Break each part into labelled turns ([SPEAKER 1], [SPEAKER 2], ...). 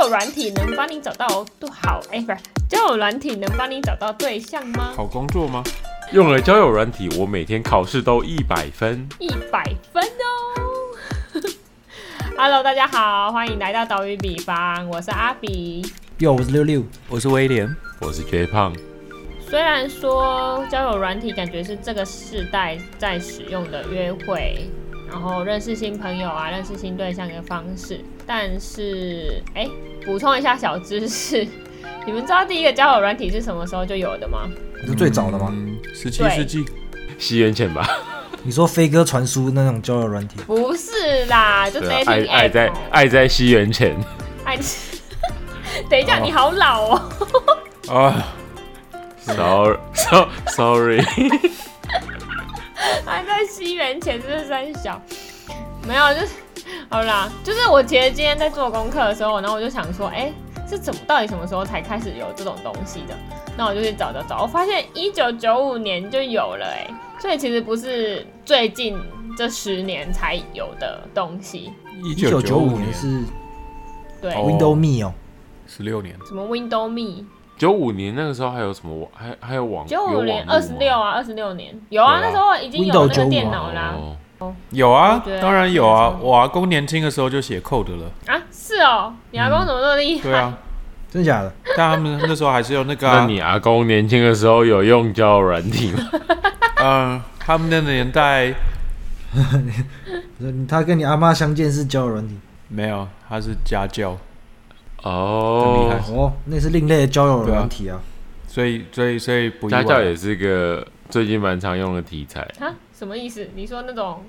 [SPEAKER 1] 有软体能帮你找到对好哎，不是交友软体能帮你找到对象吗？
[SPEAKER 2] 好工作吗？用了交友软体，我每天考试都一百分。
[SPEAKER 1] 一百分哦 ！Hello，大家好，欢迎来到岛屿比方，我是阿比。
[SPEAKER 3] 哟，我是六六，
[SPEAKER 4] 我是威廉，
[SPEAKER 2] 我是 J 胖，
[SPEAKER 1] 虽然说交友软体感觉是这个世代在使用的约会，然后认识新朋友啊、认识新对象的方式，但是哎，补充一下小知识， 你们知道第一个交友软体是什么时候就有的吗？
[SPEAKER 3] 你是最早的吗？
[SPEAKER 4] 十七
[SPEAKER 1] 对
[SPEAKER 4] 世纪，
[SPEAKER 2] 西元前吧？
[SPEAKER 3] 嗯你说飞鸽传书那种交友软体，
[SPEAKER 1] 不是啦，就 dating app
[SPEAKER 2] 爱啊爱在
[SPEAKER 1] 哦
[SPEAKER 2] 爱在西元前
[SPEAKER 1] 爱。 等一下，你好老哦！
[SPEAKER 2] 啊。Sorry, so sorry，
[SPEAKER 1] 还在西元前是不是很小？没有，就是好啦，就是我其实今天在做功课的时候，然后我就想说，哎、是怎么到底什么时候才开始有这种东西的？那我就去找找找，我发现一九九五年就有了、哎，所以其实不是最近这十年才有的东西。
[SPEAKER 2] 一
[SPEAKER 3] 一九九五年是
[SPEAKER 1] 对，
[SPEAKER 2] 哦
[SPEAKER 3] Window Me 哦，
[SPEAKER 4] 十六年，
[SPEAKER 1] 什么 Window Me，
[SPEAKER 2] 九五年那个时候还有什么网？还还有网？
[SPEAKER 1] 九
[SPEAKER 2] 有
[SPEAKER 1] 五
[SPEAKER 2] 网
[SPEAKER 1] 年
[SPEAKER 2] 络吗
[SPEAKER 1] 二十六啊，二十六年有啊，
[SPEAKER 2] 有啊
[SPEAKER 1] 那时候已经有那
[SPEAKER 3] Windows 95
[SPEAKER 1] 个
[SPEAKER 3] 啊
[SPEAKER 1] 电脑啦。
[SPEAKER 2] 哦
[SPEAKER 4] 有啊
[SPEAKER 1] 对，
[SPEAKER 4] 当然有啊
[SPEAKER 1] 没，错
[SPEAKER 4] 我阿公年轻的时候就写 code 了，
[SPEAKER 1] 啊，是哦，你阿公怎么这么厉害？
[SPEAKER 4] 对 啊，
[SPEAKER 3] 真的假的？
[SPEAKER 4] 但他们那时候还是有那个
[SPEAKER 2] 那
[SPEAKER 4] 啊，
[SPEAKER 2] 你阿公年轻的时候有用交友软体吗？
[SPEAKER 4] 嗯，他们那个年代
[SPEAKER 3] 我说他跟你阿妈相见是交友软体，
[SPEAKER 4] 没有，他是家教，很厉
[SPEAKER 2] 哦
[SPEAKER 4] 害，
[SPEAKER 3] 哦，那是另类的交友软体啊。
[SPEAKER 4] 所以所以所以不意
[SPEAKER 2] 家教也
[SPEAKER 4] 外，
[SPEAKER 2] 是个最近蛮常用的题材。
[SPEAKER 1] 啊，什么意思？你说那种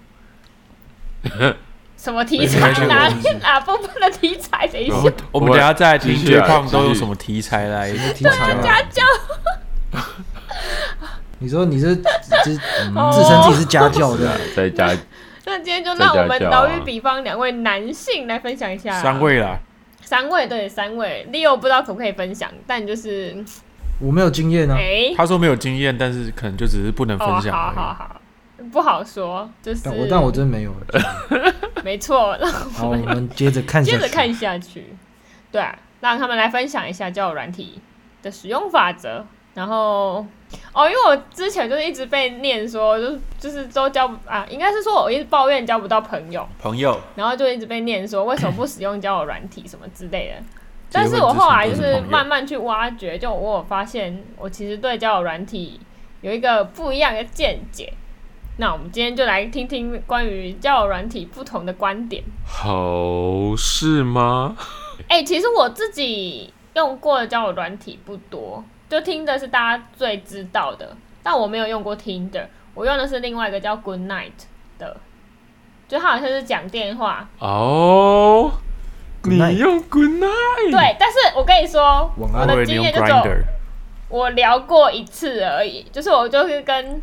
[SPEAKER 1] 什么题
[SPEAKER 4] 没
[SPEAKER 1] 材啊
[SPEAKER 4] 没没
[SPEAKER 1] 哪
[SPEAKER 4] 没
[SPEAKER 1] 哪部分的题材？等一下
[SPEAKER 2] 有，
[SPEAKER 4] 我们等一下再来听
[SPEAKER 2] 继续
[SPEAKER 4] J
[SPEAKER 2] 啊
[SPEAKER 4] 胖都有
[SPEAKER 2] 继续
[SPEAKER 4] 什么题材来
[SPEAKER 3] 什么题材啊？
[SPEAKER 1] 家教
[SPEAKER 3] 你说你是自自称自己是家教的，
[SPEAKER 2] 在家
[SPEAKER 1] 那今天就让我们
[SPEAKER 2] 在家教啊
[SPEAKER 1] 岛屿比方两位男性来分享一下
[SPEAKER 4] 三位啦，
[SPEAKER 1] 三位对三位，Leo 不知道可不可以分享，但就是
[SPEAKER 3] 我没有经验啊，
[SPEAKER 1] 哎、
[SPEAKER 4] 他说没有经验，但是可能就只是不能分
[SPEAKER 1] 哦，
[SPEAKER 4] 享
[SPEAKER 1] 好好
[SPEAKER 4] 而
[SPEAKER 1] 好，不好说，就是
[SPEAKER 3] 但我但我真没有。
[SPEAKER 1] 没错，让
[SPEAKER 3] 好，我们接着 看
[SPEAKER 1] 接
[SPEAKER 3] 下
[SPEAKER 1] 着
[SPEAKER 3] 去。
[SPEAKER 1] 看下去，对啊、让他们来分享一下交友软体的使用法则。然后，哦，因为我之前就是一直被念说，就是就是都交不啊，应该是说我一直抱怨交不到朋友，
[SPEAKER 4] 已。朋友，
[SPEAKER 1] 然后就一直被念说为什么不使用交友软体什么之类的。
[SPEAKER 4] 结
[SPEAKER 1] 但
[SPEAKER 4] 婚
[SPEAKER 1] 是我
[SPEAKER 4] 之前
[SPEAKER 1] 后来
[SPEAKER 4] 都
[SPEAKER 1] 就是是
[SPEAKER 4] 朋友
[SPEAKER 1] 慢慢去挖掘，就我有发现我其实对交友软体有一个不一样的见解。那我们今天就来听听关于交友软体不同的观点。
[SPEAKER 2] 好是吗？
[SPEAKER 1] 哎、其实我自己用过的交友软体不多，就听的是大家最知道的，但我没有用过听的，我用的是另外一个叫 Good Night 的，就它好像是讲电话。
[SPEAKER 2] 哦、
[SPEAKER 3] Good night
[SPEAKER 2] 你用 Good night，
[SPEAKER 1] 对，但是我跟你说，
[SPEAKER 3] 晚
[SPEAKER 1] 我
[SPEAKER 3] 安
[SPEAKER 4] 我
[SPEAKER 1] 的
[SPEAKER 4] 以为你
[SPEAKER 1] 经
[SPEAKER 4] 用
[SPEAKER 1] 验就只有
[SPEAKER 4] Grinder，
[SPEAKER 1] 我聊过一次而已，就是我就是跟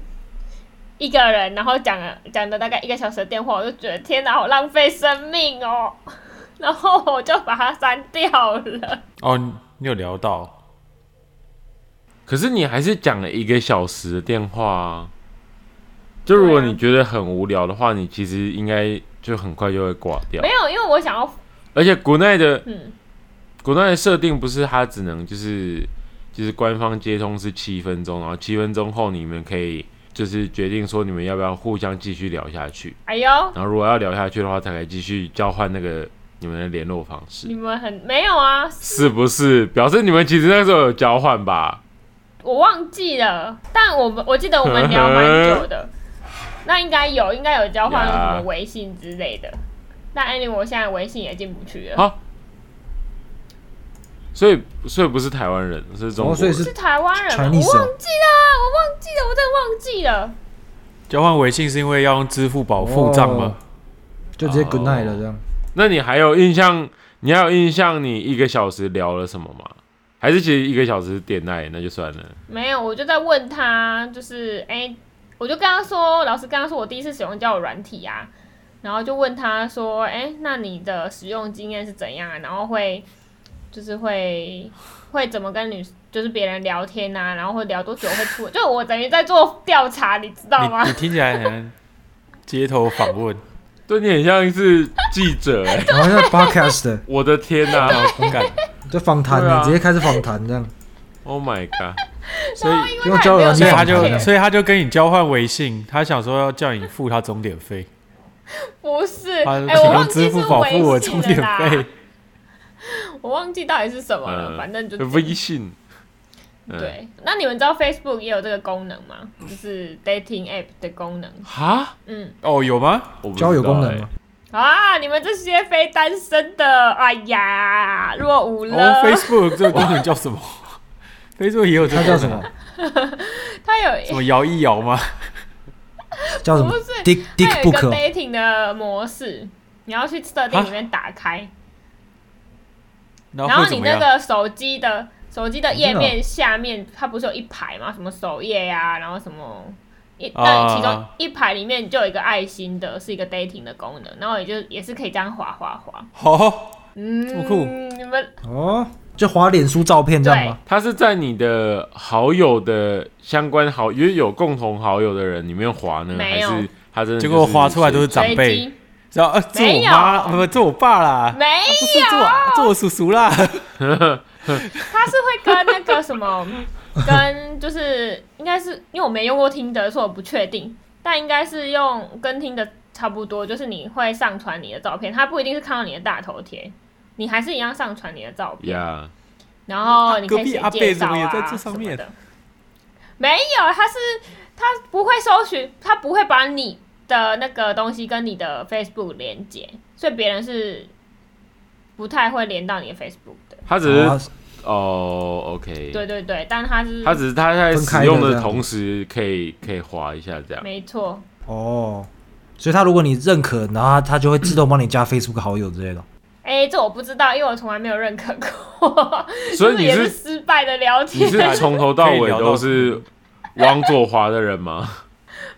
[SPEAKER 1] 一个人，然后讲了讲了大概一个小时的电话，我就觉得天哪，好浪费生命哦， 然后我就把它删掉了。
[SPEAKER 4] 哦，你你有聊到，
[SPEAKER 2] 可是你还是讲了一个小时的电话啊。就如果
[SPEAKER 1] 对啊
[SPEAKER 2] 你觉得很无聊的话，你其实应该就很快就会挂掉
[SPEAKER 1] 没。有，因为我想要，
[SPEAKER 2] 而且国内的
[SPEAKER 1] 嗯，
[SPEAKER 2] 国内的设定不是它只能就是就是官方接通是七分钟，然后七分钟后你们可以就是决定说你们要不要互相继续聊下去。
[SPEAKER 1] 哎呦，
[SPEAKER 2] 然后如果要聊下去的话，才可以继续交换那个你们的联络方
[SPEAKER 1] 你
[SPEAKER 2] 式，
[SPEAKER 1] 们很没有啊？
[SPEAKER 2] 是不是？表示你们其实那时候有交换吧？
[SPEAKER 1] 我忘记了，但我们我记得我们聊蛮久 的，那应该有，应该有交换
[SPEAKER 2] 呀
[SPEAKER 1] 什么微信之类的。那 anyway，我现在微信也进不去
[SPEAKER 3] 哦
[SPEAKER 1] 了。
[SPEAKER 2] 啊所以，所以不是台湾人，是中国人。
[SPEAKER 3] 哦，所以是
[SPEAKER 1] 是台湾人吗？我忘
[SPEAKER 3] Chinese 哦
[SPEAKER 1] 记了，我忘记了，我真的忘记了。
[SPEAKER 4] 交换微信是因为要用支付宝付账吗？
[SPEAKER 3] 哦就直接 Good night 了这样。
[SPEAKER 2] 那你还有印象？你还有印象？你一个小时聊了什么吗？还是其实一个小时是点爱，那就算了。
[SPEAKER 1] 没有，我就在问他，就是哎、我就跟他说，老师跟他说我第一次使用交友软体啊，然后就问他说，哎、那你的使用经验是怎样啊？然后会就是会会怎么跟女就是别人聊天啊？然后会聊多久会出？就我等于在做调查，你知道吗
[SPEAKER 4] 你你？听起来很像街头访问，
[SPEAKER 2] 对你很像是记者哎、
[SPEAKER 3] 好像 podcast，
[SPEAKER 2] 我的天呐、
[SPEAKER 4] 同感。
[SPEAKER 3] 就访谈
[SPEAKER 2] 对啊
[SPEAKER 3] 呢，直接开始访谈这样，
[SPEAKER 2] o h Oh my god！所以
[SPEAKER 3] 不用交友软
[SPEAKER 4] 所
[SPEAKER 3] 件
[SPEAKER 4] 以他
[SPEAKER 3] 访
[SPEAKER 4] 就，
[SPEAKER 3] 谈啊，
[SPEAKER 4] 所以他就跟你交换微信，他想说要叫你付他钟点费，
[SPEAKER 1] 不是，
[SPEAKER 4] 他
[SPEAKER 1] 哎、
[SPEAKER 4] 请
[SPEAKER 1] 我
[SPEAKER 4] 用
[SPEAKER 1] 忘记
[SPEAKER 4] 支
[SPEAKER 1] 是
[SPEAKER 4] 付宝付我
[SPEAKER 1] 微信
[SPEAKER 4] 钟点
[SPEAKER 1] 了啦，
[SPEAKER 4] 费。
[SPEAKER 1] 我忘记到底是什么了，
[SPEAKER 2] 嗯
[SPEAKER 1] 反
[SPEAKER 4] 呃
[SPEAKER 1] 正就
[SPEAKER 2] 微信，嗯，
[SPEAKER 1] 对。那你们知道 Facebook 也有这个功能吗？就是 dating app 的功能。
[SPEAKER 2] 哈，
[SPEAKER 1] 嗯，
[SPEAKER 4] 哦，有吗？
[SPEAKER 2] 我不知道
[SPEAKER 3] 交友功能
[SPEAKER 2] 哎
[SPEAKER 3] 嘛，
[SPEAKER 1] 啊，你们这些非单身的，哎呀，落伍
[SPEAKER 4] 哦
[SPEAKER 1] 了。
[SPEAKER 4] ，Facebook 这个功能叫 什么？Facebook 也有这
[SPEAKER 3] 它
[SPEAKER 4] 个
[SPEAKER 3] 叫
[SPEAKER 4] 功
[SPEAKER 3] 什
[SPEAKER 4] 能
[SPEAKER 3] 么
[SPEAKER 4] 啊？？
[SPEAKER 1] 它有
[SPEAKER 4] 什么摇一摇吗？
[SPEAKER 3] 叫什么
[SPEAKER 1] 不是哎
[SPEAKER 3] ？Dick
[SPEAKER 1] 它
[SPEAKER 3] Dick
[SPEAKER 1] 有一个
[SPEAKER 3] Book，哦
[SPEAKER 1] dating 的模式，你要去设
[SPEAKER 4] 啊
[SPEAKER 1] 定里面打开，
[SPEAKER 4] 然
[SPEAKER 1] 然后
[SPEAKER 4] 后会啊怎
[SPEAKER 1] 你
[SPEAKER 4] 么
[SPEAKER 1] 那
[SPEAKER 4] 样？
[SPEAKER 1] 个手机的手机的页
[SPEAKER 3] 真的
[SPEAKER 1] 面下面，它不是有一排吗？什么首页呀、然后什么一，
[SPEAKER 4] 啊
[SPEAKER 1] 那你其中一排里面就有一个爱心的，是一个 dating 的功能，然后也就也是可以这样滑滑滑。
[SPEAKER 4] 好，
[SPEAKER 1] 嗯，
[SPEAKER 4] 这么酷
[SPEAKER 1] 你们
[SPEAKER 3] 哦，就滑脸书照片这样吗？
[SPEAKER 2] 它是在你的好友的相关好，因为有共同好友的人里面划呢，
[SPEAKER 1] 没
[SPEAKER 2] 还
[SPEAKER 1] 有
[SPEAKER 2] 是他真的
[SPEAKER 4] 结果
[SPEAKER 2] 划
[SPEAKER 4] 划出来都是长
[SPEAKER 1] 随
[SPEAKER 4] 辈，
[SPEAKER 1] 机
[SPEAKER 4] 然后呃，这我妈，
[SPEAKER 1] 没有
[SPEAKER 4] 不，这我爸啦，
[SPEAKER 1] 没
[SPEAKER 4] 不
[SPEAKER 1] 有
[SPEAKER 4] 是，这我，这我叔叔啦。
[SPEAKER 1] 它是会跟那个什么，跟就是应该是因为我没用过听的，所以我不确定，但应该是用跟听的差不多，就是你会上传你的照片，它不一定是看到你的大头贴，你还是一样上传你的照片。
[SPEAKER 2] 呀
[SPEAKER 1] 然后你可以
[SPEAKER 4] 隔壁
[SPEAKER 1] 写
[SPEAKER 4] 阿
[SPEAKER 1] 介
[SPEAKER 4] 贝怎
[SPEAKER 1] 绍
[SPEAKER 4] 么也
[SPEAKER 1] 啊
[SPEAKER 4] 在这上面
[SPEAKER 1] 什么的。没有，他是他不会搜寻，他不会把你的那个东西跟你的 Facebook 连接，所以别人是不太会连到你的 Facebook 的。
[SPEAKER 2] 他只
[SPEAKER 3] 哦
[SPEAKER 2] 是哦，OK，
[SPEAKER 1] 对对对，但他是
[SPEAKER 2] 他只是他在
[SPEAKER 3] 分开的
[SPEAKER 2] 使用
[SPEAKER 3] 这
[SPEAKER 2] 的
[SPEAKER 3] 样
[SPEAKER 2] 同时可以可以划一下这样。
[SPEAKER 1] 没错，
[SPEAKER 3] 哦，所以他如果你认可，然后他他就会自动帮你加 Facebook 好友之类的。
[SPEAKER 1] 哎，这我不知道，因为我从来没有认可过，
[SPEAKER 2] 所以
[SPEAKER 1] 这
[SPEAKER 2] 你
[SPEAKER 1] 也是
[SPEAKER 2] 是
[SPEAKER 1] 失败的聊
[SPEAKER 2] 你
[SPEAKER 1] 天。
[SPEAKER 2] 是从头到尾都是往左滑的 人吗？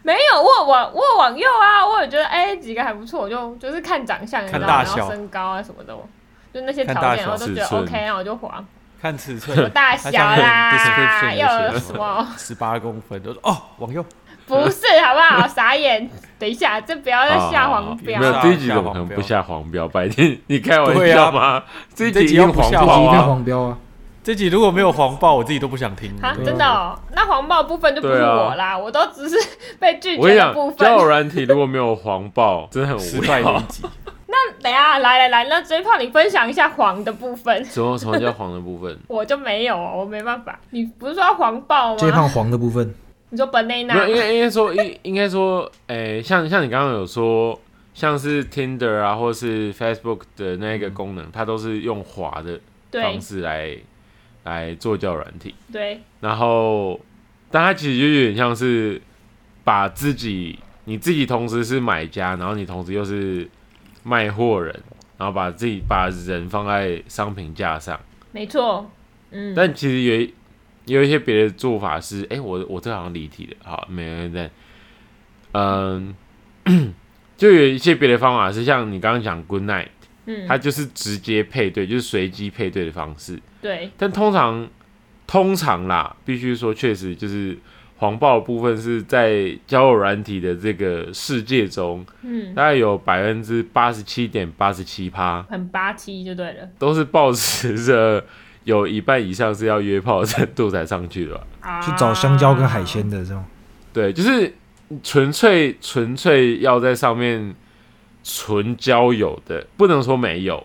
[SPEAKER 1] 没有，我有往我有往右啊，我有觉得哎、几个还不错，我就就是看长相，你知
[SPEAKER 4] 看
[SPEAKER 1] 道
[SPEAKER 4] 大
[SPEAKER 1] 吗，然
[SPEAKER 4] 小
[SPEAKER 1] 后身高啊什么的，我就那些
[SPEAKER 4] 看
[SPEAKER 1] 条
[SPEAKER 4] 大
[SPEAKER 1] 件，
[SPEAKER 4] 小
[SPEAKER 1] 我都觉得
[SPEAKER 2] 尺寸
[SPEAKER 1] OK，然后我就划
[SPEAKER 4] 看尺寸，
[SPEAKER 1] 大小啦，又有什么？
[SPEAKER 4] 十八公分，都哦，往右。
[SPEAKER 1] 不是好不 好？傻眼，等一下，这不要再下黄标
[SPEAKER 2] 没有
[SPEAKER 4] 啊
[SPEAKER 2] 这一集怎么可能不下黄标？白天你开玩笑吗？这一集
[SPEAKER 4] 这
[SPEAKER 2] 一
[SPEAKER 4] 一集要
[SPEAKER 2] 定
[SPEAKER 4] 不
[SPEAKER 2] 黄标
[SPEAKER 4] 下
[SPEAKER 3] 一片
[SPEAKER 2] 啊！
[SPEAKER 3] 黄标啊，
[SPEAKER 4] 这集如果没有黄报，我自己都不想听。
[SPEAKER 1] 啊！真的哦，那黄暴部分就不是
[SPEAKER 2] 对啊
[SPEAKER 1] 我啦，我都只是被拒
[SPEAKER 2] 我
[SPEAKER 1] 绝
[SPEAKER 2] 跟你
[SPEAKER 1] 的
[SPEAKER 2] 讲
[SPEAKER 1] 部，分
[SPEAKER 2] 交。友软体如果没有黄报，真的很
[SPEAKER 4] 失
[SPEAKER 2] 无
[SPEAKER 4] 败的一
[SPEAKER 2] 聊。
[SPEAKER 4] 集，
[SPEAKER 1] 等一下，来来来，那追炮你分享一下黄的部分，
[SPEAKER 2] 什么什么叫黄的部分？
[SPEAKER 1] 我就没有哦，我没办法。你不是说要黄暴
[SPEAKER 3] 这一
[SPEAKER 1] 吗？
[SPEAKER 3] 胖黄的部分，
[SPEAKER 1] 你说 banana
[SPEAKER 2] 没有，应该应该说应应该说，诶、像像你刚刚有说，像是 Tinder 啊，或是 Facebook 的那个功能，它都是用滑的
[SPEAKER 1] 对
[SPEAKER 2] 方式来来做交友软体。
[SPEAKER 1] 对，
[SPEAKER 2] 然后，但它其实就有点像是把自己，你自己同时是买家，然后你同时又是卖货人，然后把自己把人放在商品架上。
[SPEAKER 1] 没错，嗯，
[SPEAKER 2] 但其实有一有一些别的做法是，哎、我我这好像离题了，好，没有但，嗯， 就有一些别的方法是像你刚刚讲 Good Night，
[SPEAKER 1] 嗯，
[SPEAKER 2] 它就是直接配对，就是随机配对的方式。
[SPEAKER 1] 对，
[SPEAKER 2] 但通常通常啦，必须说确实就是黄暴的部分是在交友软体的这个世界中，
[SPEAKER 1] 嗯，
[SPEAKER 2] 大概有百分之八十七点八十七趴
[SPEAKER 1] 很八七就对了
[SPEAKER 2] 都是抱持着有一半以上是要约炮的程度才上去的吧。
[SPEAKER 1] 啊。
[SPEAKER 3] 去找香蕉跟海鲜，的这种。
[SPEAKER 2] 对，就是纯粹纯粹要在上面纯交友的，不能说没有，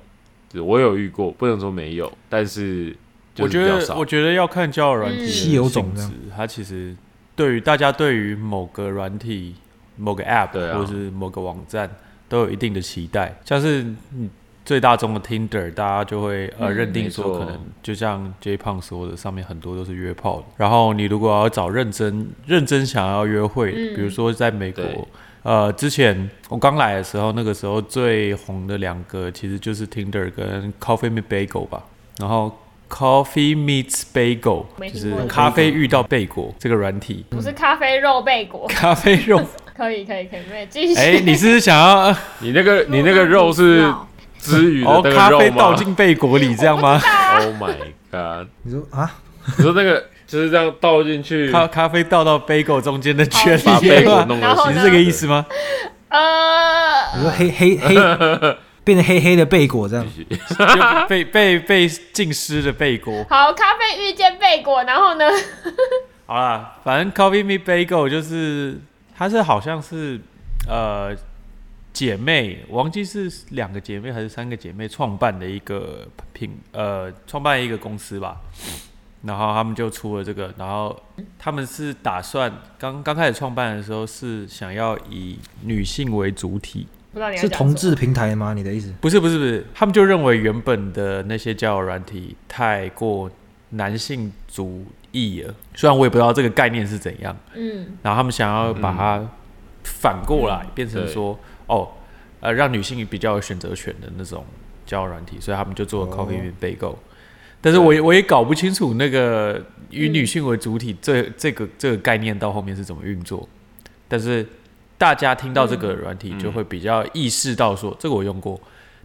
[SPEAKER 2] 就是我有遇过，不能说没有，但是就
[SPEAKER 4] 我
[SPEAKER 2] 是
[SPEAKER 4] 觉
[SPEAKER 2] 比较
[SPEAKER 4] 得
[SPEAKER 2] 少。
[SPEAKER 4] 我觉得要看交友软体的
[SPEAKER 1] 嗯
[SPEAKER 3] 稀有种
[SPEAKER 4] 性
[SPEAKER 3] 这样
[SPEAKER 4] 质它其实对于大家对于某个软体、某个 App
[SPEAKER 2] 对啊
[SPEAKER 4] 或是某个网站都有一定的期待，像是嗯最大宗的 Tinder，大家就会呃
[SPEAKER 1] 嗯
[SPEAKER 4] 认定
[SPEAKER 2] 没
[SPEAKER 4] 说
[SPEAKER 2] 错
[SPEAKER 4] 可能就像 J 胖说的，上面很多都是约炮的。然后你如果要找认真认真想要约会的，
[SPEAKER 1] 嗯
[SPEAKER 4] 比如说在美国
[SPEAKER 2] 对。
[SPEAKER 4] 呃，之前我刚来的时候，那个时候最红的两个其实就是 Tinder 跟 Coffee Meet Bagel 吧。然后 Coffee Meets Bagel
[SPEAKER 1] 没
[SPEAKER 4] 就
[SPEAKER 1] 听
[SPEAKER 4] 是
[SPEAKER 1] 过
[SPEAKER 4] 咖啡遇到贝果这个软体，
[SPEAKER 1] 不是咖啡肉贝果，
[SPEAKER 4] 咖啡肉。
[SPEAKER 1] 可以可以可以，没有继续。
[SPEAKER 4] 哎、你是不是想 要
[SPEAKER 2] 你那个你那个肉是之余的
[SPEAKER 4] 哦
[SPEAKER 2] 那
[SPEAKER 4] 咖
[SPEAKER 2] 个
[SPEAKER 4] 啡
[SPEAKER 2] 肉吗
[SPEAKER 4] 倒进贝果里这样吗？
[SPEAKER 2] ？Oh my god！
[SPEAKER 3] 你说啊，
[SPEAKER 2] 你说那个就是这样倒进去，
[SPEAKER 4] 咖咖啡倒到贝果中间的圈
[SPEAKER 2] 把
[SPEAKER 4] 里
[SPEAKER 2] 贝
[SPEAKER 4] 面
[SPEAKER 2] 果
[SPEAKER 4] 吗？
[SPEAKER 2] 弄
[SPEAKER 1] 然
[SPEAKER 2] 到
[SPEAKER 1] 后
[SPEAKER 4] 你
[SPEAKER 1] 呢
[SPEAKER 4] 是这个意思吗？
[SPEAKER 1] 呃，
[SPEAKER 3] 你说黑黑黑，变成黑黑的贝果这样，
[SPEAKER 4] 就被被被浸湿的贝果。
[SPEAKER 1] 好，咖啡遇见贝果，然后呢？
[SPEAKER 4] 好啦，反正 Coffee Me Bagel 就是它是好像是呃姐妹，我忘记是两个姐妹还是三个姐妹创办的一个品呃创办一个公司吧。然后他们就出了这个，然后他们是打算刚刚开始创办的时候是想要以女性为主体，
[SPEAKER 1] 不知道你要
[SPEAKER 3] 是
[SPEAKER 1] 讲
[SPEAKER 3] 同
[SPEAKER 1] 什么
[SPEAKER 3] 志平台吗？你的意思？
[SPEAKER 4] 不是不是不是，他们就认为原本的那些交友软体太过男性主义了，虽然我也不知道这个概念是怎样，
[SPEAKER 1] 嗯，
[SPEAKER 4] 然后他们想要把它反过来，变成
[SPEAKER 2] 对
[SPEAKER 4] 说哦，呃，让女性比较有选择权的那种交友软体，所以他们就做了 Coffee with Bagel。但是我也我也搞不清楚那个以女性为主体这这个这个概念到后面是怎么运作，但是大家听到这个软体就会比较意识到说，这个我用过。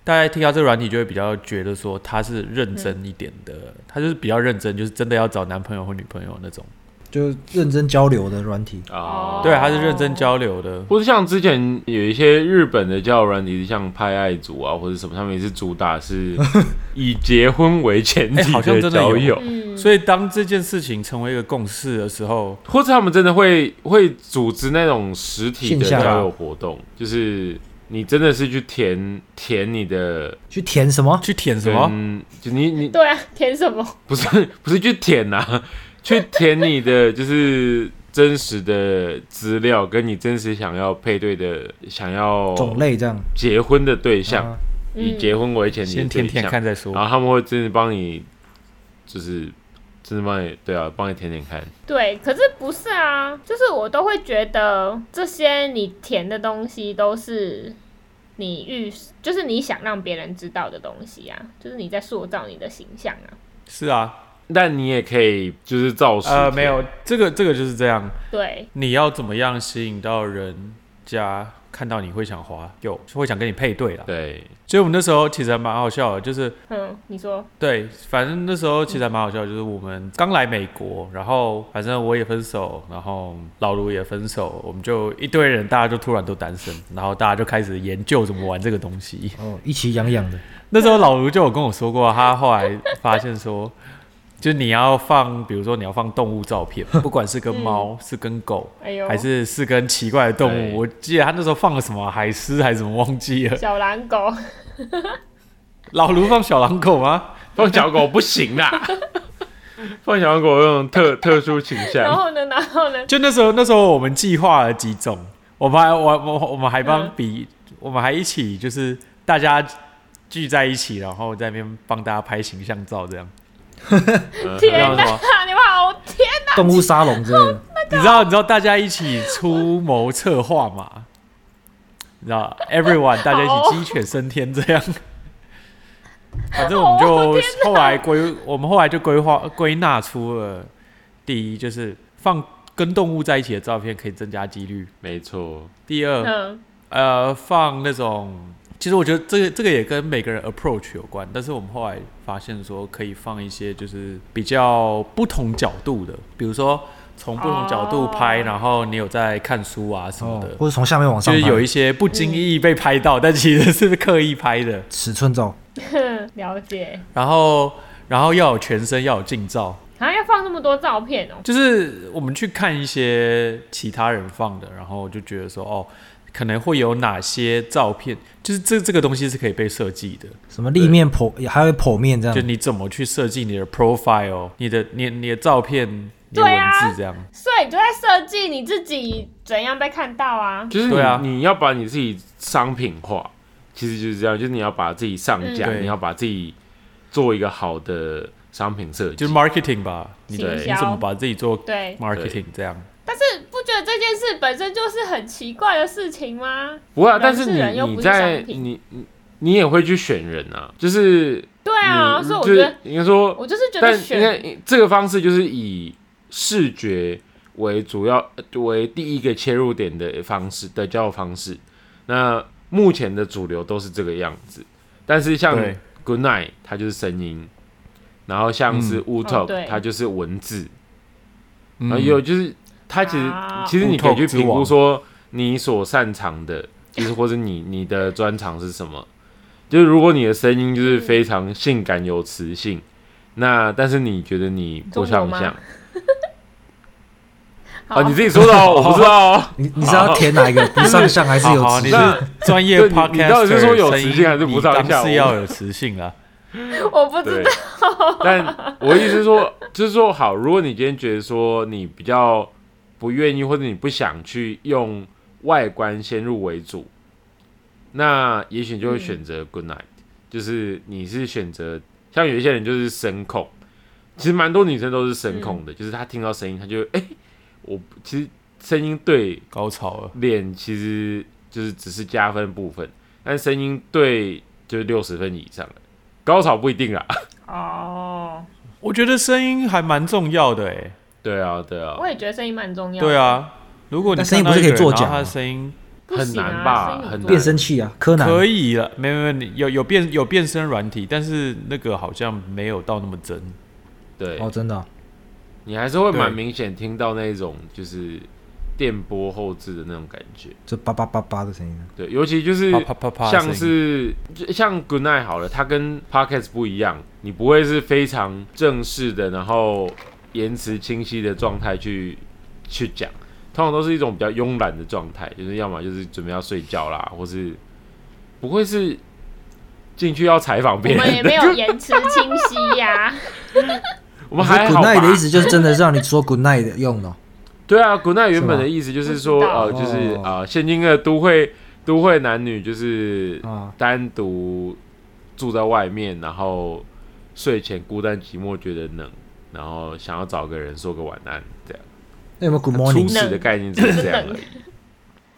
[SPEAKER 4] 大家听到这个软体就会比较觉得说它是认真一点的，它就是比较认真，就是真的要找男朋友或女朋友那种。
[SPEAKER 3] 就认真交流的软体，
[SPEAKER 2] 啊，
[SPEAKER 1] 哦
[SPEAKER 4] 对，它是认真交流的。
[SPEAKER 2] 或是像之前有一些日本的交友软体，像派爱组啊或者什么，他们也是主打 是以结婚为前
[SPEAKER 4] 哎
[SPEAKER 2] 提
[SPEAKER 4] 好像真的
[SPEAKER 2] 交
[SPEAKER 4] 有
[SPEAKER 2] 友，
[SPEAKER 1] 嗯
[SPEAKER 4] 所以当这件事情成为一个共识的时候，
[SPEAKER 2] 或者他们真的会会组织那种实体的
[SPEAKER 3] 线下
[SPEAKER 4] 啊
[SPEAKER 2] 交友活动，就是你真的是去填填你的
[SPEAKER 3] 去填什么？
[SPEAKER 4] 去舔什么？
[SPEAKER 2] 嗯，就你你
[SPEAKER 1] 对啊，填什么？
[SPEAKER 2] 不是不是去填呐、 去填你的就是真实的资料，跟你真实想要配对的想要
[SPEAKER 3] 种类这样？
[SPEAKER 2] 结婚的对象，
[SPEAKER 3] 啊
[SPEAKER 1] 嗯
[SPEAKER 2] 以结婚为前提的
[SPEAKER 4] 先
[SPEAKER 2] 嗯对啊象，
[SPEAKER 4] 舔舔看再说
[SPEAKER 2] 然。后他们会真的帮你，就是真的帮你，对啊，帮你舔舔看。
[SPEAKER 1] 对，可是不是啊？就是我都会觉得这些你填的东西都是你预，就是你想让别人知道的东西啊，就是你在塑造你的形象啊。
[SPEAKER 4] 是啊，
[SPEAKER 2] 但你也可以就是造势，
[SPEAKER 4] 呃，没有，这个这个就是这样。
[SPEAKER 1] 对，
[SPEAKER 4] 你要怎么样吸引到人家看到你会想滑，有会想跟你配对啦。
[SPEAKER 2] 对，
[SPEAKER 4] 所以我们那时候其实还蛮好笑的，就是
[SPEAKER 1] 嗯，你说，
[SPEAKER 4] 对，反正那时候其实还蛮好笑的，就是我们刚来美国，然后反正我也分手，然后老卢也分手，我们就一堆人，大家就突然都单身，然后大家就开始研究怎么玩这个东西。
[SPEAKER 3] 哦，一起痒痒的，
[SPEAKER 4] 那时候老卢就有跟我说过，他后来发现说，就是你要放，比如说你要放动物照片，不管是跟猫、是跟狗，
[SPEAKER 1] 哎呦，
[SPEAKER 4] 还是是跟奇怪的动
[SPEAKER 2] 对
[SPEAKER 4] 物。我记得他那时候放了什么海狮还是什么忘记了。
[SPEAKER 1] 小狼狗，
[SPEAKER 4] 老卢放小狼狗吗？
[SPEAKER 2] 放小狗不行 啦，放小狗有那种特特殊倾
[SPEAKER 1] 然
[SPEAKER 2] 向。
[SPEAKER 1] 后呢，然后呢，
[SPEAKER 4] 就那时候，那时候我们计划了几种，我们还我我我们还帮
[SPEAKER 1] 嗯
[SPEAKER 4] 比，我们还一起就是大家聚在一起，然后在那边帮大家拍形象照这样。
[SPEAKER 2] 嗯
[SPEAKER 1] 天
[SPEAKER 4] 然后什么？
[SPEAKER 1] 哪，你们好天，
[SPEAKER 3] 动物沙龙之类的，
[SPEAKER 4] 你知道，你知道大家一起出谋策划嘛？你知道，everyone 大家一起鸡犬升天这样。反正我们就后来规，我们后来就规划呃归纳出了，第一就是放跟动物在一起的照片可以增加几率；
[SPEAKER 2] 没错，
[SPEAKER 4] 第二，
[SPEAKER 1] 嗯，
[SPEAKER 4] 呃，放那种，其实我觉得这个这个也跟每个人 approach 有关，但是我们后来发现说可以放一些就是比较不同角度的，比如说从不同角度拍，
[SPEAKER 1] 哦
[SPEAKER 4] 然后你有在看书啊什么
[SPEAKER 3] 哦
[SPEAKER 4] 的，，
[SPEAKER 3] 或者从下面往
[SPEAKER 4] 就
[SPEAKER 3] 上
[SPEAKER 4] 是
[SPEAKER 3] 拍，
[SPEAKER 4] 有一些不经意被拍到，但其实是刻意拍的。
[SPEAKER 3] 尺寸照，
[SPEAKER 1] 哼 了解。
[SPEAKER 4] 然后，然后要有全身，要有近照，
[SPEAKER 1] 好像要放那么多照片哦、
[SPEAKER 4] 就是我们去看一些其他人放的，然后就觉得说，哦，可能会有哪些照片，就是这这个东西是可以被设计的，
[SPEAKER 3] 什么立面剖，也还有剖面这
[SPEAKER 4] 就
[SPEAKER 3] 样，
[SPEAKER 4] 你怎么去设计你的 profile，你的你你的照片，你的
[SPEAKER 1] 对
[SPEAKER 4] 文
[SPEAKER 1] 啊
[SPEAKER 4] 字这样。
[SPEAKER 1] 所以你就在设计你自己怎样被看到啊。
[SPEAKER 2] 就是你、
[SPEAKER 4] 对啊
[SPEAKER 2] 你要把你自己商品化，其实就是这样，就是你要把自己上架，
[SPEAKER 4] 嗯
[SPEAKER 2] 你要把自己做一个好的商品设计，
[SPEAKER 4] 就是 marketing 吧，你
[SPEAKER 1] 行
[SPEAKER 4] 你
[SPEAKER 1] 销
[SPEAKER 4] 怎么把自己做
[SPEAKER 1] 对，
[SPEAKER 4] marketing 这样？
[SPEAKER 1] 但是不觉得这件事本身就是很奇怪的事情吗？
[SPEAKER 2] 不会啊，
[SPEAKER 1] 人
[SPEAKER 2] 但是
[SPEAKER 1] 是人
[SPEAKER 2] 你
[SPEAKER 1] 又
[SPEAKER 2] 你
[SPEAKER 1] 不是
[SPEAKER 2] 在
[SPEAKER 1] 商品
[SPEAKER 2] 你你你也会去选人啊，就是
[SPEAKER 1] 对啊，
[SPEAKER 2] 你
[SPEAKER 1] 所以我
[SPEAKER 2] 嗯就
[SPEAKER 1] 觉
[SPEAKER 2] 是
[SPEAKER 1] 得，
[SPEAKER 2] 应该说，
[SPEAKER 1] 我就是觉
[SPEAKER 2] 但
[SPEAKER 1] 得
[SPEAKER 2] 应
[SPEAKER 1] 选
[SPEAKER 2] 该这个方式就是以视觉为主要为第一个切入点的方式的交友方式。那目前的主流都是这个样子，但是像
[SPEAKER 4] 对
[SPEAKER 2] Good Night 它就是声音，然后像是 Wu
[SPEAKER 1] 哦对
[SPEAKER 2] Talk 它就是文字，
[SPEAKER 4] 嗯
[SPEAKER 2] 然后有就是它其实
[SPEAKER 1] 啊
[SPEAKER 2] 其实你
[SPEAKER 4] Wu
[SPEAKER 2] 可以
[SPEAKER 4] Talk
[SPEAKER 2] 去
[SPEAKER 4] 之
[SPEAKER 2] 评估
[SPEAKER 4] 王
[SPEAKER 1] 嗯
[SPEAKER 2] 说你所擅长的，就是或者你你的专长是什么？就是如果你的声音就是非常性感有磁性，那但是你觉得你
[SPEAKER 1] 中国
[SPEAKER 2] 不上
[SPEAKER 1] 吗
[SPEAKER 2] 相
[SPEAKER 1] 好
[SPEAKER 2] 啊？你自己说的哦，我不知道哦。
[SPEAKER 3] 你你是要填哪一个？不上相还是有
[SPEAKER 4] 好好，
[SPEAKER 3] 磁
[SPEAKER 4] 你
[SPEAKER 3] 性？
[SPEAKER 4] 是专业
[SPEAKER 2] 对
[SPEAKER 4] podcast，
[SPEAKER 2] 你你到底是说有磁性还是不上
[SPEAKER 4] 你当
[SPEAKER 2] 下
[SPEAKER 4] 然是
[SPEAKER 2] 我
[SPEAKER 4] 要有磁性啊。
[SPEAKER 1] 我 不知
[SPEAKER 2] 对
[SPEAKER 1] 道，，
[SPEAKER 2] 但我的意思是说，就是说好，如果你今天觉得说你比较不愿意或者你不想去用外观先入为主，那也许你就会选择 good night，、就是你是选择像有一些人就是声控，其实蛮多女生都是声控的，就是她听到声音，她就哎、诶我其实声音对
[SPEAKER 4] 高潮啊了，
[SPEAKER 2] 脸其实就是只是加分部分，但声音对就是六十分以上了，高潮不一定啦。
[SPEAKER 1] 哦，
[SPEAKER 4] 我觉得声音还蛮重要的哎、
[SPEAKER 2] 对啊，对啊，
[SPEAKER 1] 我也觉得声音蛮重要。
[SPEAKER 4] 对，啊，如果你
[SPEAKER 3] 但声音
[SPEAKER 4] 看到
[SPEAKER 3] 不是可
[SPEAKER 4] 一
[SPEAKER 3] 以
[SPEAKER 4] 个人
[SPEAKER 3] 作假吗
[SPEAKER 4] 然后他的声音
[SPEAKER 1] 不行啊
[SPEAKER 2] 很难吧
[SPEAKER 1] 声音
[SPEAKER 2] 很
[SPEAKER 1] 重
[SPEAKER 2] 难
[SPEAKER 1] 要
[SPEAKER 3] 变声器啊，柯南。
[SPEAKER 4] 可以了，没没没，有有变有变声软体，但是那个好像没有到那么真。
[SPEAKER 2] 对
[SPEAKER 3] 哦，真的哦、
[SPEAKER 2] 你还是会蛮
[SPEAKER 4] 对
[SPEAKER 2] 明显听到那种就是电波后置的那种感觉。
[SPEAKER 3] 就叭叭叭叭的声音。
[SPEAKER 2] 对，尤其就是
[SPEAKER 4] 啪啪啪啪的
[SPEAKER 2] 像
[SPEAKER 4] 声音
[SPEAKER 2] 是就像 Good Night 好了，它跟 Podcast 不一样，你不会是非常正式的，然后言辞清晰的状态去去讲，通常都是一种比较慵懒的状态，就是要么就是准备要睡觉啦，或是不会是进去要采访
[SPEAKER 1] 我
[SPEAKER 2] 别
[SPEAKER 1] 们也
[SPEAKER 2] 人的。
[SPEAKER 1] 没 有延迟清晰呀、
[SPEAKER 2] 我们
[SPEAKER 3] 可是
[SPEAKER 2] 还
[SPEAKER 3] good
[SPEAKER 2] 好吧
[SPEAKER 3] night 的意思就是真的让你说 good night 的用哦。
[SPEAKER 2] 对啊，Good night 原
[SPEAKER 3] 是吗
[SPEAKER 2] 本的意思就是说，呃，
[SPEAKER 3] 不
[SPEAKER 2] 就
[SPEAKER 3] 知道
[SPEAKER 2] 是
[SPEAKER 3] 哦
[SPEAKER 2] 呃，现今的都会都会男女就是
[SPEAKER 3] 啊
[SPEAKER 2] 单独住在外面，然后睡前孤单寂寞觉得冷，然后想要找个人说个晚安，这样。
[SPEAKER 3] 那有没有 good
[SPEAKER 2] 初
[SPEAKER 3] morning？
[SPEAKER 2] 始的概念只是这样而已。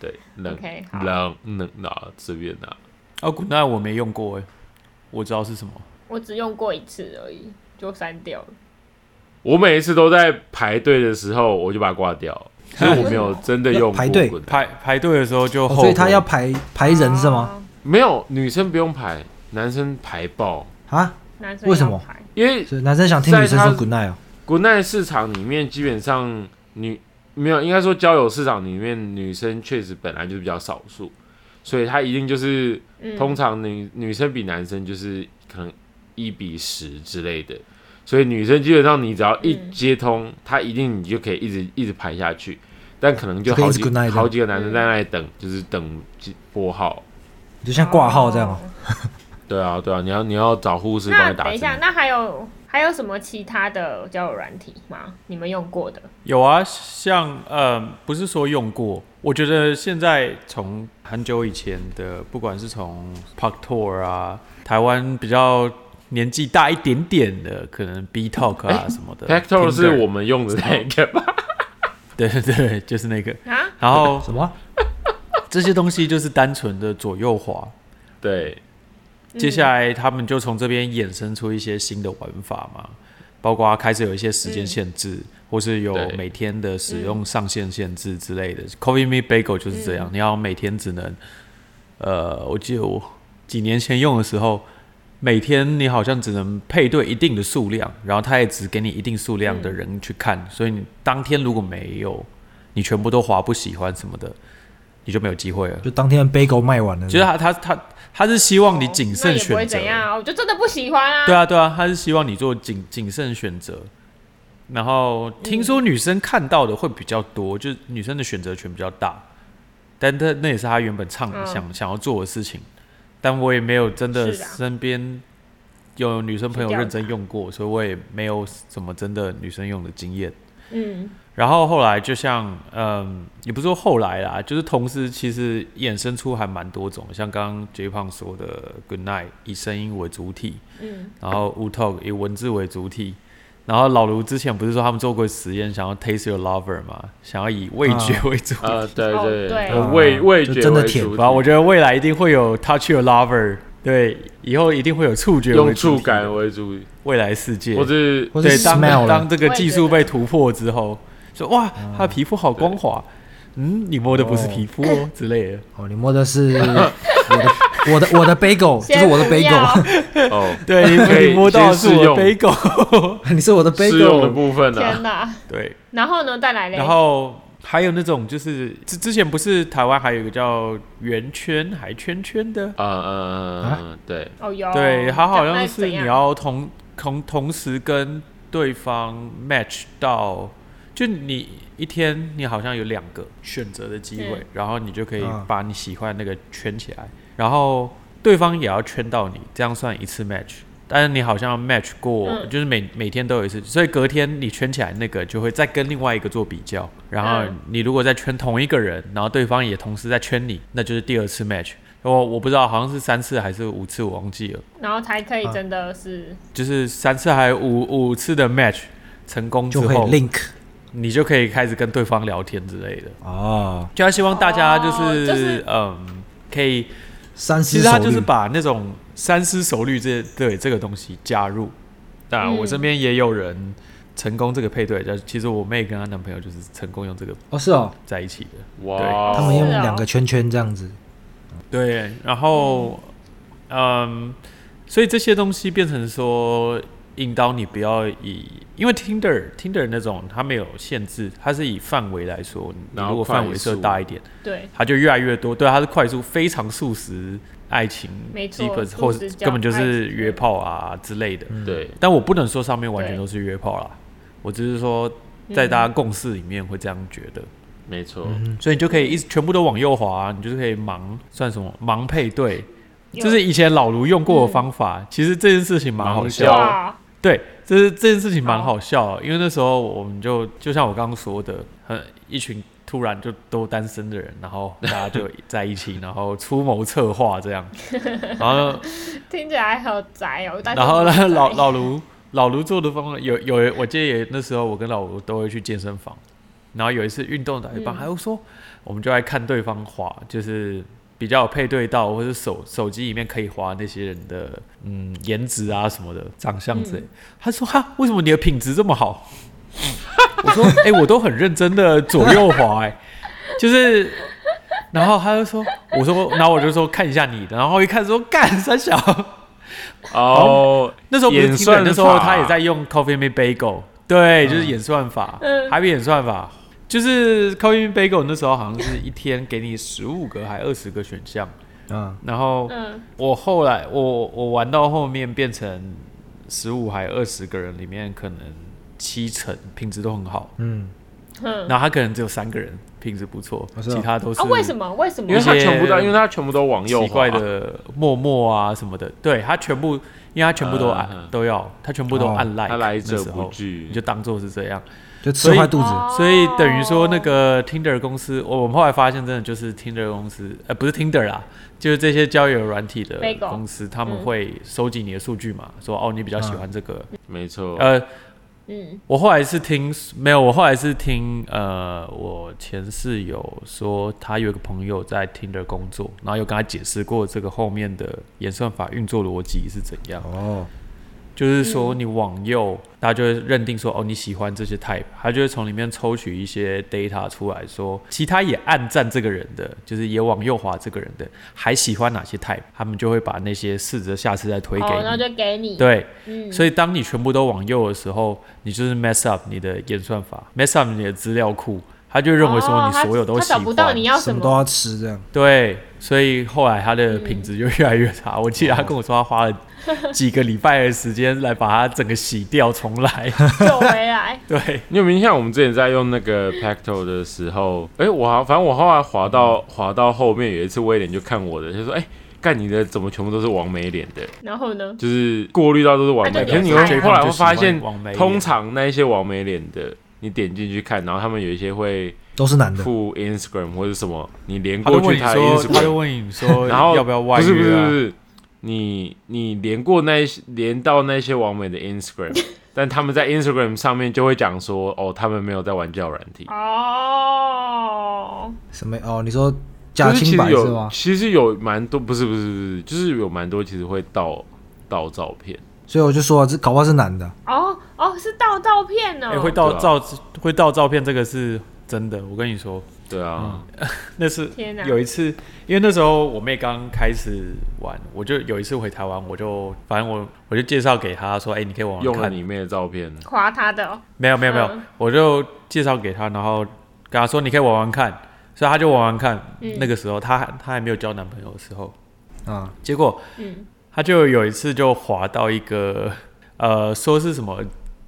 [SPEAKER 2] 对，冷
[SPEAKER 1] OK，好
[SPEAKER 2] 冷冷啊，这边啊，
[SPEAKER 4] 哦，那我没用过哎、我知道是什么。
[SPEAKER 1] 我只用过一次而已，就删掉了。
[SPEAKER 2] 我每一次都在排队的时候，我就把它挂掉，所以我没 有真的用过
[SPEAKER 3] 排队
[SPEAKER 2] Good night
[SPEAKER 4] 排排队的时候就
[SPEAKER 3] 哦
[SPEAKER 4] 后悔、
[SPEAKER 3] 所以他要排排人是吗？
[SPEAKER 1] 哦？
[SPEAKER 2] 没有女生不用排，男生排爆，
[SPEAKER 3] 啊，
[SPEAKER 1] 男生
[SPEAKER 3] 为什么
[SPEAKER 1] 要排？
[SPEAKER 2] 因为
[SPEAKER 3] 所以男生想听女生
[SPEAKER 2] 在
[SPEAKER 3] 说
[SPEAKER 2] 他
[SPEAKER 3] good night 哦。
[SPEAKER 2] 国内市场里面，基本上女没有，应该说交友市场里面女生确实本来就是比较少数，所以她一定就是
[SPEAKER 1] 嗯
[SPEAKER 2] 通常女女生比男生就是可能一比十之类的，所以女生基本上你只要一
[SPEAKER 1] 嗯
[SPEAKER 2] 接通，她一定你就可以一直一直排下去，但可能就
[SPEAKER 3] 就可以
[SPEAKER 2] 好
[SPEAKER 3] 一直
[SPEAKER 2] 几
[SPEAKER 3] good night
[SPEAKER 2] 好几个男生在那里等，就是等几拨号。
[SPEAKER 3] 你就像挂号这样哦。
[SPEAKER 2] 对啊，对啊，你要你要找护士帮
[SPEAKER 1] 那
[SPEAKER 2] 你打
[SPEAKER 1] 等一
[SPEAKER 2] 针
[SPEAKER 1] 下，那还有还有什么其他的交友软体吗？你们用过的？
[SPEAKER 4] 有啊，像呃，不是说用过，我觉得现在从很久以前的，不管是从 Park Tour 啊，台湾比较年纪大一点点的，可能 B Talk 啊什么的
[SPEAKER 2] Pacto 是
[SPEAKER 4] Tinder
[SPEAKER 2] 我们用的那个吧？
[SPEAKER 4] 对对对，就是那个。
[SPEAKER 1] 啊，
[SPEAKER 4] 然后
[SPEAKER 3] 什么？
[SPEAKER 4] 这些东西就是单纯的左右滑，
[SPEAKER 2] 对，
[SPEAKER 4] 接
[SPEAKER 1] 嗯
[SPEAKER 4] 下来他们就从这边衍生出一些新的玩法嘛，包括开始有一些时
[SPEAKER 1] 嗯
[SPEAKER 4] 间限制，或是有
[SPEAKER 2] 对
[SPEAKER 4] 每天的使用上限限制之类的。Coffee Me Bagel 就是这
[SPEAKER 1] 嗯
[SPEAKER 4] 样，你要每天只能，呃，我记得我几年前用的时候，每天你好像只能配对一定的数量，然后他也只给你一定数量的
[SPEAKER 1] 嗯
[SPEAKER 4] 人去看，所以你当天如果没有，你全部都划不喜欢什么的，你就没有机会了。
[SPEAKER 3] 就当天的 bagel 卖完了。
[SPEAKER 4] 就是他他他他是希望你
[SPEAKER 1] 哦
[SPEAKER 4] 谨
[SPEAKER 1] 那也
[SPEAKER 4] 慎
[SPEAKER 1] 不会
[SPEAKER 4] 选择
[SPEAKER 1] 怎，样啊，我就真的不喜欢啊。
[SPEAKER 4] 对啊，对啊，他是希望你做谨谨慎选择。然后听说女生看到的会比较多，就是女生的选择权比较大，但他那也是他原本唱、
[SPEAKER 1] 嗯
[SPEAKER 4] 想想要做的事情。但我也没有真的
[SPEAKER 1] 是啊
[SPEAKER 4] 身边有女生朋友
[SPEAKER 1] 去调查
[SPEAKER 4] 认真用过，所以我也没有什么真的女生用的经验。
[SPEAKER 1] 嗯，
[SPEAKER 4] 然后后来就像，嗯，也不是说后来啦，就是同时其实衍生出还蛮多种，像刚刚 J 胖说的 Good Night 以声音为主体，
[SPEAKER 1] 嗯，
[SPEAKER 4] 然后 Wu Talk 以文字为主体，然后老卢之前不是说他们做过实验，想要 Taste Your Lover 嘛，想要以味觉为主体，
[SPEAKER 2] 呃，对
[SPEAKER 1] 哦
[SPEAKER 2] 对
[SPEAKER 1] 对
[SPEAKER 2] 呃味
[SPEAKER 3] 啊
[SPEAKER 2] 味
[SPEAKER 3] 就
[SPEAKER 2] 觉
[SPEAKER 3] 真的
[SPEAKER 2] 为
[SPEAKER 3] 舔
[SPEAKER 2] 主体
[SPEAKER 4] 然后我觉得未来一定会有 Touch Your Lover，对，以后一定会有触觉为
[SPEAKER 2] 用
[SPEAKER 4] 主
[SPEAKER 2] 触
[SPEAKER 4] 体
[SPEAKER 2] 感，为主，
[SPEAKER 4] 未来世界
[SPEAKER 2] 或者是
[SPEAKER 3] 或
[SPEAKER 4] 对
[SPEAKER 3] 是，
[SPEAKER 4] 当
[SPEAKER 3] smell
[SPEAKER 4] 当
[SPEAKER 3] 了，
[SPEAKER 4] 这个技术被突破之后，说哇，
[SPEAKER 2] 啊
[SPEAKER 4] 他的皮肤好光滑，嗯，你摸的不是皮肤哦之类的。
[SPEAKER 3] 哦，你摸的是 我的我的我的 bagel，这是我的
[SPEAKER 1] 先不要
[SPEAKER 3] bagel，
[SPEAKER 2] 哦
[SPEAKER 4] 对，
[SPEAKER 2] 可以
[SPEAKER 4] 你你摸到的是
[SPEAKER 2] 先试
[SPEAKER 4] 我
[SPEAKER 2] 用
[SPEAKER 4] 杯狗。
[SPEAKER 3] 你是我的
[SPEAKER 2] 适用的
[SPEAKER 4] 哦
[SPEAKER 3] bagel，
[SPEAKER 2] 部分呢、
[SPEAKER 1] 天
[SPEAKER 2] 啊，
[SPEAKER 1] 哪！
[SPEAKER 4] 对，
[SPEAKER 1] 然后呢，再来嘞。
[SPEAKER 4] 然后还有那种就是之之前不是台湾还有一个叫圆圈还圈圈的，
[SPEAKER 2] 呃呃
[SPEAKER 4] 啊
[SPEAKER 2] 呃，呃对，
[SPEAKER 1] 哦有，
[SPEAKER 4] 对，它好
[SPEAKER 1] 那
[SPEAKER 4] 像
[SPEAKER 1] 怎
[SPEAKER 4] 是你
[SPEAKER 1] 样
[SPEAKER 4] 要同同同时跟对方 match 到，就你一天你好像有两个选择的机会，
[SPEAKER 1] 嗯
[SPEAKER 4] 然后你就可以
[SPEAKER 3] 嗯
[SPEAKER 4] 把你喜欢的那个圈起来，然后对方也要圈到你，这样算一次 match。但是你好像 match 过，
[SPEAKER 1] 嗯
[SPEAKER 4] 就是每每天都有一次，所以隔天你圈起来那个就会再跟另外一个做比较，然后
[SPEAKER 1] 嗯
[SPEAKER 4] 你如果再圈同一个人，然后对方也同时在圈你，那就是第二次 match。我我不知道好像是三次还是五次，我忘记了。
[SPEAKER 1] 然后才可以
[SPEAKER 3] 啊
[SPEAKER 1] 真的是，
[SPEAKER 4] 就是三次还有五五次的 match 成功之
[SPEAKER 3] 就会
[SPEAKER 4] 后，
[SPEAKER 3] link
[SPEAKER 4] 你就可以开始跟对方聊天之类的。
[SPEAKER 3] 哦，
[SPEAKER 4] 就要希望大家就是、
[SPEAKER 1] 哦就是
[SPEAKER 4] 嗯，可以，
[SPEAKER 3] 三
[SPEAKER 4] 其
[SPEAKER 3] 思
[SPEAKER 4] 实他
[SPEAKER 3] 熟
[SPEAKER 4] 就是
[SPEAKER 3] 虑。
[SPEAKER 4] 把那种三思熟虑这对这个东西加入。当然，
[SPEAKER 1] 嗯
[SPEAKER 4] 我身边也有人成功这个配对，但其实我妹跟她男朋友就是成功用这个
[SPEAKER 3] 哦，是哦，
[SPEAKER 4] 在一起的。
[SPEAKER 2] 哇，
[SPEAKER 3] 他们用
[SPEAKER 1] 是哦
[SPEAKER 3] 两个圈圈这样子，
[SPEAKER 4] 对，然后嗯，所以这些东西变成说，引导你不要以，因为 Tinder Tinder 那种它没有限制，它是以范围来说，你
[SPEAKER 2] 然后
[SPEAKER 4] 如果
[SPEAKER 2] 快
[SPEAKER 4] 范围设
[SPEAKER 2] 速
[SPEAKER 4] 大一点，
[SPEAKER 1] 对，
[SPEAKER 4] 它就越来越多。对，它是快速，非常速食爱情，
[SPEAKER 1] 没
[SPEAKER 4] 基
[SPEAKER 1] 错
[SPEAKER 4] 本
[SPEAKER 1] 速
[SPEAKER 4] 或
[SPEAKER 1] 食
[SPEAKER 4] 者
[SPEAKER 1] 交
[SPEAKER 4] 根本就
[SPEAKER 1] 爱
[SPEAKER 4] 是
[SPEAKER 1] 情
[SPEAKER 4] 约炮啊之类的。
[SPEAKER 2] 对，
[SPEAKER 4] 但我不能说上面完全
[SPEAKER 1] 对
[SPEAKER 4] 都是约炮啦，我只是说在大家共识里面会这样觉得。
[SPEAKER 2] 没错，
[SPEAKER 4] 所以你就可以一直全部都往右滑、你就是可以盲算什么盲配对，
[SPEAKER 1] 有
[SPEAKER 4] 这是以前老卢用过的方法。其实这件事情蛮好
[SPEAKER 2] 盲
[SPEAKER 4] 笑
[SPEAKER 2] 笑
[SPEAKER 4] 的，
[SPEAKER 1] 哇，
[SPEAKER 4] 对，这是这件事情蛮好笑的，因为那时候我们就就像我刚刚说的，很一群突然就都单身的人，然后大家就在一起，然后出谋策划这样，然后
[SPEAKER 1] 听起来好宅哦，但是
[SPEAKER 4] 然后
[SPEAKER 1] 我不
[SPEAKER 4] 呢
[SPEAKER 1] 宅
[SPEAKER 4] 老老卢老卢做的方法有有，我记得也那时候我跟老卢都会去健身房，然后有一次运动到一半，
[SPEAKER 1] 嗯
[SPEAKER 4] 还会说我们就来看对方滑，就是比较有配对到，或是手手机里面可以滑那些人的嗯颜值啊什么的长相之类。
[SPEAKER 1] 嗯
[SPEAKER 4] 他说哈，为什么你的品质这么好？ 我说哎、我都很认真的左右滑、哎，就是。然后他就说：“我说，然后我就说看一下你。”然后一看说：“干三小。”
[SPEAKER 2] 哦，
[SPEAKER 4] 那时候不是
[SPEAKER 2] 演
[SPEAKER 4] Tinder，
[SPEAKER 2] 算
[SPEAKER 4] 那时候
[SPEAKER 2] 法
[SPEAKER 4] 他也在用 Coffee Me Bagel，对，就是演算法，
[SPEAKER 1] 嗯
[SPEAKER 4] 还没演算法，就是 Coffee Me Bagel 那时候好像是一天给你十五个还二十个选项，
[SPEAKER 2] 啊
[SPEAKER 3] 嗯，
[SPEAKER 4] 然后
[SPEAKER 1] 嗯，
[SPEAKER 4] 我后来我我玩到后面变成十五还二十个人里面可能七成品质都很好，
[SPEAKER 3] 嗯，
[SPEAKER 1] 嗯
[SPEAKER 4] 然后他可能只有三个人品质不错，
[SPEAKER 3] 哦是哦
[SPEAKER 4] 其他都是
[SPEAKER 1] 啊，为什么？为什么哦
[SPEAKER 2] 因为？他
[SPEAKER 4] 一些
[SPEAKER 2] 全部都，因为他全部都往右滑
[SPEAKER 4] 奇怪，的陌陌啊什么的，对他全部，因为他全部都按、
[SPEAKER 2] 嗯嗯
[SPEAKER 4] 都要，他全部都按
[SPEAKER 3] 哦
[SPEAKER 4] like，、
[SPEAKER 2] 他来者
[SPEAKER 4] 那时
[SPEAKER 2] 不
[SPEAKER 4] 候
[SPEAKER 2] 拒
[SPEAKER 4] 你就，当做是这样，
[SPEAKER 3] 就吃坏肚子，
[SPEAKER 1] 哦
[SPEAKER 4] 所以等于说那个 Tinder 公司，我我们后来发现真的就是 Tinder 公司，呃，不是 Tinder 啦，就是这些交友软体的
[SPEAKER 1] Bagel
[SPEAKER 4] 公司，他们
[SPEAKER 1] 嗯
[SPEAKER 4] 会收集你的数据嘛，说哦你比较喜欢这个，
[SPEAKER 2] 没错，
[SPEAKER 4] 呃，
[SPEAKER 1] 嗯，
[SPEAKER 4] 我后来是听没有，我后来是听呃，我前室友说他有一个朋友在 Tinder 工作，然后有跟他解释过这个后面的演算法运作逻辑是怎样，
[SPEAKER 3] 哦，
[SPEAKER 4] 就是说
[SPEAKER 1] 嗯
[SPEAKER 4] 你往右，大家就会认定说哦你喜欢这些 type，他就会从里面抽取一些 data 出来说，其他也暗赞这个人的，就是也往右滑这个人的，还喜欢哪些 type，他们就会把那些试着下次再推给
[SPEAKER 1] 哦，那
[SPEAKER 4] 你。
[SPEAKER 1] 就给你，
[SPEAKER 4] 对，
[SPEAKER 1] 嗯，
[SPEAKER 4] 所以当你全部都往右的时候，你就是 mess up 你的演算法，mess up 你的资料库，他就认为说
[SPEAKER 1] 哦
[SPEAKER 4] 你所有都
[SPEAKER 1] 他
[SPEAKER 4] 喜
[SPEAKER 1] 他
[SPEAKER 4] 欢。
[SPEAKER 1] 找不到你要
[SPEAKER 3] 什
[SPEAKER 1] 什
[SPEAKER 3] 么都
[SPEAKER 1] 么，
[SPEAKER 3] 要吃这样，
[SPEAKER 4] 对，所以后来他的品质就越来越差。我记得他跟我说，他花了几个礼拜的时间来把它整个洗掉，重 来。，
[SPEAKER 1] 救回来
[SPEAKER 4] 对，
[SPEAKER 2] 你有没有印象？我们之前在用那个 Pacto 的时候，哎、我好，反正我后来滑到滑到后面，有一次威廉就看我的，就说：“哎、干你的怎么全部都是王美脸的？
[SPEAKER 1] 然后 呢？
[SPEAKER 2] 就是过滤到都是王美。”
[SPEAKER 1] 啊对
[SPEAKER 2] 可是你
[SPEAKER 1] 有
[SPEAKER 2] 会
[SPEAKER 1] 差啊
[SPEAKER 2] 后来会发现
[SPEAKER 4] 网媒，
[SPEAKER 2] 通常那一些王美脸的，你点进去看，然后他们有一些会
[SPEAKER 3] 都是男的，
[SPEAKER 2] 附 Instagram 或者什么，你连
[SPEAKER 4] 他就
[SPEAKER 2] 过
[SPEAKER 4] 问
[SPEAKER 2] 去
[SPEAKER 4] 你
[SPEAKER 2] 的
[SPEAKER 4] 说，他
[SPEAKER 2] Instagram，
[SPEAKER 4] 就问你说，
[SPEAKER 2] 然后
[SPEAKER 4] 要不要外
[SPEAKER 2] 不
[SPEAKER 4] 遇、啊？
[SPEAKER 2] 是不是不是，你你连过那一些连到那些王美 的 Instagram，但他们在 Instagram 上面就会讲说：“哦，他们没有在玩教软体。”
[SPEAKER 1] 哦，
[SPEAKER 3] 什么哦？你说
[SPEAKER 2] 就
[SPEAKER 3] 假
[SPEAKER 2] 是其
[SPEAKER 3] 清白
[SPEAKER 2] 实
[SPEAKER 3] 是
[SPEAKER 2] 有，
[SPEAKER 3] 吗？
[SPEAKER 2] 其实有蛮多，不是不是不是，就是有蛮多其实会盗盗照片，
[SPEAKER 3] 所以我就说啊这搞不好是男的，
[SPEAKER 1] 哦，哦，是盗照片
[SPEAKER 4] 哎、
[SPEAKER 1] 哦，
[SPEAKER 4] 会盗
[SPEAKER 2] 对啊
[SPEAKER 4] 照、会盗照片，这个是真的。我跟你说，
[SPEAKER 2] 对
[SPEAKER 4] 嗯
[SPEAKER 2] 啊，
[SPEAKER 4] 那是
[SPEAKER 1] 天哪
[SPEAKER 4] 有一次，因为那时候我妹刚开始玩，我就有一次回台湾，我就反正我我就介绍给她说，哎、你可以玩玩
[SPEAKER 2] 用了
[SPEAKER 4] 看。
[SPEAKER 2] 你妹的照片，啊
[SPEAKER 1] 夸他的哦，
[SPEAKER 4] 没有没有没有，
[SPEAKER 1] 嗯
[SPEAKER 4] 我就介绍给她，然后跟假如说你可以玩玩看，所以他就玩玩看。
[SPEAKER 1] 嗯
[SPEAKER 4] 那个时候他他还没有交男朋友的时候，
[SPEAKER 3] 啊，
[SPEAKER 4] 结果
[SPEAKER 1] 嗯，
[SPEAKER 4] 他就有一次就滑到一个呃，说是什么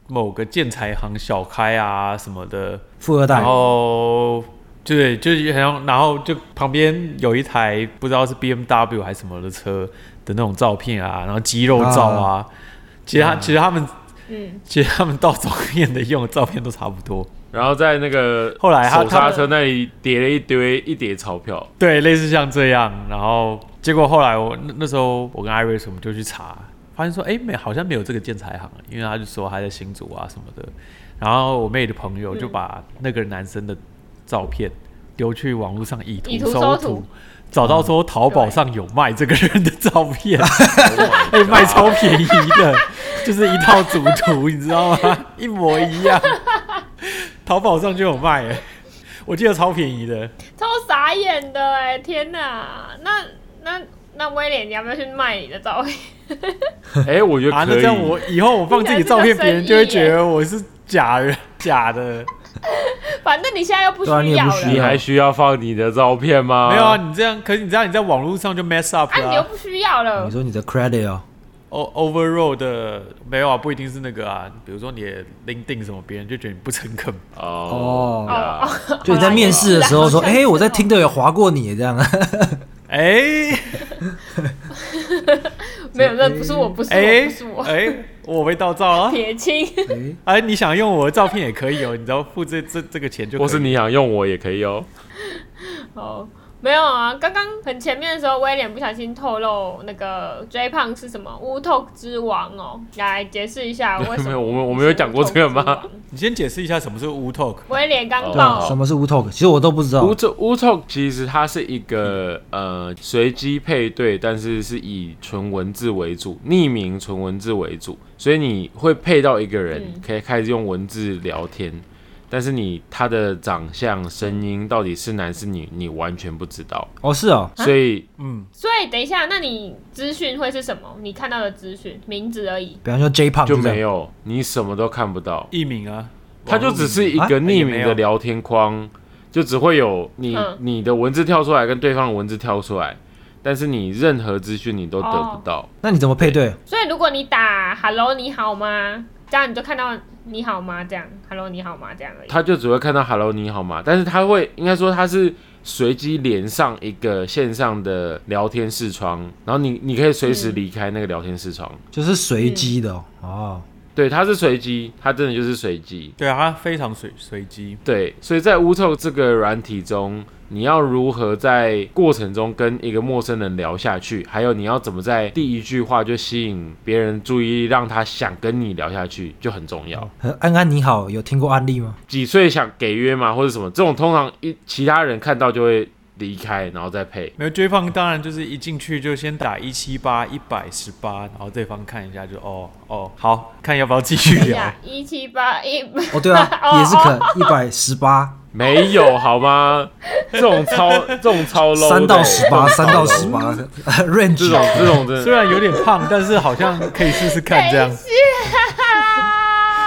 [SPEAKER 4] 某个建材行小开啊什么的，
[SPEAKER 3] 富二代
[SPEAKER 4] 然，
[SPEAKER 2] 哦
[SPEAKER 4] 后对，就是好像，然后就旁边有一台不知道是 B M W 还是什么的车的那种照片啊，然后肌肉照啊，其实他、其实他们
[SPEAKER 1] 嗯，
[SPEAKER 4] 其实他们到照片的用的照片都差不多，
[SPEAKER 2] 然后在那个
[SPEAKER 4] 后来他
[SPEAKER 2] 手刹车那里叠了一堆一叠钞 票，
[SPEAKER 4] 对，类似像这样，然后结果后来我那那时候我跟艾瑞斯我们就去查，发现说哎没好像没有这个建材行，因为他就说他在新竹啊什么的，然后我妹的朋友就把那个男生的照片丢去网络上以
[SPEAKER 1] 以
[SPEAKER 4] 图
[SPEAKER 1] 图搜
[SPEAKER 4] 搜
[SPEAKER 1] 图
[SPEAKER 4] 图。找到说淘宝上有卖这个人的照片，哎、卖超便宜的，就是一套组图，你知道 吗？一模一样，淘宝上就有卖、哎我记得超便宜的。
[SPEAKER 1] 超傻眼的哎、天哪！那那那威廉，你要不要去卖你的照片？
[SPEAKER 2] 哎，我觉得
[SPEAKER 4] 啊，
[SPEAKER 2] 可
[SPEAKER 4] 那这
[SPEAKER 2] 以。
[SPEAKER 4] 样我以后我放自己照片，
[SPEAKER 1] 你还是个生意
[SPEAKER 4] 别人就会觉得我是假的， 假的。
[SPEAKER 1] 反正你现在又不需
[SPEAKER 3] 对啊你也
[SPEAKER 1] 要
[SPEAKER 3] 不
[SPEAKER 1] 了，
[SPEAKER 3] 需
[SPEAKER 2] 你
[SPEAKER 3] 要
[SPEAKER 2] 还需要放你的照片吗？
[SPEAKER 4] 没有啊，，你这样，可是你这样你在网络上就 mess up
[SPEAKER 1] 啊，你又
[SPEAKER 4] 了、
[SPEAKER 1] 不需要了
[SPEAKER 3] 你。说你的 credit 哦，
[SPEAKER 4] O overall 的没有啊，不一定是那个啊。比如说你的 LinkedIn 什么，别人就觉得你不诚恳。
[SPEAKER 2] 哦
[SPEAKER 3] 哦
[SPEAKER 2] 对啊
[SPEAKER 3] 就你在面试的时候说，
[SPEAKER 1] 好啦也
[SPEAKER 3] 哎，
[SPEAKER 1] 是
[SPEAKER 3] 我在
[SPEAKER 1] 哦
[SPEAKER 3] 听的有划过你这样，
[SPEAKER 4] 哎、
[SPEAKER 1] 没有，那不是我，不 是我，
[SPEAKER 4] 哎
[SPEAKER 1] 不是 我，
[SPEAKER 4] 哎，我被盗照啊！
[SPEAKER 1] 撇清。
[SPEAKER 3] 哎
[SPEAKER 4] 哎、你想用我的照片也可以哦，你只要付这这这个钱就可以。
[SPEAKER 2] 或是你想用我也可以哦。
[SPEAKER 1] 哦，没有啊，刚刚很前面的时候，威廉不小心透露那个 J 胖是什么乌托之王哦，来解释一 下为什
[SPEAKER 2] 没
[SPEAKER 1] 么
[SPEAKER 2] 有我们我们有讲过这个吗
[SPEAKER 1] 乌托之王？
[SPEAKER 4] 你先解释一下什么是无 talk。
[SPEAKER 1] 威廉刚
[SPEAKER 3] 对啊，
[SPEAKER 1] 爆
[SPEAKER 2] 哦
[SPEAKER 3] 什么是无 talk？其实我都不知道
[SPEAKER 4] 哦
[SPEAKER 2] 乌，托乌托其实它是一个呃随机配对，但是是以纯文字为主，匿名纯文字为主，所以你会配到一个人，
[SPEAKER 1] 嗯
[SPEAKER 2] 可以开始用文字聊天，但是你他的长相、声音到底是男是女，你完全不知道，
[SPEAKER 3] 哦是哦，
[SPEAKER 2] 所以
[SPEAKER 4] 嗯，
[SPEAKER 1] 所以等一下，那你资讯会是什么？你看到的资讯名字而已。
[SPEAKER 3] 比方说 J 胖
[SPEAKER 2] 就
[SPEAKER 3] 啊这样
[SPEAKER 2] 没有你什么都看不到，
[SPEAKER 4] 艺名啊，
[SPEAKER 2] 它就只是一
[SPEAKER 3] 啊
[SPEAKER 2] 个匿
[SPEAKER 4] 也
[SPEAKER 2] 名
[SPEAKER 4] 没
[SPEAKER 2] 的
[SPEAKER 4] 有
[SPEAKER 2] 聊天框，就只会有你、
[SPEAKER 1] 嗯
[SPEAKER 2] 你的文字跳出来跟对方的文字跳出来，但是你任何资讯你都得不
[SPEAKER 1] 哦
[SPEAKER 2] 到。
[SPEAKER 3] 那你怎么配对？
[SPEAKER 2] 嗯
[SPEAKER 1] 所以如果你打 “hello 你好吗”，这样你就看到“你好吗”这样 “hello 你好吗”这样而已。
[SPEAKER 2] 他就只会看到 “hello 你好吗”，但是他会应该说他是随机连上一个线上的聊天视窗，然后你你可以随
[SPEAKER 1] 嗯
[SPEAKER 2] 时离开那个聊天视窗。
[SPEAKER 3] 就是随机的哦，
[SPEAKER 2] 嗯
[SPEAKER 3] 哦，
[SPEAKER 2] 对，它是随机，它真的就是随机。
[SPEAKER 4] 对啊，它非常随随机。
[SPEAKER 2] 对，所以在 w o t o 这个软体中，你要如何在过程中跟一个陌生人聊下去，还有你要怎么在第一句话就吸引别人注意力，让他想跟你聊下去，就很重要。
[SPEAKER 3] 呃安安你好，有听过案例吗？
[SPEAKER 2] 几岁想给约吗，或者什么这种，通常一其他人看到就会离开，然后再配。
[SPEAKER 4] 没有追放，当然就是一进去就先打一七八一百十八，然后对方看一下就哦哦好看要不要继续
[SPEAKER 1] 等一
[SPEAKER 4] 聊
[SPEAKER 1] 下，一七八一，
[SPEAKER 3] 哦对啊，也是可一百十 八，
[SPEAKER 2] 没有好吗？ 这种超这种超 low，的
[SPEAKER 3] 三到十八，
[SPEAKER 2] 这种
[SPEAKER 3] 三到
[SPEAKER 2] 超 low
[SPEAKER 3] 十 八
[SPEAKER 2] 这
[SPEAKER 3] range
[SPEAKER 2] 种这种真
[SPEAKER 4] 虽
[SPEAKER 2] 的
[SPEAKER 4] 然有点胖，但是好像可以试试看这样。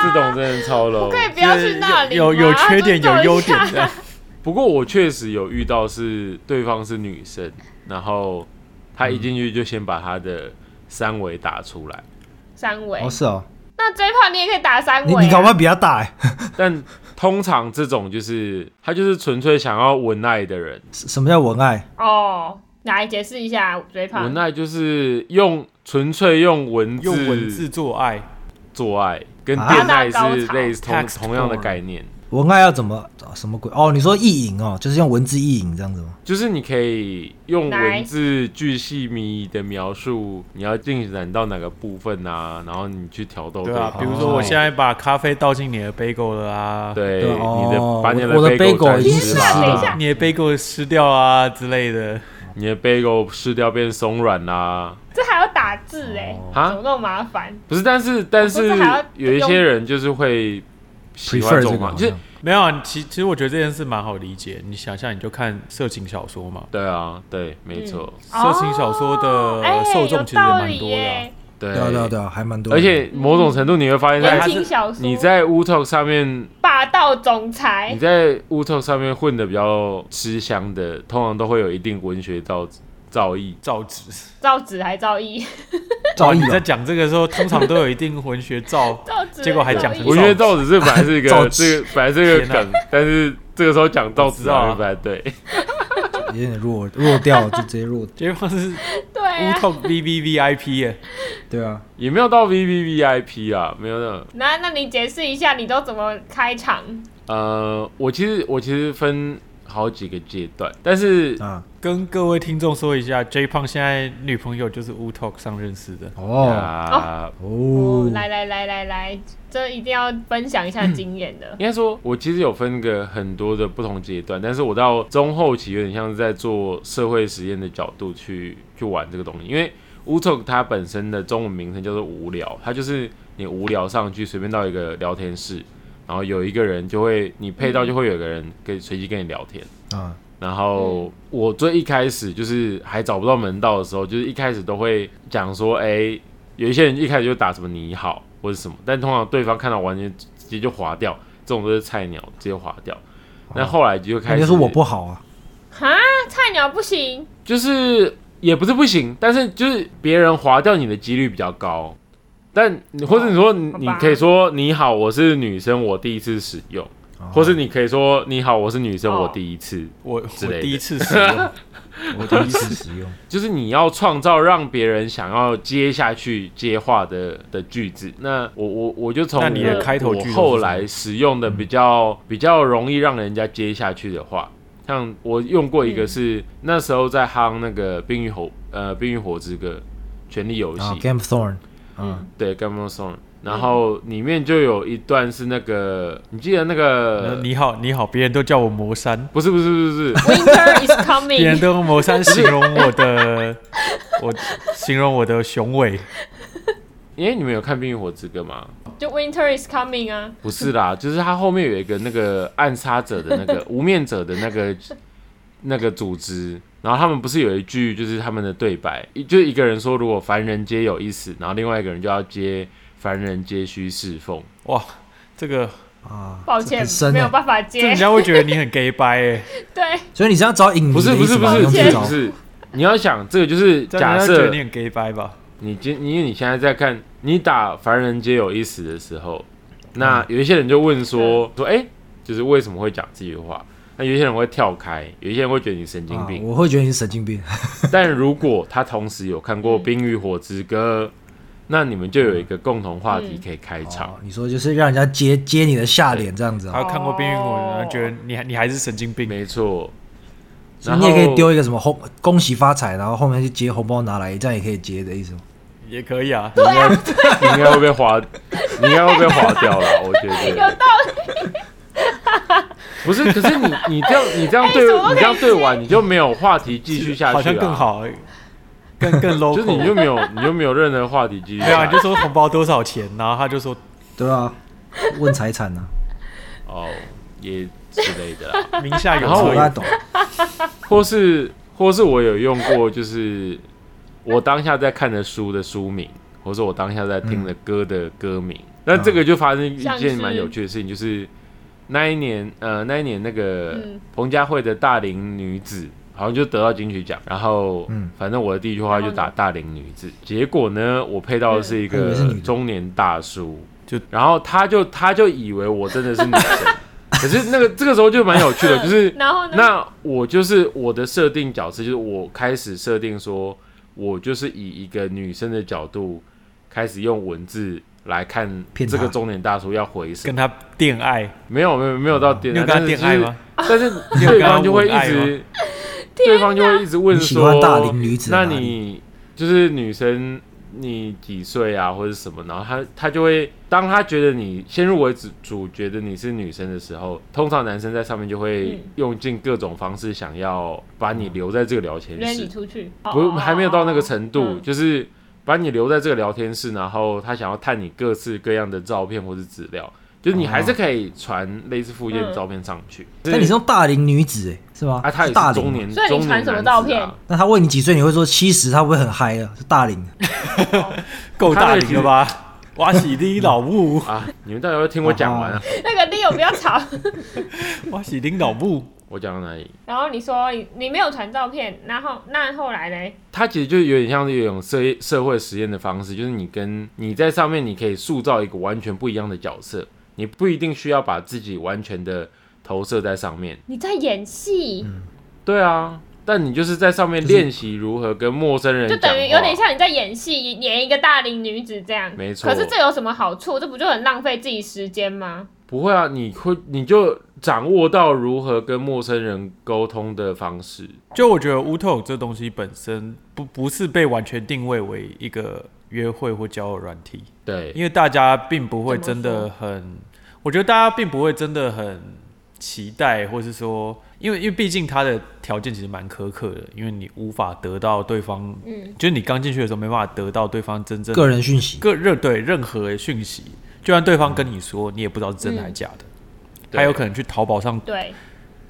[SPEAKER 2] 这种真的超 low。
[SPEAKER 1] 可以不要去那里吗
[SPEAKER 4] 有有有缺点有优点这样。
[SPEAKER 2] 不过我确实有遇到是对方是女生，然后她一进去就先把她的三围打出来，
[SPEAKER 1] 三维
[SPEAKER 3] 哦。是哦，
[SPEAKER 1] 那 J 胖你也可以打三
[SPEAKER 3] 你
[SPEAKER 1] 维、啊。
[SPEAKER 3] 你搞不好比较大哎，
[SPEAKER 2] 但通常这种就是她就是纯粹想要文爱的人，
[SPEAKER 3] 什 什么叫文爱？
[SPEAKER 1] 哦，来解释一下嘴炮。
[SPEAKER 2] 文爱就是用纯粹用文字
[SPEAKER 4] 用文字做爱，
[SPEAKER 2] 做爱，跟
[SPEAKER 3] 啊
[SPEAKER 2] 恋爱
[SPEAKER 1] 大高
[SPEAKER 2] 是
[SPEAKER 1] 潮
[SPEAKER 2] 类似同
[SPEAKER 4] Text
[SPEAKER 2] 同样的
[SPEAKER 4] porn
[SPEAKER 2] 概念。
[SPEAKER 3] 文爱要怎么啊什么鬼？哦，你说意淫哦，就是用文字意淫这样子吗？
[SPEAKER 2] 就是你可以用
[SPEAKER 1] 来
[SPEAKER 2] 文字巨细靡遗的描述你要进展到哪个部分啊，然后你去挑逗
[SPEAKER 4] 对啊
[SPEAKER 2] 方，
[SPEAKER 3] 哦
[SPEAKER 4] 比如说我现在把咖啡倒进你的 bagel 了啊，
[SPEAKER 2] 对
[SPEAKER 3] 对啊
[SPEAKER 2] 你的
[SPEAKER 3] 哦
[SPEAKER 2] 把你
[SPEAKER 3] 我的
[SPEAKER 2] bagel
[SPEAKER 3] bagel
[SPEAKER 2] 蘸
[SPEAKER 3] 已经
[SPEAKER 2] 湿
[SPEAKER 1] 湿
[SPEAKER 3] 是
[SPEAKER 1] 等一
[SPEAKER 2] 啦，
[SPEAKER 1] 下
[SPEAKER 4] 你的 bagel 湿掉啊之类的。
[SPEAKER 2] 你的 bagel 湿掉变松软啦，
[SPEAKER 1] 这还要打字哎、
[SPEAKER 2] 啊
[SPEAKER 1] 怎么那么麻烦？
[SPEAKER 2] 不是，但是但是
[SPEAKER 1] 还要
[SPEAKER 2] 有一些人就是会喜欢
[SPEAKER 3] prefer
[SPEAKER 2] 这
[SPEAKER 3] 这
[SPEAKER 2] 种
[SPEAKER 3] 个
[SPEAKER 2] 嘛，
[SPEAKER 3] 好
[SPEAKER 2] 就是
[SPEAKER 3] 像
[SPEAKER 4] 没有啊，其其实我觉得这件事蛮好理解。你想象你就看色情小说嘛，
[SPEAKER 2] 对啊，对，没错，
[SPEAKER 4] 色情小说的
[SPEAKER 1] 哎
[SPEAKER 4] 受众其实也
[SPEAKER 1] 有道
[SPEAKER 4] 蛮
[SPEAKER 1] 理
[SPEAKER 4] 多的啊、
[SPEAKER 1] 耶
[SPEAKER 2] 对
[SPEAKER 3] 对啊对啊对啊，还蛮多的。
[SPEAKER 2] 而且某种程度你会发现，在
[SPEAKER 1] 言
[SPEAKER 2] 他
[SPEAKER 1] 情
[SPEAKER 2] 是
[SPEAKER 1] 小说，
[SPEAKER 2] 你在 w t o 上面，
[SPEAKER 1] 霸道总裁
[SPEAKER 2] 你，在 w t o 上面混的比较吃香的，通常都会有一定文学造造诣。
[SPEAKER 4] 造纸，
[SPEAKER 1] 造纸还造诣，。
[SPEAKER 3] 造
[SPEAKER 2] 哦
[SPEAKER 4] 哇你
[SPEAKER 3] 诣哦啊
[SPEAKER 4] 在
[SPEAKER 3] 吧，
[SPEAKER 4] 讲这个时候，通常都有一定文学造
[SPEAKER 1] 造纸
[SPEAKER 4] 结果还讲成
[SPEAKER 2] 我
[SPEAKER 1] 诣
[SPEAKER 2] 觉得造纸是本来是一
[SPEAKER 3] 造
[SPEAKER 2] 个
[SPEAKER 3] 纸
[SPEAKER 2] 这个本来是一个
[SPEAKER 4] 天哪
[SPEAKER 2] 梗，但是这个时候讲造
[SPEAKER 4] 我
[SPEAKER 2] 纸
[SPEAKER 4] 知道啊
[SPEAKER 2] 好像不太对。
[SPEAKER 3] 有点弱弱掉，就直接弱。
[SPEAKER 4] 街坊是
[SPEAKER 1] 对
[SPEAKER 4] 乌
[SPEAKER 1] 啊，
[SPEAKER 4] 透 V V V I P 耶，
[SPEAKER 3] 对啊，
[SPEAKER 2] 也没有到 V V V I P 啊，没有那种。
[SPEAKER 1] 那那你解释一下，你都怎么开场？
[SPEAKER 2] 呃，我其实我其实分好几个阶段，但是
[SPEAKER 3] 啊
[SPEAKER 4] 跟各位听众说一下，J 胖现在女朋友就是 Wu Talk 上认识的，
[SPEAKER 3] 哦
[SPEAKER 2] 啊，
[SPEAKER 1] 哦
[SPEAKER 3] 哦，，
[SPEAKER 1] 来来来来来，这一定要分享一下经验的。
[SPEAKER 2] 应该说，我其实有分个很多的不同阶段，但是我到中后期有点像是在做社会实验的角度去去玩这个东西，因为 w t o 它本身的中文名称叫做无聊，它就是你无聊上去随便到一个聊天室，然后有一个人就会你配到就会有个人跟随机跟你聊天。
[SPEAKER 3] 啊，
[SPEAKER 2] 然后我最一开始就是还找不到门道的时候，就是一开始都会讲说，哎、有一些人一开始就打什么你好或者什么，但通常对方看到完全直接就划掉，这种都是菜鸟，直接划掉。那后来就开
[SPEAKER 3] 人
[SPEAKER 2] 始
[SPEAKER 3] 家说我不好啊，
[SPEAKER 1] 哈，菜鸟不行，
[SPEAKER 2] 就是也不是不行，但是就是别人划掉你的几率比较高。但你或者你说你
[SPEAKER 1] 好吧
[SPEAKER 2] 你可以说你好，我是女生，我第一次使用，
[SPEAKER 3] 啊
[SPEAKER 2] 或是你可以说你好，我是女生，
[SPEAKER 1] 哦
[SPEAKER 2] 我第一次。
[SPEAKER 4] 我
[SPEAKER 2] 之
[SPEAKER 4] 我
[SPEAKER 2] 类的
[SPEAKER 4] 第一次 使用，
[SPEAKER 3] 我第一次使用，
[SPEAKER 2] 就是你要创造让别人想要接下去接话的的句子。那我我我就从
[SPEAKER 4] 那你
[SPEAKER 1] 的
[SPEAKER 2] 我
[SPEAKER 4] 开头句是
[SPEAKER 2] 我
[SPEAKER 4] 什么
[SPEAKER 2] 后来使用的比较比较容易让人家接下去的话，像我用过一个是、那时候在夯那个《冰与火》呃《冰与火之歌》权力游戏，
[SPEAKER 3] 啊，Game of Thorn，
[SPEAKER 1] 嗯
[SPEAKER 3] 嗯，
[SPEAKER 2] 对《g a m o Song》，然
[SPEAKER 4] 嗯
[SPEAKER 2] 后里面就有一段是那个你记得那个
[SPEAKER 4] 你好你好，别人都叫我 魔山，
[SPEAKER 2] 不是不是不是不是
[SPEAKER 1] ，Winter is
[SPEAKER 4] 别人
[SPEAKER 1] coming，
[SPEAKER 4] 都用魔山形容我的， 我形容我的雄伟，
[SPEAKER 2] 因为你们有看《冰与火之歌》吗？
[SPEAKER 1] 就 Winter is coming 啊，
[SPEAKER 2] 不是啦，就是他后面有一个那个暗杀者的那个无面者的那个那个组织，然后他们不是有一句就是他们的对白，一就是一个人说如果凡人皆有一死，然后另外一个人就要接凡人皆须侍奉。
[SPEAKER 4] 哇，这个
[SPEAKER 3] 啊，
[SPEAKER 1] 抱歉
[SPEAKER 3] 很，深
[SPEAKER 1] 没有
[SPEAKER 3] 欸。
[SPEAKER 1] 办法
[SPEAKER 4] 这人
[SPEAKER 1] 接。
[SPEAKER 4] 家会觉得你很 gay 掰 哎，
[SPEAKER 1] 对，
[SPEAKER 3] 所以你是要找影迷
[SPEAKER 2] 不是
[SPEAKER 3] 的
[SPEAKER 2] 不
[SPEAKER 3] 意
[SPEAKER 2] 是
[SPEAKER 3] 思
[SPEAKER 2] 不
[SPEAKER 3] 吧？
[SPEAKER 2] 是
[SPEAKER 3] 你
[SPEAKER 2] 不
[SPEAKER 3] 用
[SPEAKER 1] 这
[SPEAKER 3] 去
[SPEAKER 2] 是
[SPEAKER 1] 样
[SPEAKER 3] 找
[SPEAKER 2] 不是，你要想这个就是
[SPEAKER 4] 这样
[SPEAKER 2] 假
[SPEAKER 4] 人家会觉
[SPEAKER 2] 设
[SPEAKER 4] 得你很 gay 掰吧？
[SPEAKER 2] 你今因为你现在在看你打凡人皆有一死的时候，那有一些人就问说、说哎、诶就是为什么会讲这句话？那有一些人会跳开，有一些人会觉得你神经
[SPEAKER 3] 啊
[SPEAKER 2] 病。
[SPEAKER 3] 我会觉得你是神经病。
[SPEAKER 2] 但如果他同时有看
[SPEAKER 1] 嗯
[SPEAKER 2] 过《冰与火之歌》，那你们就有一个共同话
[SPEAKER 1] 嗯
[SPEAKER 2] 题可以开场
[SPEAKER 3] 哦。你说就是让人家接接你的下脸这样子啊
[SPEAKER 4] 他，看过《冰与火》，然
[SPEAKER 1] 哦
[SPEAKER 4] 后觉得你还你还是神经病，
[SPEAKER 2] 没错，
[SPEAKER 3] 所以
[SPEAKER 2] 然
[SPEAKER 3] 你
[SPEAKER 2] 后
[SPEAKER 3] 也可以丢一个什么红恭喜发财，然后后面去接红包拿来，这样也可以接的意思吗？
[SPEAKER 4] 也可以啊。
[SPEAKER 2] 你应该你应该会被划， 你应该会被划掉了。我觉得
[SPEAKER 1] 道
[SPEAKER 2] 不是，可是你你这样你这样对
[SPEAKER 1] 哎怎么可以
[SPEAKER 2] 你这样对完，你就没有话题继续下去了，啊
[SPEAKER 4] 好像更，好，更 更 low，
[SPEAKER 2] 就是你就没有你就没有任何话题 继续
[SPEAKER 4] 没有
[SPEAKER 2] 下
[SPEAKER 4] 啊，你
[SPEAKER 2] 去
[SPEAKER 4] 就。说红包多少钱，然后他就说
[SPEAKER 3] 对啊，问财产啊呢、
[SPEAKER 2] 哦，也之类的啦，
[SPEAKER 4] 名下有
[SPEAKER 2] 然后
[SPEAKER 3] 我不
[SPEAKER 4] 车有
[SPEAKER 3] 太
[SPEAKER 4] 房，
[SPEAKER 3] 懂。
[SPEAKER 2] 或是或是我有用过，就是我当下在看的书的书名，或者我当下在听的歌的歌名。那这个就发生一
[SPEAKER 1] 像
[SPEAKER 2] 件
[SPEAKER 1] 是
[SPEAKER 2] 蛮有趣的事情，就是那一年，呃，那一年那个
[SPEAKER 1] 嗯
[SPEAKER 2] 彭佳慧的《大龄女子》好像就得到金曲奖，然后，
[SPEAKER 3] 嗯
[SPEAKER 2] 反正我的第一句话就打“大龄女子”，结果呢，我配到的是一
[SPEAKER 3] 嗯我以
[SPEAKER 2] 个
[SPEAKER 3] 为是女的
[SPEAKER 2] 中年大叔，
[SPEAKER 4] 就
[SPEAKER 2] 然后他就他就以为我真的是女生， 可是那个这个时候就蛮有趣的，就是
[SPEAKER 1] 然后呢？
[SPEAKER 2] 那我就是我的设定角色，就是我开始设定说，我就是以一个女生的角度开始用文字来看
[SPEAKER 3] 骗
[SPEAKER 2] 这个
[SPEAKER 3] 她
[SPEAKER 2] 中年大叔要回什
[SPEAKER 4] 跟
[SPEAKER 2] 么。
[SPEAKER 4] 他恋爱，
[SPEAKER 2] 没有没有没有到点
[SPEAKER 4] 哦你有
[SPEAKER 2] 燃，
[SPEAKER 4] 跟他
[SPEAKER 2] 但是
[SPEAKER 4] 恋
[SPEAKER 2] 就是
[SPEAKER 4] 爱吗？
[SPEAKER 2] 但是
[SPEAKER 4] 有
[SPEAKER 2] 对
[SPEAKER 4] 跟他
[SPEAKER 2] 方就会
[SPEAKER 4] 问
[SPEAKER 2] 一
[SPEAKER 4] 爱
[SPEAKER 2] 直， 对方就会一直问
[SPEAKER 3] 你喜欢
[SPEAKER 2] 说，
[SPEAKER 3] 大龄女子
[SPEAKER 2] 那
[SPEAKER 3] 哪里
[SPEAKER 2] 你就是女生，你几岁啊，或者什么？然后他他就会，当他觉得你先入为主，觉得你是女生的时候，通常男生在上面就
[SPEAKER 1] 嗯
[SPEAKER 2] 会用尽各种方式想要把你留在这个聊天
[SPEAKER 1] 约
[SPEAKER 2] 室
[SPEAKER 1] 你，出去，哦
[SPEAKER 2] 不还没有到那个程度，
[SPEAKER 1] 嗯
[SPEAKER 2] 就是把你留在这个聊天室，然后他想要探你各式各样的照片或是资料。就是你还是可以传类似附件的照片上去。
[SPEAKER 3] 但你是用大龄女子哎、是吗？
[SPEAKER 2] 啊，他也
[SPEAKER 3] 哦大
[SPEAKER 2] 是
[SPEAKER 3] 龄
[SPEAKER 2] 中
[SPEAKER 3] 嘛
[SPEAKER 2] 年，
[SPEAKER 1] 所以你
[SPEAKER 2] 中年
[SPEAKER 1] 传什么
[SPEAKER 2] 男子
[SPEAKER 1] 照片
[SPEAKER 2] 啊
[SPEAKER 3] 那他问你几岁，你会说七十，他不会很嗨啊？是大龄，
[SPEAKER 4] 够大龄了吧？哇喜丁老木，
[SPEAKER 2] 啊？你们到底要听我讲
[SPEAKER 3] 哦
[SPEAKER 2] 完啊？
[SPEAKER 1] 那个 Leo 不要吵。
[SPEAKER 4] 哇喜丁老木，
[SPEAKER 2] 我讲到哪里？
[SPEAKER 1] 然后你说你你没有传照片，然后那后来嘞？
[SPEAKER 2] 它其实就有点像是一种社社会实验的方式，就是你跟你在上面，你可以塑造一个完全不一样的角色，你不一定需要把自己完全的投射在上面。
[SPEAKER 1] 你在演戏，
[SPEAKER 2] 嗯对啊，但你就是在上面练习如何跟陌生人
[SPEAKER 1] 就等于
[SPEAKER 2] 讲话
[SPEAKER 1] 有点像你在演戏，演一个大龄女子这样。
[SPEAKER 2] 没错
[SPEAKER 1] 可是这有什么好处？这不就很浪费自己时间吗？
[SPEAKER 2] 不会啊，你会你就掌握到如何跟陌生人沟通的方式。
[SPEAKER 4] 就我觉得乌透这东西本身不不是被完全定位为一个约会或交友软体，
[SPEAKER 2] 对，
[SPEAKER 4] 因为大家并不会
[SPEAKER 1] 怎
[SPEAKER 4] 真
[SPEAKER 1] 么
[SPEAKER 4] 的很，我觉得大家并不会真的很期待，或是说，因为因为毕竟它的条件其实蛮苛刻的，因为你无法得到对方，
[SPEAKER 1] 嗯，
[SPEAKER 4] 就是你刚进去的时候没办法得到对方真正
[SPEAKER 3] 个人讯息，
[SPEAKER 4] 各任对任何讯息，就算对方跟你说，你也不知道是真的还是假的，
[SPEAKER 2] 嗯对
[SPEAKER 4] 他有可能去淘宝上
[SPEAKER 1] 对，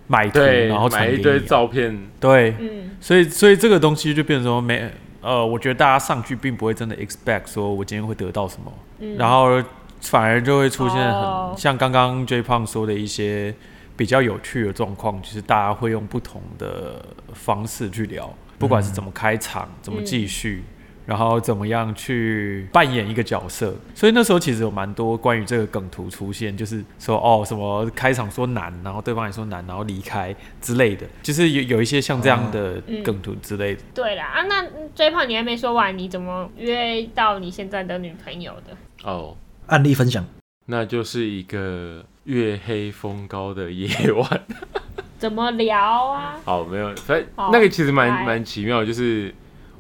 [SPEAKER 4] 买图，
[SPEAKER 2] 对，
[SPEAKER 4] 然后传
[SPEAKER 2] 买
[SPEAKER 4] 给
[SPEAKER 2] 一
[SPEAKER 4] 你
[SPEAKER 2] 堆
[SPEAKER 4] 啊
[SPEAKER 2] 照片，
[SPEAKER 4] 对，
[SPEAKER 1] 嗯，
[SPEAKER 4] 所以所以这个东西就变成说没呃，我觉得大家上去并不会真的 expect 说我今天会得到什么，然后反而就会出现很、
[SPEAKER 1] 哦
[SPEAKER 4] 像刚刚 J 胖说的一些比较有趣的状况，就是大家会用不同的方式去聊，不管是怎么开场，怎么继续。然后怎么样去扮演一个角色？所以那时候其实有蛮多关于这个梗图出现，就是说哦什么开场说难，然后对方也说难，然后离开之类的，就是有有一些像这样的
[SPEAKER 1] 嗯
[SPEAKER 4] 梗图之类的。
[SPEAKER 1] 对啦啊，那追胖你还没说完，你怎么约到你现在的女朋友的？
[SPEAKER 2] 哦，
[SPEAKER 3] 案例分享。
[SPEAKER 2] 那就是一个月黑风高的夜晚。
[SPEAKER 1] 怎么聊啊？
[SPEAKER 2] 好，哦没有，反正
[SPEAKER 1] 好
[SPEAKER 2] 那个其实蛮
[SPEAKER 1] 来
[SPEAKER 2] 蛮奇妙的，就是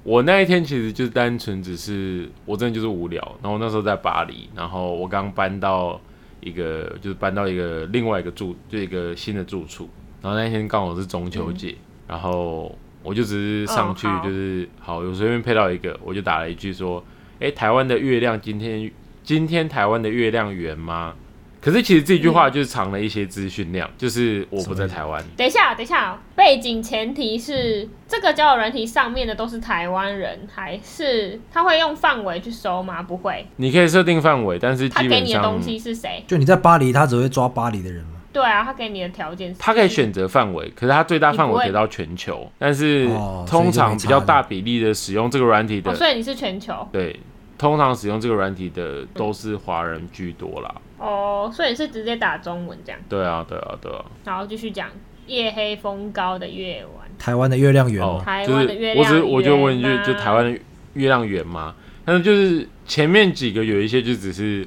[SPEAKER 2] 我那一天其实就是单纯只是我真的就是无聊，然后那时候在巴黎，然后我刚搬到一个就是搬到一个另外一个住就一个新的住处，然后那天刚好是中秋节，然后我就只是上去
[SPEAKER 1] 嗯好
[SPEAKER 2] 就是、好，我随便配到一个，我就打了一句说，诶，台湾的月亮今天今天台湾的月亮圆吗？可是其实这句话就是藏了一些资讯量，就是我不在台湾。
[SPEAKER 1] 等一下，等一下哦，背景前提是这个交友软体上面的都是台湾人，还是他会用范围去搜吗？不会，
[SPEAKER 2] 你可以设定范围，但是
[SPEAKER 1] 他
[SPEAKER 2] 基
[SPEAKER 1] 给
[SPEAKER 2] 本
[SPEAKER 1] 你的
[SPEAKER 2] 上
[SPEAKER 1] 东西是谁？
[SPEAKER 3] 就你在巴黎，他只会抓巴黎的人嘛。
[SPEAKER 1] 对啊，他给你的条件是，
[SPEAKER 2] 它可以选择范
[SPEAKER 1] 嗯
[SPEAKER 2] 围，可是它最大范
[SPEAKER 1] 你不
[SPEAKER 2] 围
[SPEAKER 1] 会
[SPEAKER 2] 给到全球，但是
[SPEAKER 3] 哦所以就
[SPEAKER 2] 通
[SPEAKER 3] 没
[SPEAKER 2] 常
[SPEAKER 3] 差
[SPEAKER 2] 比较
[SPEAKER 3] 了
[SPEAKER 2] 大比例的使用这个软体的，
[SPEAKER 1] 哦，所以你是全球
[SPEAKER 2] 对，通常使用这个软体的都是华人居多啦。
[SPEAKER 1] 哦，所以你是直接打中文这样，
[SPEAKER 2] 对啊，对啊，对啊。
[SPEAKER 1] 然后继续讲夜黑风高的夜晚，
[SPEAKER 3] 台湾的月亮圆
[SPEAKER 2] 哦
[SPEAKER 3] 嘛，，
[SPEAKER 1] 台
[SPEAKER 2] 就
[SPEAKER 1] 湾
[SPEAKER 2] 是
[SPEAKER 1] 的月
[SPEAKER 2] 我只是
[SPEAKER 1] 亮
[SPEAKER 2] 我就问一句
[SPEAKER 1] 圆，啊
[SPEAKER 2] 就台湾的月亮圆吗？但是就是前面几个有一些就只是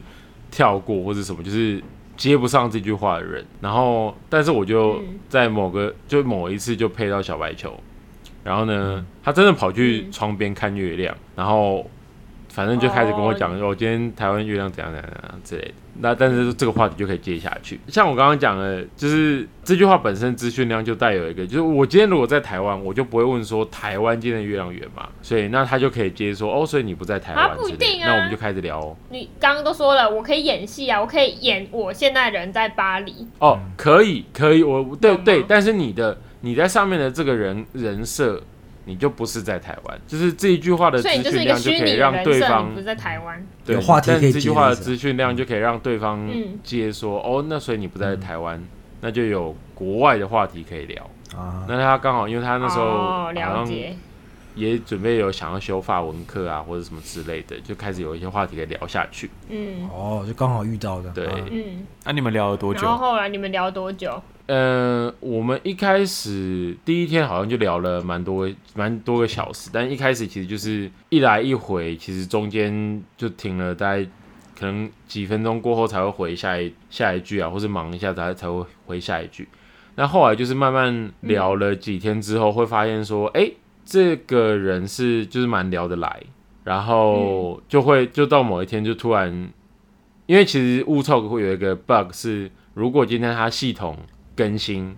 [SPEAKER 2] 跳过或者什么，就是接不上这句话的人。然后，但是我就
[SPEAKER 1] 嗯
[SPEAKER 2] 在某个就某一次就配到小白球，然后呢，他真的跑去
[SPEAKER 1] 嗯
[SPEAKER 2] 窗边看月亮，然后反正就开始跟我
[SPEAKER 1] 哦
[SPEAKER 2] 讲，我、今天台湾月亮怎样怎样怎样之类的。那但是这个话题就可以接下去。像我刚刚讲的，就是这句话本身资讯量就带有一个，就是我今天如果在台湾，我就不会问说台湾今天的月亮圆嘛，所以那他就可以接说哦，所以你不在台湾
[SPEAKER 1] 啊不
[SPEAKER 2] 之
[SPEAKER 1] 一
[SPEAKER 2] 类
[SPEAKER 1] 定
[SPEAKER 2] 的，
[SPEAKER 1] 啊
[SPEAKER 2] 那我们就开始聊哦。
[SPEAKER 1] 你刚刚都说了，我可以演戏啊，我可以演我现在人在巴黎，
[SPEAKER 2] 哦，可以，可以，我对
[SPEAKER 1] 懂吗
[SPEAKER 2] 对，但是你的你在上面的这个人人设，你就不是在台湾，就是这一句话的资
[SPEAKER 1] 所以你就是
[SPEAKER 2] 讯
[SPEAKER 1] 一个
[SPEAKER 2] 量就
[SPEAKER 1] 虚
[SPEAKER 2] 可以
[SPEAKER 1] 拟的
[SPEAKER 2] 让
[SPEAKER 1] 人
[SPEAKER 2] 对
[SPEAKER 1] 设，
[SPEAKER 2] 方
[SPEAKER 1] 你不是在台湾，
[SPEAKER 2] 对
[SPEAKER 3] 有话题
[SPEAKER 2] 但
[SPEAKER 3] 可以
[SPEAKER 2] 这句
[SPEAKER 3] 接
[SPEAKER 2] 话
[SPEAKER 3] 的
[SPEAKER 2] 的
[SPEAKER 3] 是吧
[SPEAKER 2] 资讯量就可以让对方
[SPEAKER 1] 嗯
[SPEAKER 2] 接说、哦，那所以你不在台
[SPEAKER 3] 嗯
[SPEAKER 2] 湾，那就有国外的话题可以聊。
[SPEAKER 3] 啊，
[SPEAKER 2] 那他刚好，因为他那时候
[SPEAKER 1] 哦
[SPEAKER 2] 好，
[SPEAKER 1] 了
[SPEAKER 2] 像
[SPEAKER 1] 解，
[SPEAKER 2] 也准备有想要修法文课啊，或者什么之类的，就开始有一些话题可以聊下去。
[SPEAKER 1] 嗯
[SPEAKER 3] 哦，就刚好遇到的。
[SPEAKER 2] 对
[SPEAKER 3] 啊
[SPEAKER 1] 嗯，
[SPEAKER 4] 那、你们聊了多
[SPEAKER 1] 然后
[SPEAKER 4] 久？
[SPEAKER 1] 后来你们聊多久？
[SPEAKER 2] 呃，我们一开始第一天好像就聊了蛮多蛮多个小时，但一开始其实就是一来一回，其实中间就停了大概可能几分钟过后才会回下一下一句啊，或是忙一下才才会回下一句。那后来就是慢慢聊了几天之后，会发现说，哎、这个人是就是蛮聊得来，然后就会就到某一天就突然，因为其实误凑会有一个 bug 是，如果今天它系统更新，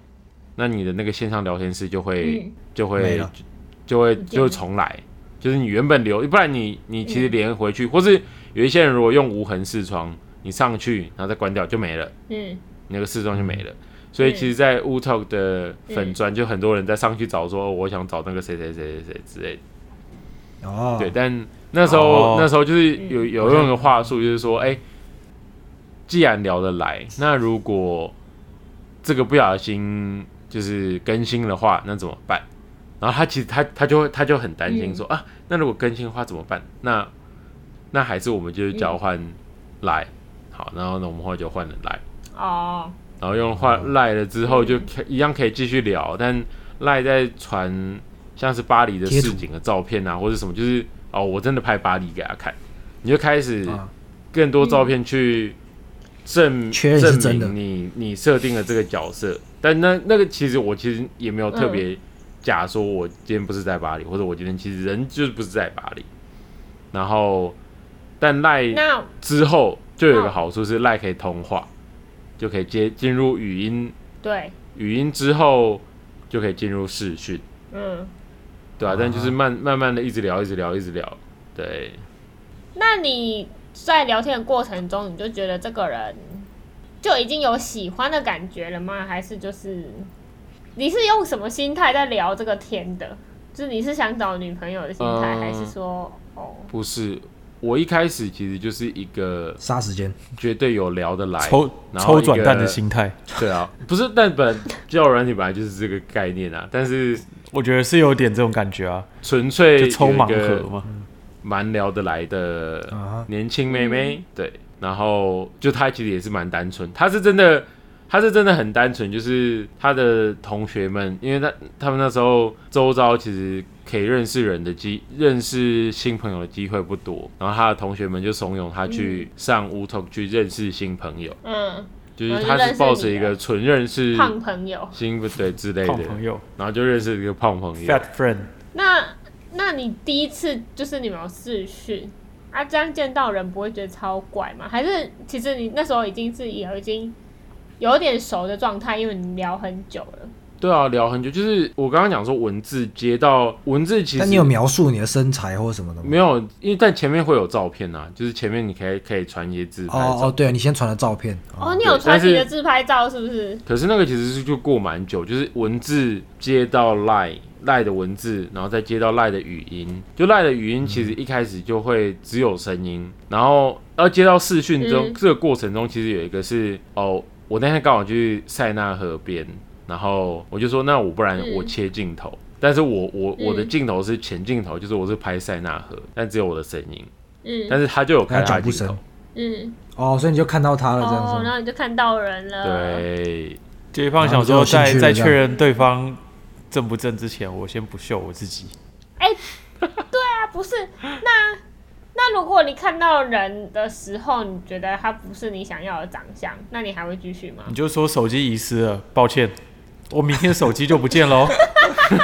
[SPEAKER 2] 那你的那个线上聊天室就会、
[SPEAKER 1] 嗯
[SPEAKER 2] 就
[SPEAKER 3] 没
[SPEAKER 2] 会
[SPEAKER 3] 了
[SPEAKER 2] 就会
[SPEAKER 1] 不见
[SPEAKER 2] 就会
[SPEAKER 1] 了
[SPEAKER 2] 重来，就是你原本留，不然你你其实连回去，或是有一些人如果用无痕视窗，你上去然后再关掉就没了，
[SPEAKER 1] 嗯，
[SPEAKER 2] 你那个试妆就没了。所以其实，在 w Talk 的粉砖就很多人在上去找说，哦我想找那个谁谁谁谁谁之类的。
[SPEAKER 3] 哦，
[SPEAKER 2] 对，，但那时候、
[SPEAKER 4] 哦
[SPEAKER 2] 那时候就是有有用一个话术，就是说，哎、既然聊得来，那如果这个不小心就是更新的话，那怎么办？然后他其实他他就会他就很担心说、啊，那如果更新的话怎么办？那那还是我们就是交换来、好，然后呢我们后来就换了来，
[SPEAKER 1] 哦，
[SPEAKER 2] 然后用换赖了之后
[SPEAKER 3] 嗯
[SPEAKER 2] 就可一样可以继续聊，但赖在传像是巴黎的
[SPEAKER 3] 贴图
[SPEAKER 2] 市景的照片
[SPEAKER 3] 嗯
[SPEAKER 2] 啊，或者什么，就是哦，我真的拍巴黎给他看，你就开始
[SPEAKER 3] 啊
[SPEAKER 2] 更多照片去证、
[SPEAKER 3] 确认是
[SPEAKER 2] 证
[SPEAKER 3] 真的
[SPEAKER 2] 明你你设定了这个角色，但那那个其实我其实也没有特
[SPEAKER 3] 嗯
[SPEAKER 2] 别假说我今天不是在巴黎，或者我今天其实人就是不是在巴黎，然后但赖
[SPEAKER 1] 那
[SPEAKER 2] 之后就有一个好处是赖可以通话，就可以接进入语音，
[SPEAKER 1] 对，
[SPEAKER 2] 语音之后就可以进入视讯，
[SPEAKER 1] 嗯，
[SPEAKER 2] 对吧、
[SPEAKER 3] 啊
[SPEAKER 2] 但就是慢慢慢的一直聊，一直聊，一直聊，对，
[SPEAKER 1] 那你在聊天的过程中，你就觉得这个人就已经有喜欢的感觉了吗？还是就是你是用什么心态在聊这个天的？就是你是想找女朋友的心态，
[SPEAKER 2] 嗯
[SPEAKER 1] 还是说哦，
[SPEAKER 2] 不是。我一开始其实就是一个
[SPEAKER 3] 杀时间，
[SPEAKER 2] 绝对有聊得来，
[SPEAKER 4] 抽
[SPEAKER 2] 然后
[SPEAKER 4] 抽
[SPEAKER 2] 一个
[SPEAKER 4] 转蛋的心态，
[SPEAKER 2] 对啊，不是，但本交友软体本来就是这个概念啊，但是
[SPEAKER 4] 我觉得是有点这种感觉啊，
[SPEAKER 2] 纯粹
[SPEAKER 4] 就抽
[SPEAKER 2] 有一
[SPEAKER 4] 盲
[SPEAKER 2] 个
[SPEAKER 4] 盒嘛。
[SPEAKER 2] 蛮聊得来的
[SPEAKER 3] 啊
[SPEAKER 2] 年轻妹妹，对，然后就她其实也是蛮单纯，她是真的，她是真的很单纯，就是她的同学们，因为她他们那时候周遭其实可以认识人的机，认识新朋友的机会不多，然后她的同学们就怂恿她去上乌头去认识新朋友，
[SPEAKER 1] 嗯，
[SPEAKER 2] 就是
[SPEAKER 1] 哦就
[SPEAKER 2] 她
[SPEAKER 1] 认
[SPEAKER 2] 是
[SPEAKER 1] 识
[SPEAKER 2] 抱
[SPEAKER 1] 你
[SPEAKER 2] 着一
[SPEAKER 1] 的
[SPEAKER 2] 个纯认识
[SPEAKER 1] 胖朋友？
[SPEAKER 2] 新不对之类
[SPEAKER 4] 胖
[SPEAKER 2] 的，
[SPEAKER 4] 朋友
[SPEAKER 2] 然后就认识一个胖朋友，
[SPEAKER 4] ，fat friend，
[SPEAKER 1] 那那你第一次就是你们有试训啊，这样见到人不会觉得超怪吗？还是其实你那时候已经是有已经有点熟的状态，因为你聊很久了。
[SPEAKER 2] 对啊，聊很久，就是我刚刚讲说文字接到文字其实
[SPEAKER 3] 但你有描述你的身材或什么的吗？
[SPEAKER 2] 没有，因为但前面会有照片啊，就是前面你可以可以传一些自拍
[SPEAKER 3] 哦
[SPEAKER 2] 照，
[SPEAKER 3] 哦，对你先传了照片，
[SPEAKER 1] 哦，你
[SPEAKER 2] 对
[SPEAKER 1] 有传
[SPEAKER 2] 但是
[SPEAKER 1] 你的自拍照是不是？
[SPEAKER 2] 可是那个其实是就过蛮久，就是文字接到赖赖的文字，然后再接到赖的语音，就赖的语音其实一开始就会只有声音，然后要接到视讯中、
[SPEAKER 1] 嗯
[SPEAKER 2] 这个过程中，其实有一个是哦，我那天刚好去塞纳河边，然后我就说那我不然
[SPEAKER 1] 嗯
[SPEAKER 2] 我切镜头，但是我我我的
[SPEAKER 1] 嗯
[SPEAKER 2] 镜头是前镜头，就是我是拍塞纳河，但只有我的声音，
[SPEAKER 1] 嗯
[SPEAKER 2] 但是他就有
[SPEAKER 3] 还
[SPEAKER 2] 开
[SPEAKER 3] 有
[SPEAKER 2] 他
[SPEAKER 3] 脚
[SPEAKER 2] 的
[SPEAKER 3] 步
[SPEAKER 2] 镜
[SPEAKER 3] 声
[SPEAKER 2] 头，
[SPEAKER 1] 嗯，
[SPEAKER 3] 哦，所以你就看到他了这
[SPEAKER 1] 哦
[SPEAKER 3] 样，
[SPEAKER 1] 然
[SPEAKER 3] 子。
[SPEAKER 1] 后你就看到人了。，
[SPEAKER 2] 对。
[SPEAKER 4] 街胖想说在在确认对方正不正之前，我先不秀我自己。
[SPEAKER 1] 啊，不是那。那如果你看到人的时候，你觉得他不是你想要的长相，那你还会继续吗？
[SPEAKER 4] 你就说手机遗失了，抱歉，我明天手机就不见喽。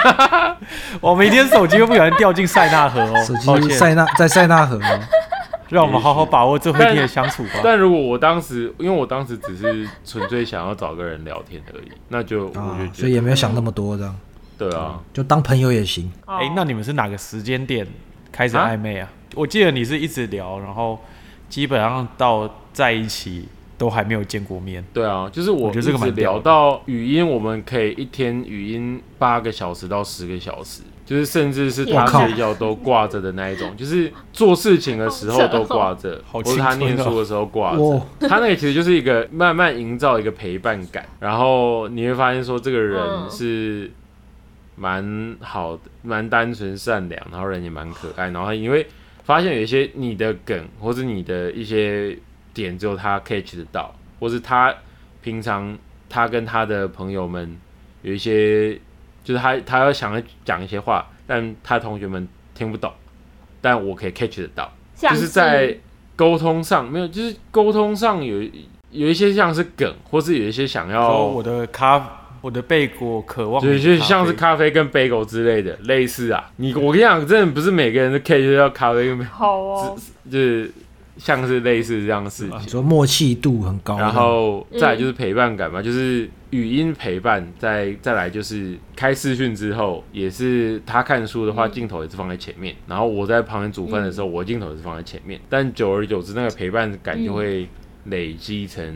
[SPEAKER 4] 我明天手机又不小心掉进塞纳河哦，
[SPEAKER 3] 手
[SPEAKER 4] 抱
[SPEAKER 3] 机
[SPEAKER 4] 歉，
[SPEAKER 3] 塞纳在塞纳河吗？
[SPEAKER 4] 让我们好好把握这会天的相处吧。
[SPEAKER 2] 但如果我当时，因为我当时只是纯粹想要找个人聊天而已，那就我
[SPEAKER 3] 啊
[SPEAKER 2] 就，
[SPEAKER 3] 所
[SPEAKER 2] 觉
[SPEAKER 3] 以
[SPEAKER 2] 得
[SPEAKER 3] 也没有想那么多，这样
[SPEAKER 2] 对啊，
[SPEAKER 3] 就当朋友也行。
[SPEAKER 2] 嗯
[SPEAKER 1] 哦，
[SPEAKER 4] 哎、那你们是哪个时间点开始
[SPEAKER 2] 啊
[SPEAKER 4] 暧昧啊？我记得你是一直聊，然后基本上到在一起都还没有见过面。
[SPEAKER 2] 对啊，就是我
[SPEAKER 4] 我觉
[SPEAKER 2] 一
[SPEAKER 4] 得这个
[SPEAKER 2] 直
[SPEAKER 4] 蛮屌
[SPEAKER 2] 聊
[SPEAKER 4] 的
[SPEAKER 2] 到语音，我们可以一天语音八个小时到十个小时，就是甚至是他
[SPEAKER 3] 我靠
[SPEAKER 2] 睡觉都挂着的那一种，就是做事情的时候都挂着，
[SPEAKER 4] 好
[SPEAKER 2] 或
[SPEAKER 4] 扯哦
[SPEAKER 2] 者他念书的时候挂
[SPEAKER 3] 哇
[SPEAKER 2] 着。他那个其实就是一个慢慢营造一个陪伴感，然后你会发现说这个人
[SPEAKER 1] 嗯
[SPEAKER 2] 是。蛮好的，蛮单纯善良，然后人也蛮可爱，然后他因为发现有一些你的梗或者你的一些点只有他 catch 得到，或是他平常他跟他的朋友们有一些，就是他他要想要讲一些话，但他同学们听不懂，但我可以 catch 得到，
[SPEAKER 1] 像
[SPEAKER 2] 就是在沟通上没有，就是沟通上有有一些像是梗，或是有一些想
[SPEAKER 4] 说
[SPEAKER 2] 要
[SPEAKER 4] 我的咖，我的背锅渴望
[SPEAKER 2] 就
[SPEAKER 4] 你的
[SPEAKER 2] 就
[SPEAKER 4] 咖啡
[SPEAKER 2] 像是咖啡跟 bagel 之类的，类似啊。你我跟你讲，真的不是每个人都 catch 到咖啡跟 bagel，
[SPEAKER 1] 好哦，
[SPEAKER 2] 就是像是类似这样的事
[SPEAKER 3] 你
[SPEAKER 2] 情。
[SPEAKER 3] 说默契度很高，
[SPEAKER 2] 啊然后
[SPEAKER 1] 嗯
[SPEAKER 2] 再来就是陪伴感
[SPEAKER 4] 嗯
[SPEAKER 2] 嘛，就是语音陪伴，再再来就是开视讯之后，也是他看书的话，镜头也是放在前面，
[SPEAKER 4] 嗯
[SPEAKER 2] 然后我在旁边煮饭的时候，我镜头也是放在前面，但久而久之，那个陪伴感就会累积成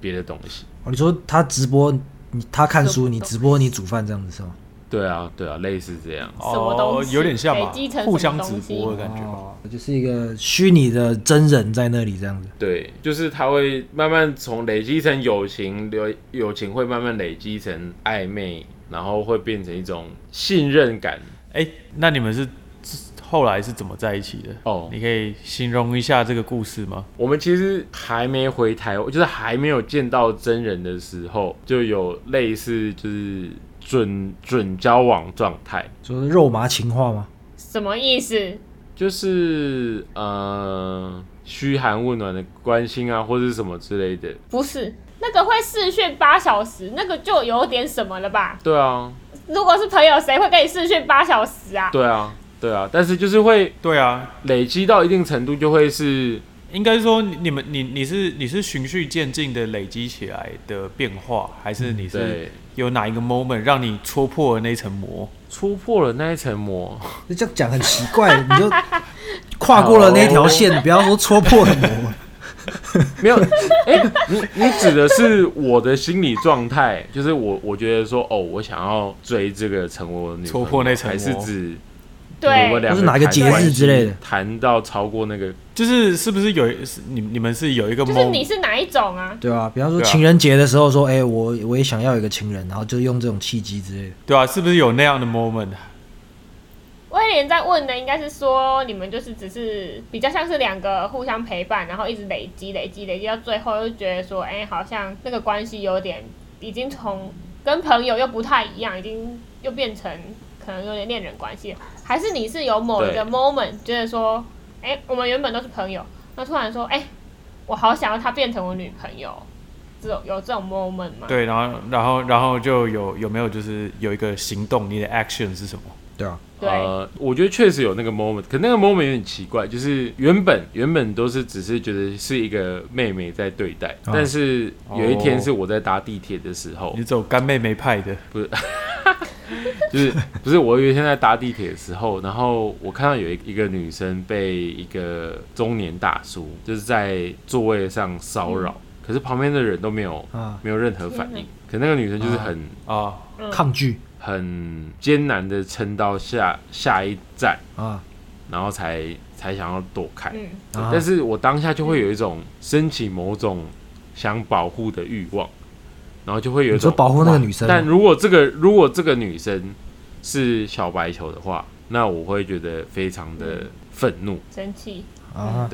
[SPEAKER 2] 别的东西。
[SPEAKER 3] 哦你说他直播，你他看
[SPEAKER 1] 什么
[SPEAKER 3] 书，你
[SPEAKER 1] 东
[SPEAKER 3] 直播，你煮饭这样子是吗？
[SPEAKER 2] 对啊，对啊，类似这样。
[SPEAKER 1] 什么东西
[SPEAKER 4] 哦有点像
[SPEAKER 1] 累
[SPEAKER 4] 吧
[SPEAKER 1] 积成，
[SPEAKER 4] 互
[SPEAKER 1] 什
[SPEAKER 4] 相
[SPEAKER 1] 么
[SPEAKER 4] 直
[SPEAKER 1] 东西
[SPEAKER 4] 播的感觉吧。
[SPEAKER 3] 哦，就是一个虚拟的真人在那里这样子。
[SPEAKER 2] 对，就是他会慢慢从累积成友情，友友情会慢慢累积成暧昧，然后会变成一种信任感。
[SPEAKER 4] 哎、那你们是是后来是怎么在一起的？
[SPEAKER 2] 哦
[SPEAKER 4] 你可以形容一下这个故事吗？
[SPEAKER 2] 我们其实还没回台湾，就是还没有见到真人的时候，就有类似就是准准交往状态，
[SPEAKER 3] 说肉麻情话吗？
[SPEAKER 1] 什么意思？
[SPEAKER 2] 就是呃嘘寒问暖的关心啊，或者是什么之类的。
[SPEAKER 1] 不是那个会试训八小时，那个就有点什么了吧？
[SPEAKER 2] 对啊，
[SPEAKER 1] 如果是朋友，谁会跟你试训八小时啊？
[SPEAKER 2] 对啊，对啊，但是就是会
[SPEAKER 4] 对啊，
[SPEAKER 2] 累积到一定程度，就会是
[SPEAKER 4] 应该说你你们你你是你是循序渐进的累积起来的变化，还是你是
[SPEAKER 2] 对
[SPEAKER 4] 有哪一个 moment 让你戳破了那一层膜？
[SPEAKER 2] 戳破了那一层膜。
[SPEAKER 3] 就这样讲很奇怪，你就跨过了那
[SPEAKER 2] 哦
[SPEAKER 3] 条线，不要说戳破了 膜。
[SPEAKER 2] 没有，哎、你你指的是我的心理状态，就是我我觉得说，哦，我想要追这个成为我的女朋友，
[SPEAKER 4] 戳破那层
[SPEAKER 2] 还是
[SPEAKER 4] 膜
[SPEAKER 2] 指我们
[SPEAKER 1] 对，
[SPEAKER 2] 两
[SPEAKER 3] 或是哪个节日之类的
[SPEAKER 2] 谈到超过那个，
[SPEAKER 4] 就是是不是有一是你你们是有一个
[SPEAKER 1] 就是你
[SPEAKER 4] moment？
[SPEAKER 1] 是哪一种啊？
[SPEAKER 3] 对啊，比方说
[SPEAKER 4] 对啊
[SPEAKER 3] 情人节的时候说，哎、我我也想要有一个情人，然后就用这种契机之类的。
[SPEAKER 4] 对啊，是不是有那样的 moment？
[SPEAKER 1] 威廉在问的应该是说，你们就是只是比较像是两个互相陪伴，然后一直累积、累积、累积，到最后又觉得说，哎、好像那个关系有点已经从跟朋友又不太一样，已经又变成可能有点恋人关系了，还是你是有某一个 moment 觉得说，哎、我们原本都是朋友，那突然说，哎、我好想要她变成我女朋友，这种有这种 moment 吗？
[SPEAKER 4] 对，然后然后然后就有有没有就是有一个行动，你的 action 是什么？
[SPEAKER 3] 对啊，
[SPEAKER 1] 对
[SPEAKER 2] 呃，我觉得确实有那个 moment，可那个 moment 有点奇怪，就是原本原本都是只是觉得是一个妹妹在对待，
[SPEAKER 3] 哦
[SPEAKER 2] 但是有一天
[SPEAKER 4] 哦
[SPEAKER 2] 是我在搭地铁的时候
[SPEAKER 4] 你，走干妹妹派的，
[SPEAKER 2] 就是不是我有一天在搭地铁的时候，然后我看到有一一个女生被一个中年大叔就是在座位上骚扰，可是旁边的人都没有
[SPEAKER 3] 啊
[SPEAKER 2] 没有任何反应
[SPEAKER 1] 天，
[SPEAKER 2] 可那个女生就是很、
[SPEAKER 4] 啊
[SPEAKER 1] 嗯
[SPEAKER 3] 抗拒
[SPEAKER 2] 很艰难的撑到下下一站，
[SPEAKER 3] 啊，
[SPEAKER 2] 然后才才想要躲开。
[SPEAKER 1] 嗯，
[SPEAKER 2] 对
[SPEAKER 3] 啊
[SPEAKER 2] 但是我当下就会有一种升起某种想保护的欲望，然后就会有一
[SPEAKER 3] 你说
[SPEAKER 2] 种
[SPEAKER 3] 保护那个
[SPEAKER 2] 哇
[SPEAKER 3] 女生吗
[SPEAKER 2] 但如果这个如果这个女生是小白球的话，那我会觉得非常
[SPEAKER 3] 嗯
[SPEAKER 2] 的愤怒。
[SPEAKER 1] 生气，
[SPEAKER 2] 嗯
[SPEAKER 3] 啊，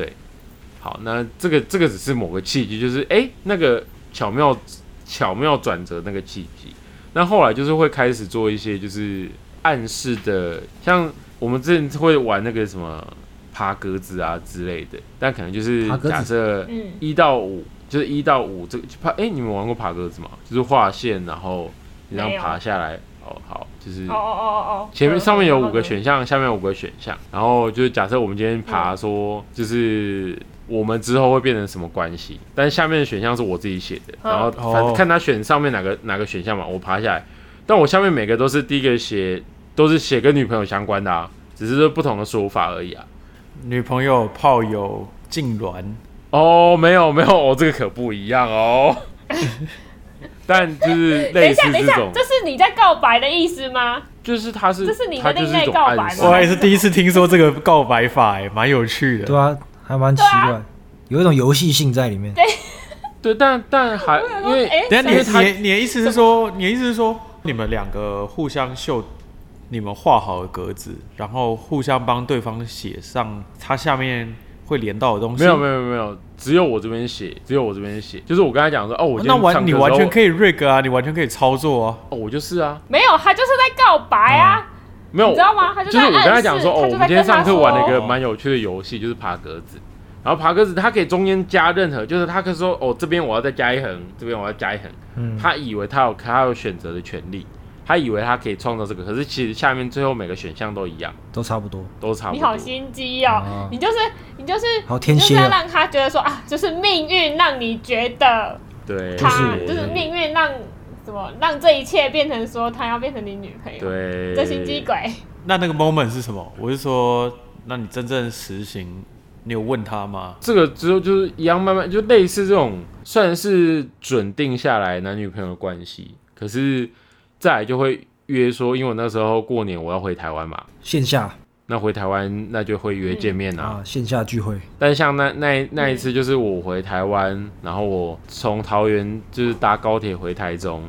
[SPEAKER 2] 好，那这个这个只是某个契机，就是哎、诶那个巧妙巧妙转折那个契机。那后来就是会开始做一些就是暗示的，像我们之前会玩那个什么爬格子啊之类的，但可能就是
[SPEAKER 3] 爬格子
[SPEAKER 2] 假设
[SPEAKER 1] 嗯
[SPEAKER 2] 一到五，就是一到五这个就爬。哎、你们玩过爬格子吗？就是画线，然后你这
[SPEAKER 1] 没
[SPEAKER 2] 样
[SPEAKER 1] 有
[SPEAKER 2] 爬下来。哦，好，就是
[SPEAKER 1] 哦哦哦哦哦，
[SPEAKER 2] 前面上面有
[SPEAKER 1] 嗯
[SPEAKER 2] 五个，
[SPEAKER 1] 嗯
[SPEAKER 2] 选项，下面有五个选项，然后就是假设我们今天爬说，就是我们之后会变成什么关系，但下面的选项是我自己写的，
[SPEAKER 1] 嗯
[SPEAKER 2] 然后反
[SPEAKER 4] 哦
[SPEAKER 2] 看他选上面哪个哪个选项嘛，我爬下来，但我下面每个都是第一个写都是写跟女朋友相关的啊，只是说不同的说法而已啊。
[SPEAKER 4] 女朋友、炮友、痉挛，
[SPEAKER 2] 哦，没有没有，哦，这个可不一样哦。 但就是
[SPEAKER 1] 等
[SPEAKER 2] 类
[SPEAKER 1] 一
[SPEAKER 2] 似
[SPEAKER 1] 下，等一
[SPEAKER 2] 这
[SPEAKER 1] 下
[SPEAKER 2] 种，，
[SPEAKER 1] 这是你在告白的意思吗？
[SPEAKER 2] 就是它是
[SPEAKER 1] 这是你的
[SPEAKER 2] 它就是
[SPEAKER 1] 另类
[SPEAKER 2] 一种
[SPEAKER 1] 告白
[SPEAKER 2] 暗示
[SPEAKER 1] 吗
[SPEAKER 4] 我也是第一次听说这个告白法、哎，蛮有趣
[SPEAKER 3] 对
[SPEAKER 4] 的。
[SPEAKER 3] 啊，还蛮奇怪，有一种游戏性在里面。
[SPEAKER 2] 对，但但还因为
[SPEAKER 1] 哎，
[SPEAKER 4] 等一
[SPEAKER 1] 什么
[SPEAKER 4] 下你你你的意思是说，你的意思是说，你们两个互相秀，你们画好的格子，然后互相帮对方写上它下面会连到的东西。
[SPEAKER 2] 没有没有没有，只有我这边写，只有我这边写。就是我刚才讲说，哦，我今
[SPEAKER 4] 啊那
[SPEAKER 2] 天唱
[SPEAKER 4] 完
[SPEAKER 2] 歌
[SPEAKER 4] 你
[SPEAKER 2] 的时
[SPEAKER 4] 完
[SPEAKER 2] 候
[SPEAKER 4] 全可以 rig 啊，你完全可以操作啊。
[SPEAKER 2] 哦，我就是啊，
[SPEAKER 1] 没有，他就是在告白啊，
[SPEAKER 2] 没有，
[SPEAKER 1] 你知道吗他就
[SPEAKER 2] 哦就
[SPEAKER 1] 在
[SPEAKER 2] 是我刚才讲说，
[SPEAKER 1] 暗示他
[SPEAKER 2] 哦，我
[SPEAKER 1] 就在
[SPEAKER 2] 们今天上课
[SPEAKER 1] 跟他
[SPEAKER 2] 玩了一个
[SPEAKER 4] 说
[SPEAKER 2] 蛮有趣的游戏，就是爬格子。然后爬格子，它可以中间加任何，就是它可以说，哦，这边我要再加一横，这边我要加一横。
[SPEAKER 3] 嗯，
[SPEAKER 2] 他以为他有他有选择的权利，他以为他可以创造这个，可是其实下面最后每个选项都一样，
[SPEAKER 3] 都差不多。
[SPEAKER 2] 都差不
[SPEAKER 1] 你
[SPEAKER 2] 多。
[SPEAKER 1] 好心机哦
[SPEAKER 3] 啊，
[SPEAKER 1] 你就是你就是
[SPEAKER 3] 好
[SPEAKER 1] 你
[SPEAKER 3] 天
[SPEAKER 1] 就是
[SPEAKER 3] 蝎
[SPEAKER 1] 要
[SPEAKER 3] 啊，
[SPEAKER 1] 让他觉得说啊，就是命运让你觉得
[SPEAKER 2] 对，
[SPEAKER 1] 他
[SPEAKER 3] 就是我
[SPEAKER 1] 就是命运让什么让这一切变成说他要变成你女朋友，
[SPEAKER 2] 对，
[SPEAKER 1] 这心机鬼，
[SPEAKER 4] 那那个 moment 是什么？我是说，那你真正实行你有问他吗？
[SPEAKER 2] 这个之后就是一样慢慢就类似这种，算是准定下来男女朋友的关系，可是再来就会约说，因为我那时候过年我要回台湾嘛，
[SPEAKER 3] 线
[SPEAKER 2] 啊
[SPEAKER 3] 下
[SPEAKER 2] 那回台湾那就会约见面啊。
[SPEAKER 4] 嗯
[SPEAKER 3] 啊，线下聚会，
[SPEAKER 2] 但像那那那一次，就是我回台湾，然后我从桃园就是搭高铁回台中，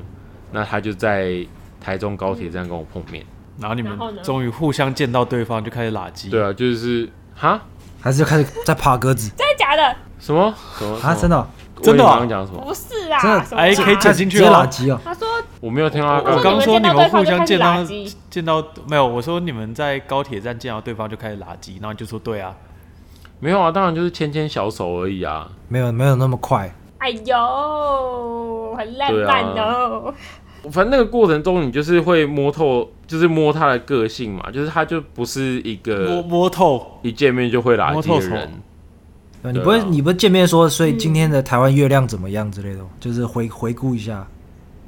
[SPEAKER 2] 那他就在台中高铁站跟我碰面。
[SPEAKER 4] 然后你们
[SPEAKER 1] 然后呢
[SPEAKER 4] 终于互相见到对方，就开始拉鸡。
[SPEAKER 2] 对啊，就是哈
[SPEAKER 3] 还是就开始在爬鸽子
[SPEAKER 1] 真的假的？
[SPEAKER 2] 什么什么
[SPEAKER 3] 啊？真的哦
[SPEAKER 2] 的
[SPEAKER 4] 真的啊
[SPEAKER 2] 刚刚讲什么？
[SPEAKER 1] 不是啊，
[SPEAKER 3] 真的
[SPEAKER 1] 什么啊
[SPEAKER 4] 哎，可以剪进去
[SPEAKER 3] 直接拉
[SPEAKER 4] 哦。
[SPEAKER 3] 鸡哦，
[SPEAKER 1] 他说
[SPEAKER 2] 我没有听到他
[SPEAKER 4] 我
[SPEAKER 2] 啊刚
[SPEAKER 1] 我说
[SPEAKER 4] 刚
[SPEAKER 1] 你们
[SPEAKER 4] 说
[SPEAKER 1] 见到对方就
[SPEAKER 4] 你们互
[SPEAKER 1] 开始
[SPEAKER 4] 相见到
[SPEAKER 1] 拉鸡
[SPEAKER 4] 见到没有？我说你们在高铁站见到对方就开始拉鸡，然后你就说对啊，
[SPEAKER 2] 没有啊，当然就是牵牵小手而已啊。
[SPEAKER 3] 没有没有那么快，
[SPEAKER 1] 哎呦，很浪漫
[SPEAKER 2] 啊
[SPEAKER 1] 哦。
[SPEAKER 2] 反正那个过程中，你就是会摸透，就是摸他的个性嘛，就是他就不是一
[SPEAKER 4] 摸
[SPEAKER 2] 个
[SPEAKER 4] 摸透，
[SPEAKER 2] 一见面就会拉
[SPEAKER 4] 摸
[SPEAKER 2] 近
[SPEAKER 4] 透
[SPEAKER 2] 的人
[SPEAKER 4] 头。
[SPEAKER 3] 对你不会
[SPEAKER 2] 对啊
[SPEAKER 3] 你不会见面说，所以今天的台湾月亮怎么样之类的，哦
[SPEAKER 2] 嗯
[SPEAKER 3] 就是回回顾一下。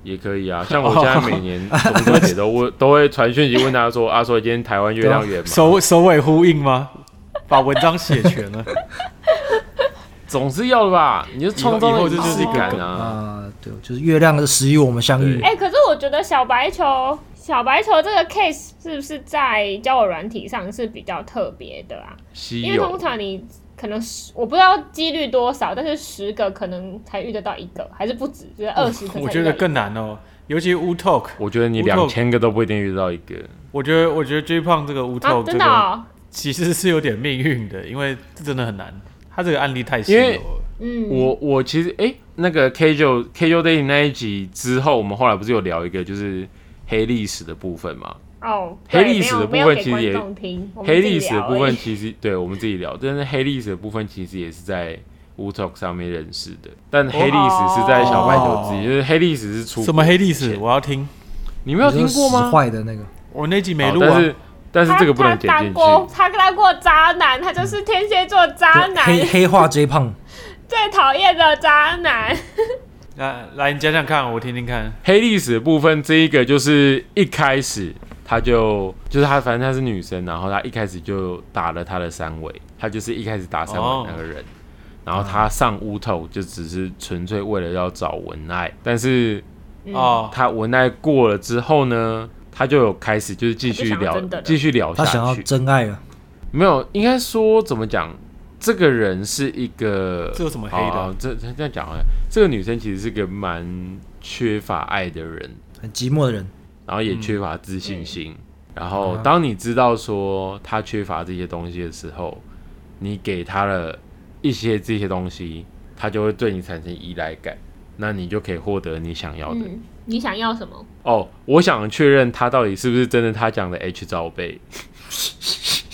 [SPEAKER 2] 也可以啊，像我现在每年 中秋节都问，都会传讯息问他说：“啊，所以今天台湾月亮圆吗
[SPEAKER 4] 首首尾呼应吗？把文章写全了，？”
[SPEAKER 2] 总是要的吧，你就创
[SPEAKER 4] 以
[SPEAKER 2] 造
[SPEAKER 4] 后
[SPEAKER 2] 了
[SPEAKER 4] 以后这就是一个
[SPEAKER 2] 仪式感
[SPEAKER 4] 梗
[SPEAKER 2] 啊。
[SPEAKER 3] 啊、对，就是月亮的十一我们相遇
[SPEAKER 2] 对
[SPEAKER 1] 哎、可是我觉得小白球小白球这个 case 是不是在交友软体上是比较特别的啊？
[SPEAKER 2] 稀
[SPEAKER 1] 因为通
[SPEAKER 2] 有，
[SPEAKER 1] 常你可能十，我不知道几率多少，但是十个可能才遇得到一个，还是不止，就是
[SPEAKER 2] 哦
[SPEAKER 1] 二十个才啊遇到一个。
[SPEAKER 4] 我觉得更难哦。尤其 Wu Talk，
[SPEAKER 2] 我觉得你
[SPEAKER 4] 乌头
[SPEAKER 2] 两千个都不一定遇到一个。
[SPEAKER 4] 我觉得我觉得 J 胖这个 Wu
[SPEAKER 1] 啊，
[SPEAKER 4] Talk 这
[SPEAKER 1] 真的、
[SPEAKER 4] 个
[SPEAKER 1] 哦，
[SPEAKER 4] 其实是有点命运的，因为这真的很难。他这个案例太稀
[SPEAKER 2] 因
[SPEAKER 4] 有
[SPEAKER 2] 为
[SPEAKER 4] 了。
[SPEAKER 1] 嗯，
[SPEAKER 2] 我我其实哎、那个 K 九 K 九 dating 那一集之后，我们后来不是有聊一个就是黑历史的部分嘛？
[SPEAKER 1] 哦，
[SPEAKER 2] 黑
[SPEAKER 1] 对
[SPEAKER 2] 历史的
[SPEAKER 1] 没有没有
[SPEAKER 2] 部分
[SPEAKER 1] 给
[SPEAKER 2] 其实也
[SPEAKER 1] 观众听我们
[SPEAKER 2] 黑
[SPEAKER 1] 自己
[SPEAKER 2] 历史的
[SPEAKER 1] 聊
[SPEAKER 2] 部
[SPEAKER 1] 而
[SPEAKER 2] 分
[SPEAKER 1] 已
[SPEAKER 2] 其实 对我们自己聊，但是黑历史的部分其实也是在 Wu Talk 上面认识的，但黑历史是在小白球自己，
[SPEAKER 4] 哦
[SPEAKER 2] 就是黑历史是出
[SPEAKER 4] 什么黑历史？我要听。
[SPEAKER 2] 你没有听过
[SPEAKER 3] 就是
[SPEAKER 2] 吗
[SPEAKER 3] 使？坏的那个，
[SPEAKER 4] 我那集没
[SPEAKER 2] 好
[SPEAKER 4] 录
[SPEAKER 2] 哦但
[SPEAKER 4] 啊，
[SPEAKER 2] 是但是这个不能
[SPEAKER 1] 他
[SPEAKER 2] 剪
[SPEAKER 1] 他
[SPEAKER 2] 进
[SPEAKER 1] 当过
[SPEAKER 2] 去。，
[SPEAKER 1] 他当过渣男，他就是天蝎座渣
[SPEAKER 3] 对
[SPEAKER 1] 男，
[SPEAKER 3] 黑黑化 J 胖，
[SPEAKER 1] 最讨厌的渣男。
[SPEAKER 4] 来来，你讲讲看，我听听看。
[SPEAKER 2] 黑历史的部分，这一个就是一开始他就就是他，反正她是女生，然后她一开始就打了她的三围，她就是一开始打三围那个人。然后她上屋头就只是纯粹为了要找文爱，但是
[SPEAKER 4] 哦，
[SPEAKER 2] 她文爱过了之后呢，她就有开始就是继续
[SPEAKER 1] 她就想要
[SPEAKER 2] 聊
[SPEAKER 1] 真的，了
[SPEAKER 2] 继续聊
[SPEAKER 3] 他想
[SPEAKER 2] 下
[SPEAKER 3] 要
[SPEAKER 2] 去。
[SPEAKER 3] 真爱了，啊
[SPEAKER 2] 没有，应该说怎么讲？这个人是一个，
[SPEAKER 4] 这有什么黑的
[SPEAKER 2] 好好这这这样讲好像，这个女生其实是个蛮缺乏爱的人，
[SPEAKER 3] 很寂寞的人，
[SPEAKER 2] 然后也
[SPEAKER 4] 嗯
[SPEAKER 2] 缺乏自信心。然后，
[SPEAKER 4] 啊
[SPEAKER 2] 当你知道说她缺乏这些东西的时候，你给她了一些这些东西，她就会对你产生依赖感，那你就可以获得你想要的。
[SPEAKER 1] 嗯，你想要什 么？
[SPEAKER 2] 哦，我想确认她到底是不是真的她讲的 H 罩杯。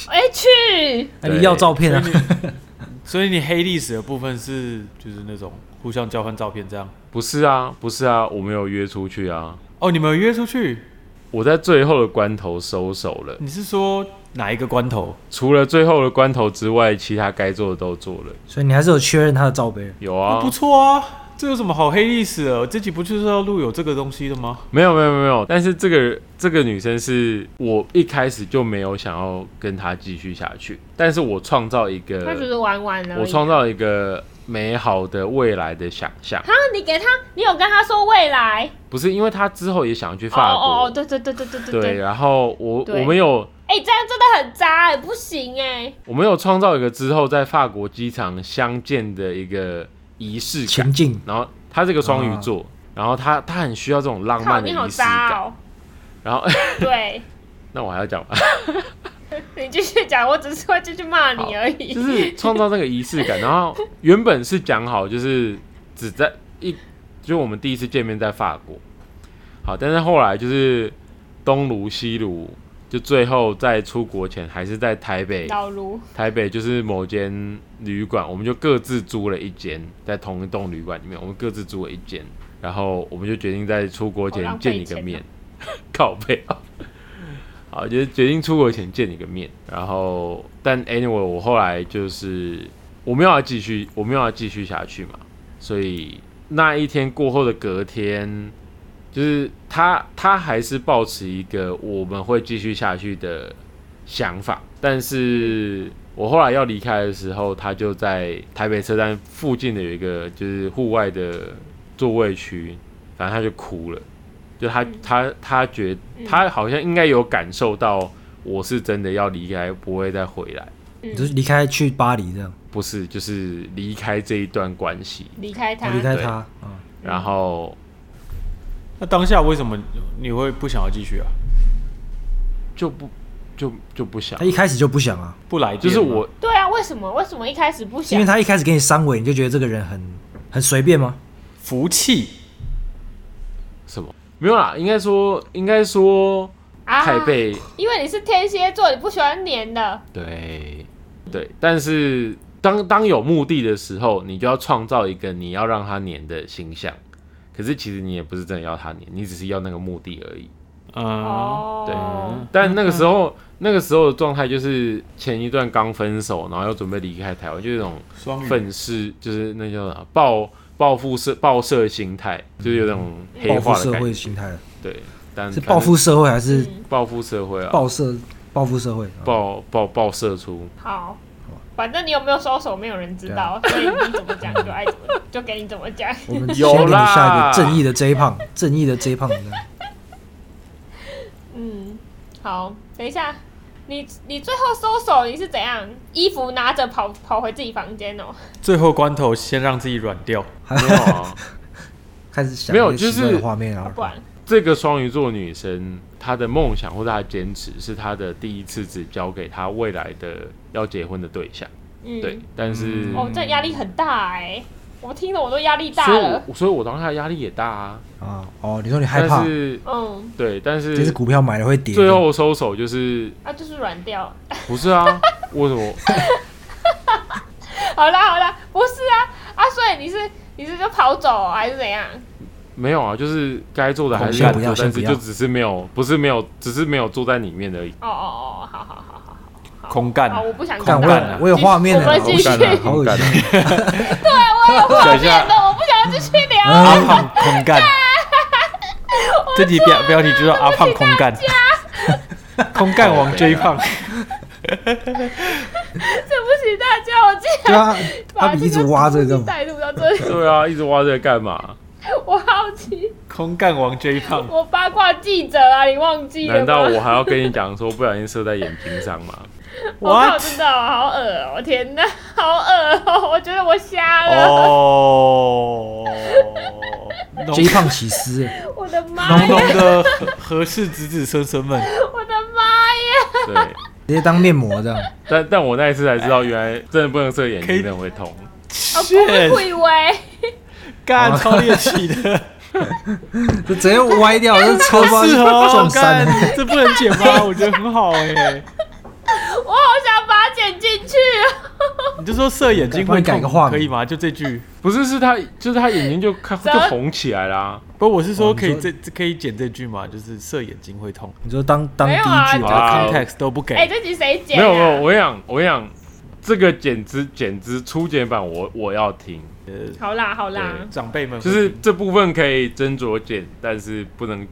[SPEAKER 1] 哎、去，
[SPEAKER 3] 那
[SPEAKER 2] 对
[SPEAKER 3] 你要照片啊？
[SPEAKER 4] 所以你黑历史的部分是就是那种互相交换照片这样。
[SPEAKER 2] 不是啊，不是啊，我没有约出去啊。
[SPEAKER 4] 哦，你们有约出去？
[SPEAKER 2] 我在最后的关头收手了，
[SPEAKER 4] 你是说哪一个关头？
[SPEAKER 2] 除了最后的关头之外，其他该做的都做了。
[SPEAKER 3] 所以你还是有确认他的罩杯，
[SPEAKER 2] 有
[SPEAKER 1] 哦
[SPEAKER 2] 啊
[SPEAKER 4] 不，错啊，这有什么好黑历史的？这集不就是要录有这个东西的吗？
[SPEAKER 2] 没有没有没有没有，但是这个这个女生是我一开始就没有想要跟她继续下去，但是我创造一
[SPEAKER 1] 他只
[SPEAKER 2] 个
[SPEAKER 1] 是玩玩而已。
[SPEAKER 2] 呃我创造一个美好的未来的想象，
[SPEAKER 1] 啊，你给他，你有跟他说未来？
[SPEAKER 2] 不是因为她之后也想去
[SPEAKER 1] 哦
[SPEAKER 2] 法
[SPEAKER 1] 哦
[SPEAKER 2] 国
[SPEAKER 1] 哦，，对对对对对对
[SPEAKER 2] 对，
[SPEAKER 1] 对。
[SPEAKER 2] 然后我
[SPEAKER 1] 对
[SPEAKER 2] 我们有
[SPEAKER 1] 哎、这样真的很渣哎、不行哎、
[SPEAKER 2] 我们有创造一个之后在法国机场相见的一个仪式感
[SPEAKER 3] 情，境
[SPEAKER 2] 然后他这个双鱼座，然后他他很需要这种浪
[SPEAKER 1] 靠，
[SPEAKER 2] 漫的
[SPEAKER 1] 你好
[SPEAKER 2] 仪式感。
[SPEAKER 1] 渣哦、
[SPEAKER 2] 然后
[SPEAKER 1] 对，
[SPEAKER 2] 那我还要讲吧，
[SPEAKER 1] 你继续讲，我只是会继续骂你而已。
[SPEAKER 2] 就是创造那个仪式 感。然后原本是讲好，就是只在一，就我们第一次见面在法国，好，但是后来就是东卢西卢，就最后在出国前还是在台北，
[SPEAKER 1] 老卢，
[SPEAKER 2] 台北就是某间旅馆，我们就各自租了一间，在同一栋旅馆里面，我们各自租了一间，然后我们就决定在出国
[SPEAKER 1] 好
[SPEAKER 2] 前
[SPEAKER 1] 哦浪费
[SPEAKER 2] 见一个
[SPEAKER 1] 钱
[SPEAKER 2] 面， 靠背啊，好，就是决定出国前见一个面，然后但 anyway，我后来就是我没有要继续，我没有要继续下去嘛，所以那一天过后的隔天，就是他他还是保持一个我们会继续下去的想法，但是我后来要离开的时候，他就在台北车站附近的有一个就是户外的座位区，然后他就哭了，就他、他他觉他好像应该有感受到我是真的要离开，不会再回来，
[SPEAKER 1] 嗯
[SPEAKER 3] 就是离开去巴黎这样，
[SPEAKER 2] 不是就是离开这一段关系，
[SPEAKER 1] 离开他
[SPEAKER 3] 我，离开他，嗯，
[SPEAKER 2] 然后
[SPEAKER 4] 那当下为什么你会不想要继续啊？
[SPEAKER 2] 就不就就不想
[SPEAKER 3] 他，一开始就不想啊，
[SPEAKER 4] 不来电吗
[SPEAKER 2] 就是我
[SPEAKER 1] 对啊，为什么？为什么一开始不
[SPEAKER 3] 是
[SPEAKER 1] 想
[SPEAKER 3] 因为？他一开始给你三围，你就觉得这个人很很随便吗？
[SPEAKER 4] 服气，
[SPEAKER 2] 什么没有啦，应该说应该说
[SPEAKER 1] 啊
[SPEAKER 2] 太被、
[SPEAKER 1] 因为你是天蝎座，你不喜欢黏的。
[SPEAKER 2] 对对，但是当当有目的的时候，你就要创造一个你要让他黏的形象。可是其实你也不是真的要他黏，你只是要那个目的而已。
[SPEAKER 4] 嗯，
[SPEAKER 1] 哦，
[SPEAKER 2] 对但那个时
[SPEAKER 3] 嗯
[SPEAKER 2] 候，那个时候的状态就是前一段刚分手，然后要准备离开台湾，就是那种
[SPEAKER 4] 双鱼
[SPEAKER 2] 愤世，就是那叫什么报报复社报社心态，就是有那种黑
[SPEAKER 3] 嗯报复
[SPEAKER 2] 化的
[SPEAKER 3] 社
[SPEAKER 2] 感
[SPEAKER 3] 会
[SPEAKER 2] 觉。嗯
[SPEAKER 3] 心态
[SPEAKER 2] 对，但
[SPEAKER 3] 是报复社会还是
[SPEAKER 1] 嗯
[SPEAKER 2] 报复社会啊，
[SPEAKER 3] 报社报复社会？啊
[SPEAKER 2] 报报报社出。
[SPEAKER 1] 好，反正你有没有收手，没有人知道，
[SPEAKER 2] 啊
[SPEAKER 1] 所以你怎么讲就爱怎么，就给你怎么讲。
[SPEAKER 3] 我们
[SPEAKER 2] 有
[SPEAKER 3] 先给你下
[SPEAKER 2] 啦
[SPEAKER 3] 一个正义的 J 胖，正义的 J 胖，
[SPEAKER 1] 嗯，好，等一下，你你最后收手你是怎样？衣服拿着跑跑回自己房间哦、
[SPEAKER 4] 最后关头先让自己软掉，
[SPEAKER 2] 没有啊，
[SPEAKER 3] 开始想
[SPEAKER 2] 没有
[SPEAKER 3] 一些
[SPEAKER 2] 就是
[SPEAKER 3] 奇怪的画面啊
[SPEAKER 1] 不。然
[SPEAKER 2] 这个双鱼座女生，她的梦想或者她的坚持，是她的第一次只交给她未来的要结婚的对象。
[SPEAKER 1] 嗯，
[SPEAKER 2] 对，但是、
[SPEAKER 1] 哦，这压力很大哎、我听了我都压力大
[SPEAKER 2] 所以
[SPEAKER 1] 了。
[SPEAKER 2] 我所以我当下压力也大啊。
[SPEAKER 3] 啊，哦，你说你害怕
[SPEAKER 2] 但，是
[SPEAKER 1] 嗯，
[SPEAKER 2] 对，但
[SPEAKER 3] 这只
[SPEAKER 2] 是
[SPEAKER 3] 股票买了会跌，
[SPEAKER 2] 最后收手就是
[SPEAKER 1] 啊，就是软掉。
[SPEAKER 2] 不是啊？ 为什么？
[SPEAKER 1] 好啦好啦，不是啊啊，所以你是你是就跑走、哦还是怎样？
[SPEAKER 2] 没有啊，就是该做的还是
[SPEAKER 4] 先
[SPEAKER 3] 不
[SPEAKER 2] 做，
[SPEAKER 3] 要
[SPEAKER 2] 但
[SPEAKER 3] 先
[SPEAKER 2] 是
[SPEAKER 3] 不要
[SPEAKER 2] 就只是没有，不是没有，只是没有坐在里面而已。
[SPEAKER 1] 哦哦哦，好好好好
[SPEAKER 4] 空干
[SPEAKER 1] 好，，我不想看
[SPEAKER 3] 干我
[SPEAKER 1] 到
[SPEAKER 4] 干啊
[SPEAKER 1] 了。
[SPEAKER 3] 有我有画面
[SPEAKER 1] 我
[SPEAKER 3] 了
[SPEAKER 1] 们，继续
[SPEAKER 2] 好干啊
[SPEAKER 3] 好恶
[SPEAKER 2] 干啊
[SPEAKER 3] 心。
[SPEAKER 1] 画
[SPEAKER 2] 等一
[SPEAKER 1] 面
[SPEAKER 2] 下
[SPEAKER 1] 的，我不想要继续聊。
[SPEAKER 4] 阿
[SPEAKER 3] 啊
[SPEAKER 4] 胖空干，这集标标题就叫阿胖空干， 空干王 J 胖，
[SPEAKER 1] 对不起大家，我竟
[SPEAKER 3] 对
[SPEAKER 1] 然
[SPEAKER 3] 啊，
[SPEAKER 1] 把
[SPEAKER 3] 他比一直挖这个
[SPEAKER 1] 个
[SPEAKER 3] 干嘛？
[SPEAKER 1] 带入到这里，
[SPEAKER 2] 对啊，一直挖这个干嘛？
[SPEAKER 1] 我好奇，
[SPEAKER 4] 空干王 J 胖，
[SPEAKER 1] 我八卦记者啊，你忘记了吗？
[SPEAKER 2] 难道我还要跟你讲说不小心射在眼睛上吗？
[SPEAKER 1] 我靠，
[SPEAKER 4] What？
[SPEAKER 1] 真的好恶哦、天哪，好恶哦、我觉得我瞎了，
[SPEAKER 4] 哦浓
[SPEAKER 3] J 胖起司，欸
[SPEAKER 1] 我的妈
[SPEAKER 4] 浓
[SPEAKER 1] 呀，
[SPEAKER 4] 浓的合适子子孙孙 们，
[SPEAKER 1] 我的妈呀！
[SPEAKER 2] 对。
[SPEAKER 3] 直接当面膜这样，
[SPEAKER 2] 但但我那一次才知道，原来真的不能射眼睛，真的会痛。
[SPEAKER 1] 我哦不会
[SPEAKER 4] shit，
[SPEAKER 1] 鬼喂，
[SPEAKER 4] 干超猎 奇的，
[SPEAKER 3] 就直接歪掉，这车
[SPEAKER 4] 好
[SPEAKER 3] 包
[SPEAKER 4] 适合哦
[SPEAKER 3] 撞山
[SPEAKER 4] 干
[SPEAKER 3] 了。，
[SPEAKER 4] 这不能剪 吗？我觉得很好哎，
[SPEAKER 1] 我好想把它剪进去哦、
[SPEAKER 4] 你就说射眼睛
[SPEAKER 3] 帮
[SPEAKER 4] 会
[SPEAKER 3] 你改
[SPEAKER 4] 痛
[SPEAKER 3] 个画名
[SPEAKER 4] 可以吗？就这句，
[SPEAKER 2] 不是，是他，就是他眼睛就看
[SPEAKER 1] 怎
[SPEAKER 2] 就
[SPEAKER 1] 么
[SPEAKER 2] 红起来啦。
[SPEAKER 4] 不，我是说可以
[SPEAKER 3] 哦你
[SPEAKER 4] 这
[SPEAKER 3] 说
[SPEAKER 4] 这可以剪这句吗？就是射眼睛会痛，
[SPEAKER 3] 你说当当第
[SPEAKER 1] 没有啊
[SPEAKER 3] 一句
[SPEAKER 1] 就
[SPEAKER 4] 把
[SPEAKER 2] 好
[SPEAKER 3] 吧，
[SPEAKER 2] 啦
[SPEAKER 4] context 都不给
[SPEAKER 1] 哎、，这集谁剪、
[SPEAKER 2] 没
[SPEAKER 1] 啊？
[SPEAKER 2] 有没有，我想我想这个减脂减脂初剪版我我要听，
[SPEAKER 4] 呃
[SPEAKER 1] 好啦好啦，
[SPEAKER 4] 长辈们会
[SPEAKER 2] 就是
[SPEAKER 4] 听
[SPEAKER 2] 这部分可以斟酌剪，但是不能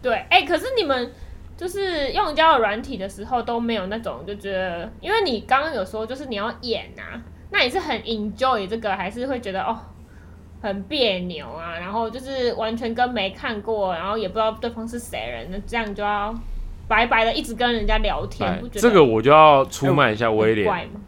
[SPEAKER 1] 对，哎、可是你们就是用交友软体的时候都没有那种就觉得，因为你刚刚有说就是你要演啊，那你是很 enjoy 这个，还是会觉得哦很别扭啊？然后就是完全跟没看过，然后也不知道对方是谁人，那这样就要白白的一直跟人家聊天，
[SPEAKER 2] 来
[SPEAKER 1] 不觉得
[SPEAKER 2] 哎这个我就要
[SPEAKER 4] 哎
[SPEAKER 2] 出卖一下威
[SPEAKER 1] 很怪
[SPEAKER 2] 廉。
[SPEAKER 1] 吗？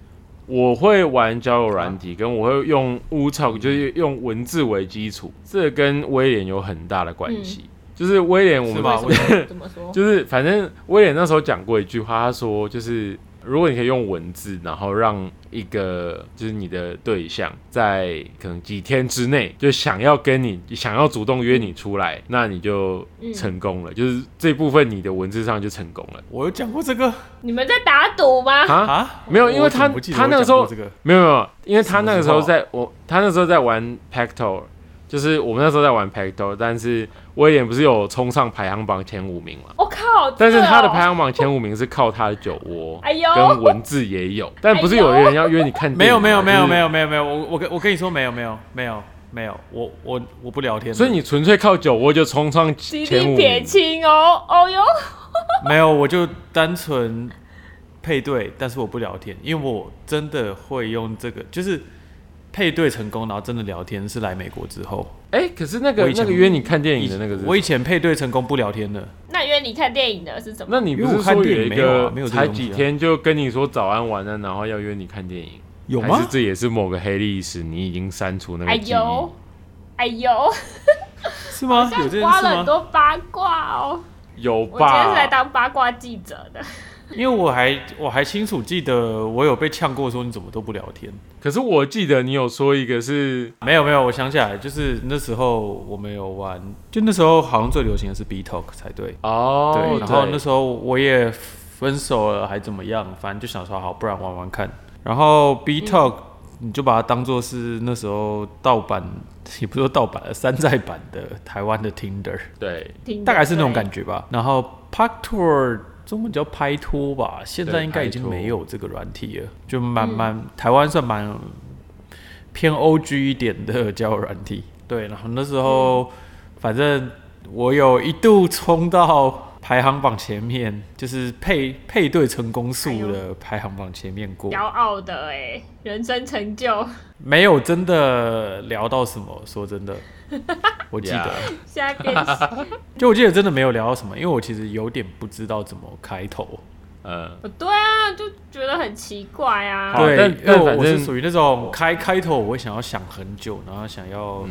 [SPEAKER 2] 我会玩交友
[SPEAKER 4] 啊
[SPEAKER 2] 软体，跟我会用 w t a l 就是用文字为基础，这跟威廉有很大的
[SPEAKER 1] 嗯
[SPEAKER 2] 关系。就是威廉，我
[SPEAKER 4] 是
[SPEAKER 2] 们
[SPEAKER 4] 吧？我
[SPEAKER 1] 为什么怎么说？
[SPEAKER 2] 就是反正威廉那时候讲过一句话，他说就是如果你可以用文字，然后让一个就是你的对象在可能几天之内就想要跟你想要主动约你出来，那你就成功了，就是这部分你的文字上就成功了
[SPEAKER 4] 我有讲过这个
[SPEAKER 1] 你们在打赌吗？
[SPEAKER 2] 啊。
[SPEAKER 4] 啊？
[SPEAKER 2] 没有，因为
[SPEAKER 4] 我怎么
[SPEAKER 2] 他
[SPEAKER 4] 不记得
[SPEAKER 2] 他
[SPEAKER 4] 我
[SPEAKER 2] 那个
[SPEAKER 4] 讲
[SPEAKER 2] 时候
[SPEAKER 4] 过这个
[SPEAKER 2] 没有没有，因为他那个时候
[SPEAKER 4] 什么
[SPEAKER 2] 在我他那时候在玩 Pacto，就是我们那时候在玩 Pacto，但是威廉不是有冲上排行榜前五名嘛？
[SPEAKER 1] 我、靠！
[SPEAKER 2] 但是
[SPEAKER 1] 这
[SPEAKER 2] 他的
[SPEAKER 1] 哦
[SPEAKER 2] 排行榜前五名是靠他的酒窝，
[SPEAKER 1] 哎呦哎
[SPEAKER 2] 跟文字也有，但不是有人要约你看
[SPEAKER 4] 没
[SPEAKER 2] 电影
[SPEAKER 4] 有
[SPEAKER 2] 吗
[SPEAKER 4] 没有没有没，
[SPEAKER 2] 就是
[SPEAKER 4] 有没有没有，我我跟我跟你说没有没有没有没有，我我我不聊天了，
[SPEAKER 2] 所以你纯粹靠酒窝就冲上
[SPEAKER 1] 极
[SPEAKER 2] 前五
[SPEAKER 1] 力撇
[SPEAKER 2] 名，
[SPEAKER 1] 清哦，哦哟，
[SPEAKER 4] 没有我就单纯配对，但是我不聊天，因为我真的会用这个，就是配对成功，然后真的聊天是来美国之后。
[SPEAKER 2] 哎、可是那个
[SPEAKER 4] 我以前
[SPEAKER 2] 那个约你看电影的那个是什么，
[SPEAKER 4] 我以前配对成功不聊天的，
[SPEAKER 1] 那约你看电影的是什么？
[SPEAKER 2] 那你不是
[SPEAKER 4] 因为我看
[SPEAKER 2] 说
[SPEAKER 4] 电
[SPEAKER 2] 有
[SPEAKER 4] 影
[SPEAKER 2] 一
[SPEAKER 4] 没有啊
[SPEAKER 2] 个
[SPEAKER 4] 没有这个
[SPEAKER 2] 才
[SPEAKER 4] 东西啊
[SPEAKER 2] 几天就跟你说早安晚安，然后要约你看电影？
[SPEAKER 4] 有
[SPEAKER 2] 还
[SPEAKER 4] 吗
[SPEAKER 2] 是？这也是某个黑历史，你已经删除那
[SPEAKER 1] 哎
[SPEAKER 2] 个记忆？
[SPEAKER 1] 呦，哎呦，
[SPEAKER 4] 是吗？有这件
[SPEAKER 1] 挖
[SPEAKER 4] 事
[SPEAKER 1] 了很
[SPEAKER 4] 吗？
[SPEAKER 1] 多八卦哦。
[SPEAKER 2] 有
[SPEAKER 1] 我今天是来
[SPEAKER 2] 吧？
[SPEAKER 1] 当八卦记者的。
[SPEAKER 4] 因为我还我还清楚记得我有被呛过，说你怎么都不聊天。
[SPEAKER 2] 可是我记得你有说一个是
[SPEAKER 4] 没有没有，我想起来，就是那时候我们有玩，就那时候好像最流行的是 B Talk 才对。
[SPEAKER 2] 哦，
[SPEAKER 4] 对，然后那时候我也分手了，还怎么样？反正就想说好，不然玩玩看。然后 B Talk、你就把它当做是那时候盗版，也不是说盗版，山寨版的台湾的 Tinder，
[SPEAKER 2] 对
[SPEAKER 1] 听着
[SPEAKER 4] 大概是那种
[SPEAKER 1] 对
[SPEAKER 4] 感觉吧。然后 Park Tour 中文叫拍拖吧，现在
[SPEAKER 2] 对
[SPEAKER 4] 应该已经
[SPEAKER 2] 拍拖
[SPEAKER 4] 没有这个软体了，就蛮蛮、台湾算蛮偏 O G 一点的交友软体。对，然后那时候、反正我有一度冲到排行榜前面，就是配配对成功
[SPEAKER 1] 哎
[SPEAKER 4] 数
[SPEAKER 1] 呦
[SPEAKER 4] 的排行榜前面过，
[SPEAKER 1] 骄傲的哎、人生成 就。
[SPEAKER 4] 没有真的聊到什么。说真的，我记得。
[SPEAKER 2] Yeah
[SPEAKER 1] 现在变
[SPEAKER 4] 就我记得真的没有聊到什么，因为我其实有点不知道怎么开头。
[SPEAKER 2] 呃，
[SPEAKER 1] 不对啊，就觉得很奇怪啊。
[SPEAKER 2] 好
[SPEAKER 4] 对，
[SPEAKER 2] 但
[SPEAKER 4] 因为
[SPEAKER 2] 但
[SPEAKER 4] 我
[SPEAKER 2] 反
[SPEAKER 4] 我是
[SPEAKER 2] 正
[SPEAKER 4] 属于那种开开头我会想要想很久，然后想要、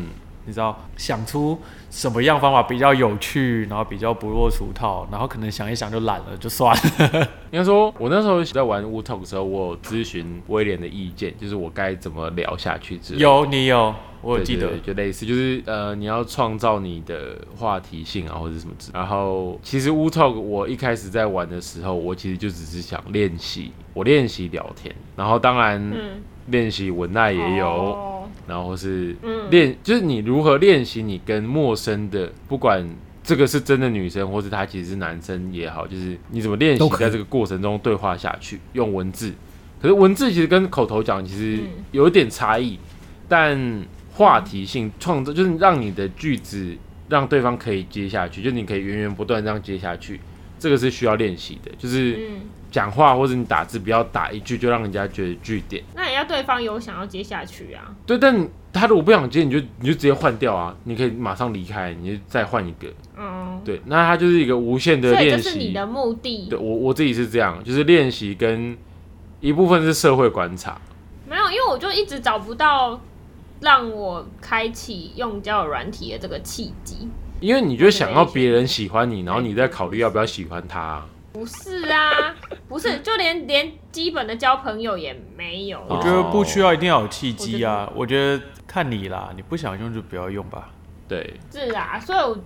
[SPEAKER 4] 你知道想出什么样方法比较有趣，然后比较不落俗套，然后可能想一想就懒了，就算 了。
[SPEAKER 2] 应该说，我那时候在玩 Wu Talk 的时候，我有咨询威廉的意见，就是我该怎么聊下去之类的。
[SPEAKER 4] 有你有，我有
[SPEAKER 2] 对
[SPEAKER 4] 记
[SPEAKER 2] 对
[SPEAKER 4] 得。
[SPEAKER 2] 对就类似，就是呃，你要创造你的话题性啊，或者是什么之。然后其实 Wu Talk 我一开始在玩的时候，我其实就只是想练习，我练习聊天，然后当然
[SPEAKER 1] 嗯，
[SPEAKER 2] 练习文案也有，
[SPEAKER 1] 哦
[SPEAKER 2] 然后是
[SPEAKER 1] 嗯
[SPEAKER 2] 练，就是你如何练习你跟陌生的，不管这个是真的女生，或是她其实是男生也好，就是你怎么练
[SPEAKER 3] 都
[SPEAKER 2] 习
[SPEAKER 3] 可以
[SPEAKER 2] 在这个过程中对话下去，用文字。可是文字其实跟口头讲其实
[SPEAKER 1] 嗯
[SPEAKER 2] 有一点差异，但话题性创造就是让你的句子让对方可以接下去，就你可以源源不断这样接下去，这个是需要练习的。就是
[SPEAKER 1] 嗯，
[SPEAKER 2] 讲话或者你打字不要打一句就让人家觉得句点。
[SPEAKER 1] 那也要对方有想要接下去啊。
[SPEAKER 2] 对，但他如果不想接，你就你就直接换掉啊，你可以马上离开，你就再换一个。
[SPEAKER 1] 嗯，
[SPEAKER 2] 对，那他就是一个无限的
[SPEAKER 1] 所以这
[SPEAKER 2] 练
[SPEAKER 1] 是你
[SPEAKER 2] 习
[SPEAKER 1] 的。目的
[SPEAKER 2] 对。我我自己是这样，就是练习跟一部分是社会观察。
[SPEAKER 1] 没有，因为我就一直找不到让我开启用交友软体的这个契机。
[SPEAKER 2] 因为你就想要别人喜欢你，然后你再考虑要不要喜欢他、
[SPEAKER 1] 不是啊，不是，就连连基本的交朋友也没有。
[SPEAKER 4] 我觉得
[SPEAKER 2] 哦
[SPEAKER 4] 不需要一定要有契
[SPEAKER 1] 我觉
[SPEAKER 4] 机
[SPEAKER 1] 得
[SPEAKER 4] 啊，我觉得看你啦，你不想用就不要用吧。
[SPEAKER 2] 对，
[SPEAKER 1] 是啊，所以我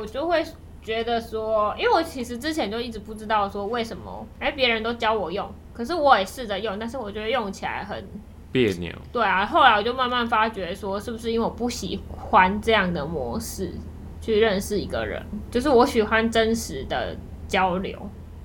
[SPEAKER 1] 我就会觉得说，因为我其实之前就一直不知道说为什么，哎，别人都教我用，可是我也试着用，但是我觉得用起来很
[SPEAKER 2] 别扭。
[SPEAKER 1] 对啊。后来我就慢慢发觉说，是不是因为我不喜欢这样的模式去认识一个人，就是我喜欢真实的交流。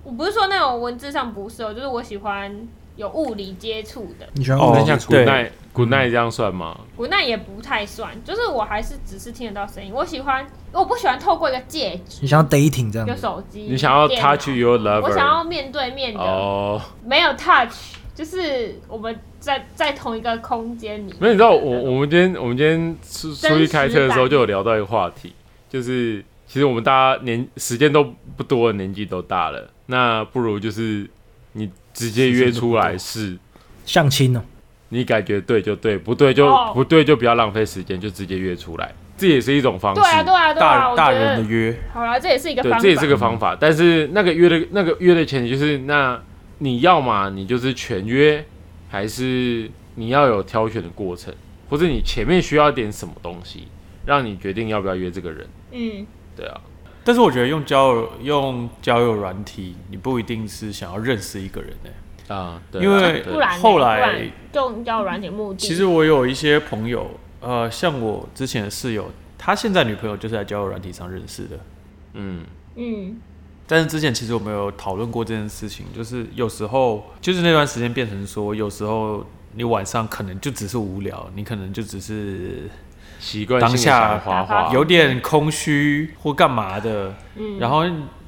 [SPEAKER 1] 我不是说那种文字上不是哦，就是我喜欢有物理接触的。
[SPEAKER 3] 你喜欢
[SPEAKER 4] 哦
[SPEAKER 3] 我
[SPEAKER 2] 那
[SPEAKER 3] 们
[SPEAKER 2] 像
[SPEAKER 3] 讲
[SPEAKER 2] 古奈古奈这样算吗？
[SPEAKER 1] 我那也不太算，就是我还是只是听得到声音。我喜欢，我不喜欢透过一个戒指。
[SPEAKER 3] 你想要 dating 这样
[SPEAKER 1] 有
[SPEAKER 3] 子，
[SPEAKER 1] 手机，
[SPEAKER 2] 你想要
[SPEAKER 1] 嗯电脑
[SPEAKER 2] touch your
[SPEAKER 1] 我想
[SPEAKER 2] lover？
[SPEAKER 1] 要面对面的，
[SPEAKER 2] 哦，
[SPEAKER 1] 没有 touch，就是我们在在同一个空间里
[SPEAKER 2] 没。有，你知道我我们今天我们今天出
[SPEAKER 1] 真实
[SPEAKER 2] 出去开车的时候
[SPEAKER 1] 版
[SPEAKER 2] 就有聊到一个话题，就是其实我们大家年时间都不多了，年纪都大了，那不如就是你直接约出来试，
[SPEAKER 3] 相亲哦，
[SPEAKER 2] 你感觉对就对，不对就、
[SPEAKER 1] 哦
[SPEAKER 2] 不对就不要浪费时间，就直接约出来，这也是一种方式。
[SPEAKER 1] 对啊，对啊，对啊，
[SPEAKER 4] 大
[SPEAKER 1] 我
[SPEAKER 4] 大
[SPEAKER 1] 觉
[SPEAKER 4] 人的
[SPEAKER 1] 得
[SPEAKER 4] 约，
[SPEAKER 1] 好了，这也是一个
[SPEAKER 2] 对
[SPEAKER 1] 方法。
[SPEAKER 2] 这也是个方法。但是那个约的那个约的前提就是，那你要嘛你就是全约，还是你要有挑选的过程，或者你前面需要点什么东西，让你决定要不要约这个人。
[SPEAKER 1] 嗯，
[SPEAKER 2] 对啊，
[SPEAKER 4] 但是我觉得用交友用交友软体，你不一定是想要认识一个人欸诶、
[SPEAKER 2] 啊，对啊
[SPEAKER 4] 因为
[SPEAKER 2] 对
[SPEAKER 1] 不然呢
[SPEAKER 4] 后来
[SPEAKER 1] 不然就要软体目的。
[SPEAKER 4] 其实我有一些朋友，呃，像我之前的室友，他现在女朋友就是在交友软体上认识的。
[SPEAKER 2] 嗯，
[SPEAKER 1] 嗯，
[SPEAKER 4] 但是之前其实我们有讨论过这件事情，就是有时候就是那段时间变成说，有时候你晚上可能就只是无聊，你可能就只是
[SPEAKER 2] 习惯
[SPEAKER 4] 当
[SPEAKER 2] 性的
[SPEAKER 4] 下
[SPEAKER 2] 想滑滑，
[SPEAKER 4] 有点空虚或干嘛的，然后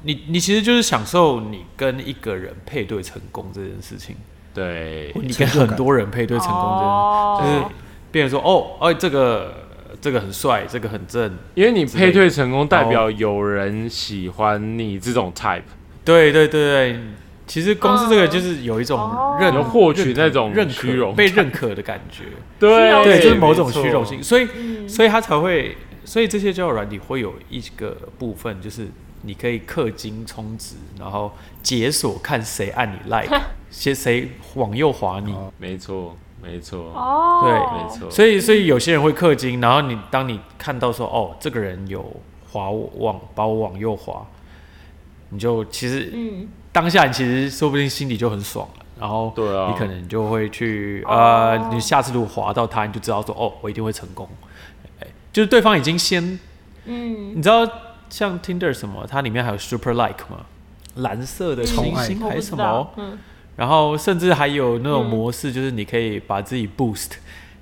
[SPEAKER 4] 你你其实就是享受你跟一个人配对成功这件事情，
[SPEAKER 2] 对，
[SPEAKER 4] 你
[SPEAKER 3] 成
[SPEAKER 4] 跟
[SPEAKER 3] 就感
[SPEAKER 4] 很多人配对成功
[SPEAKER 1] 哦
[SPEAKER 4] 这件事，就是变成说哦，哎，这个这个很帅，这个很正，
[SPEAKER 2] 因为你
[SPEAKER 4] 之类的
[SPEAKER 2] 配对成功，代
[SPEAKER 4] 哦
[SPEAKER 2] 表有人喜欢你这种 type，
[SPEAKER 4] 对对对对，其实公司这个
[SPEAKER 1] 嗯
[SPEAKER 4] 就是有一种
[SPEAKER 1] 哦
[SPEAKER 4] 认
[SPEAKER 2] 有获取那种
[SPEAKER 4] 认可
[SPEAKER 2] 虚荣
[SPEAKER 4] 被认可的感 觉，
[SPEAKER 1] 虚荣
[SPEAKER 2] 对，
[SPEAKER 4] 对，
[SPEAKER 1] 心
[SPEAKER 4] 就是啊某种
[SPEAKER 2] 没错
[SPEAKER 4] 虚荣心，。所以
[SPEAKER 1] 嗯
[SPEAKER 4] 所以他才会，所以这些交友软体会有一个部分就是。你可以氪金充值，然后解锁看谁按你 like，谁谁往右滑你，
[SPEAKER 2] 没错，没错，
[SPEAKER 1] 哦，
[SPEAKER 4] 对
[SPEAKER 2] 哦没错。
[SPEAKER 4] 所以，所以有些人会氪金，然后你当你看到说，哦，这个人有滑我往把我往右滑，你就其实
[SPEAKER 1] 嗯，
[SPEAKER 4] 当下你其实说不定心里就很爽了，然后
[SPEAKER 2] 对啊
[SPEAKER 4] 你可能就会去、
[SPEAKER 1] 哦
[SPEAKER 4] 呃，你下次如果滑到他，你就知道说，哦，我一定会成功，哎就是对方已经先，
[SPEAKER 1] 嗯，
[SPEAKER 4] 你知道像 Tinder 什么，它里面还有 Super Like 吗？蓝色的
[SPEAKER 1] 嗯
[SPEAKER 4] 星星
[SPEAKER 1] 我
[SPEAKER 4] 还
[SPEAKER 1] 不
[SPEAKER 4] 是
[SPEAKER 1] 知
[SPEAKER 4] 什
[SPEAKER 1] 道
[SPEAKER 4] 么？，
[SPEAKER 1] 嗯，
[SPEAKER 4] 然后甚至还有那种
[SPEAKER 1] 嗯
[SPEAKER 4] 模式，就是你可以把自己 boost，、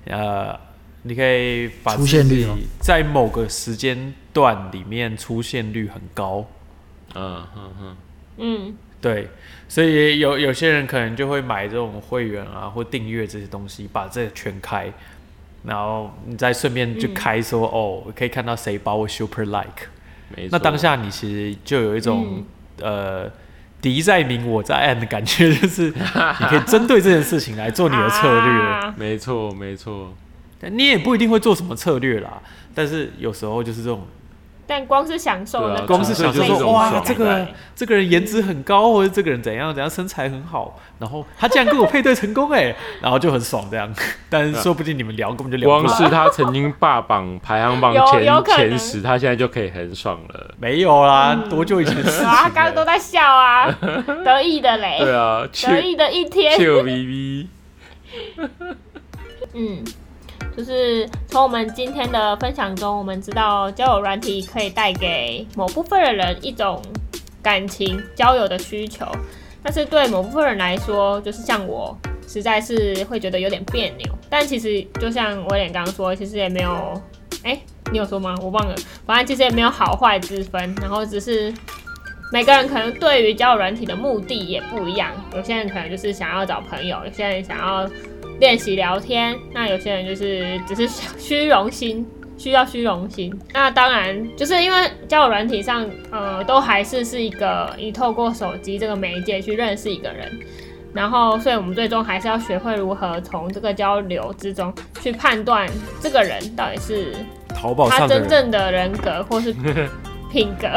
[SPEAKER 4] 呃，你可以把
[SPEAKER 3] 出现
[SPEAKER 4] 自
[SPEAKER 3] 率
[SPEAKER 4] 己
[SPEAKER 3] 哦
[SPEAKER 4] 在某个时间段里面出现率很高。
[SPEAKER 2] 嗯嗯嗯，
[SPEAKER 1] 嗯，
[SPEAKER 4] 对，所以有有些人可能就会买这种会员啊，或订阅这些东西，把这全开，然后你再顺便就开说、哦，我可以看到谁把我 super like，
[SPEAKER 2] 嗯没错。嗯
[SPEAKER 4] 那当下你其实就有一种、呃敌在明我在暗的感觉，就是你可以针对这件事情来做你的策 略。
[SPEAKER 1] 啊
[SPEAKER 2] 没错，没错，
[SPEAKER 4] 但你也不一定会做什么策略啦，但是有时候就是这种
[SPEAKER 1] 但光是享受
[SPEAKER 2] 对啊
[SPEAKER 1] 那
[SPEAKER 2] 光
[SPEAKER 1] 种
[SPEAKER 4] 公司
[SPEAKER 2] 是
[SPEAKER 4] 想
[SPEAKER 2] 享
[SPEAKER 1] 类
[SPEAKER 2] 受这
[SPEAKER 4] 说
[SPEAKER 1] 型
[SPEAKER 2] 种
[SPEAKER 4] 哇，
[SPEAKER 2] 爽
[SPEAKER 4] 这
[SPEAKER 2] 感
[SPEAKER 4] 个这个人颜值很高，或者这个人怎样怎样，身材很好，然后他竟然跟我配对成功哎，然后就很爽这样。但是说不定你们聊根本就聊
[SPEAKER 2] 光
[SPEAKER 4] 不
[SPEAKER 2] 是
[SPEAKER 4] 来，
[SPEAKER 2] 他曾经霸榜排行榜
[SPEAKER 1] 有有可
[SPEAKER 2] 前
[SPEAKER 1] 能
[SPEAKER 2] 前十，他现在就可以很爽了。
[SPEAKER 4] 没有啦，多久以前的事情
[SPEAKER 1] 哇，嗯啊刚刚都
[SPEAKER 4] 了？
[SPEAKER 1] 在笑 啊，得意的嘞，
[SPEAKER 2] 对啊，
[SPEAKER 1] 得意的一天，
[SPEAKER 2] Q V V，
[SPEAKER 1] 嗯，就是从我们今天的分享中，我们知道交友软体可以带给某部分的人一种感情交友的需求，但是对某部分人来说，就是像我，实在是会觉得有点别扭。但其实就像威廉刚刚说，其实也没有，哎、你有说吗？我忘了，反正其实也没有好坏之分，然后只是每个人可能对于交友软体的目的也不一样，有些人可能就是想要找朋友，有些人想要练习聊天，那有些人就是只是虚荣心。 需要虚荣心，那当然就是因为交友软体上，呃，都还是是一个你透过手机这个媒介去认识一个人，然后，所以我们最终还是要学会如何从这个交流之中去判断这个人到底是
[SPEAKER 4] 淘宝
[SPEAKER 1] 他
[SPEAKER 4] 上的
[SPEAKER 1] 真
[SPEAKER 4] 人，
[SPEAKER 1] 正的人格或是品格，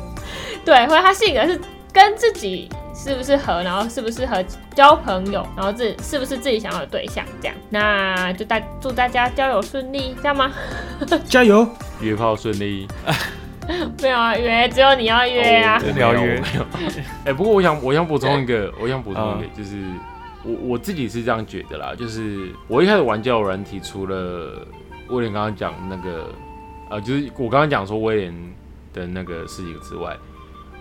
[SPEAKER 1] 对，或者他性格是跟自己适不适合，然后适不适合交朋友，然后自是不是自己想要的对象，这样。那就大祝大家交友顺利，这样吗？
[SPEAKER 3] 加油！
[SPEAKER 2] 约炮顺利。
[SPEAKER 1] 没有啊，约只有你要约啊。
[SPEAKER 2] 我
[SPEAKER 4] 无
[SPEAKER 2] 没有
[SPEAKER 4] 聊
[SPEAKER 2] 我
[SPEAKER 4] 约
[SPEAKER 2] 没有。哎、不过我想，我想补充一
[SPEAKER 1] 哎
[SPEAKER 2] 个，我想补
[SPEAKER 1] 嗯
[SPEAKER 2] 充一个，就是我我自己是这样觉得啦，就是我一开始玩交友软体，除了威廉刚刚讲那个，呃，就是我刚刚讲说威廉的那个事情之外，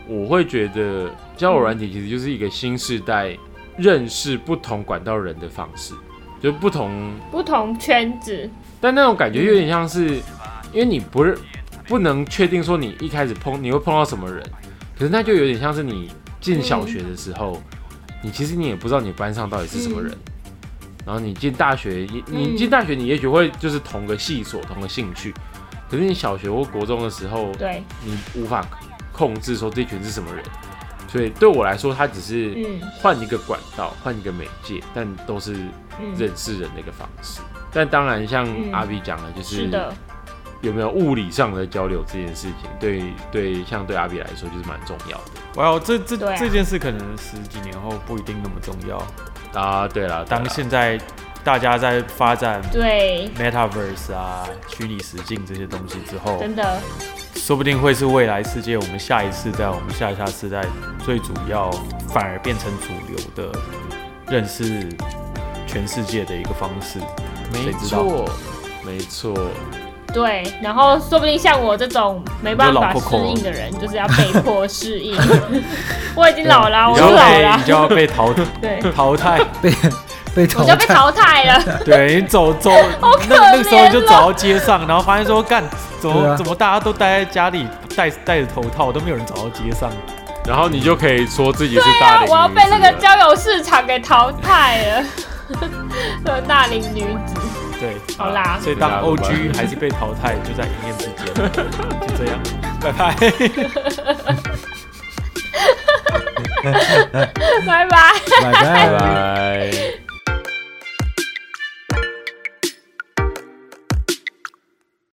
[SPEAKER 2] 我会觉得交友软体其实就是一个新时代认识不同管道人的方式，就不同
[SPEAKER 1] 不同圈子，
[SPEAKER 2] 但那种感觉有点像是，因为你不是不能确定说你一开始碰你会碰到什么人，可是那就有点像是你进小学的时候，你其实你也不知道你班上到底是什么人，然后你进大学，你你
[SPEAKER 1] 嗯
[SPEAKER 2] 进大学你也许会就是同个系所、同个兴趣，可是你小学或国中的时候，
[SPEAKER 1] 对，
[SPEAKER 2] 你无法控制说这群是什么人，所以对我来说，它只是
[SPEAKER 1] 嗯
[SPEAKER 2] 换一个管道、换一个媒介，但都是
[SPEAKER 1] 嗯，
[SPEAKER 2] 认识人的一个方式。但当然，像
[SPEAKER 1] 嗯
[SPEAKER 2] 阿 B 讲的，就是
[SPEAKER 1] 是的，
[SPEAKER 2] 有没有物理上的交流这件事情，对对，像对阿 B 来说就是蛮重要的
[SPEAKER 4] 哇，这这
[SPEAKER 1] 对啊
[SPEAKER 4] 这件事可能十几年后不一定那么重要。
[SPEAKER 2] 啊。对啦，对啦
[SPEAKER 4] 当现在大家在发展
[SPEAKER 1] 对，
[SPEAKER 4] Metaverse 啊、虚拟实境这些东西之后，
[SPEAKER 1] 真的，
[SPEAKER 4] 说不定会是未来世界我们下一世代、我们下下世代最主要，反而变成主流的认识全世界的一个方式。
[SPEAKER 2] 没
[SPEAKER 4] 谁知道
[SPEAKER 2] 错，没错，
[SPEAKER 1] 对，然后说不定像我这种没办法适应的人，就是要被迫适 应。我已经老了，啊我
[SPEAKER 4] 你
[SPEAKER 1] 是
[SPEAKER 4] 就
[SPEAKER 1] 老
[SPEAKER 4] 要被
[SPEAKER 1] 了
[SPEAKER 4] 你，就要 被淘
[SPEAKER 1] 对，
[SPEAKER 4] 淘汰，
[SPEAKER 3] 被 被
[SPEAKER 1] 我
[SPEAKER 3] 淘
[SPEAKER 1] 就被
[SPEAKER 3] 汰，
[SPEAKER 1] 淘汰了。
[SPEAKER 4] 对你 走走，
[SPEAKER 1] 可
[SPEAKER 4] 那那个时候
[SPEAKER 1] 怜
[SPEAKER 4] 就
[SPEAKER 1] 哦
[SPEAKER 4] 走到街上，然后发现说干，怎么、
[SPEAKER 3] 对啊
[SPEAKER 4] 怎么大家都待在家里，戴戴着头套，都没有人走到街上。
[SPEAKER 2] 然后你就可以说自己是
[SPEAKER 1] 对
[SPEAKER 2] 大
[SPEAKER 1] 啊
[SPEAKER 2] 龄，女
[SPEAKER 1] 我要被
[SPEAKER 2] 子
[SPEAKER 1] 那个
[SPEAKER 2] 了
[SPEAKER 1] 交友市场给淘汰了。 的大龄女子，
[SPEAKER 4] 对，
[SPEAKER 1] 好啦
[SPEAKER 4] 所以当
[SPEAKER 2] 对啊拜
[SPEAKER 4] OG
[SPEAKER 2] 拜
[SPEAKER 4] 还是被淘汰，就在一念之间，就这 样，拜拜。
[SPEAKER 1] 拜拜。
[SPEAKER 3] 拜 拜
[SPEAKER 2] 拜拜。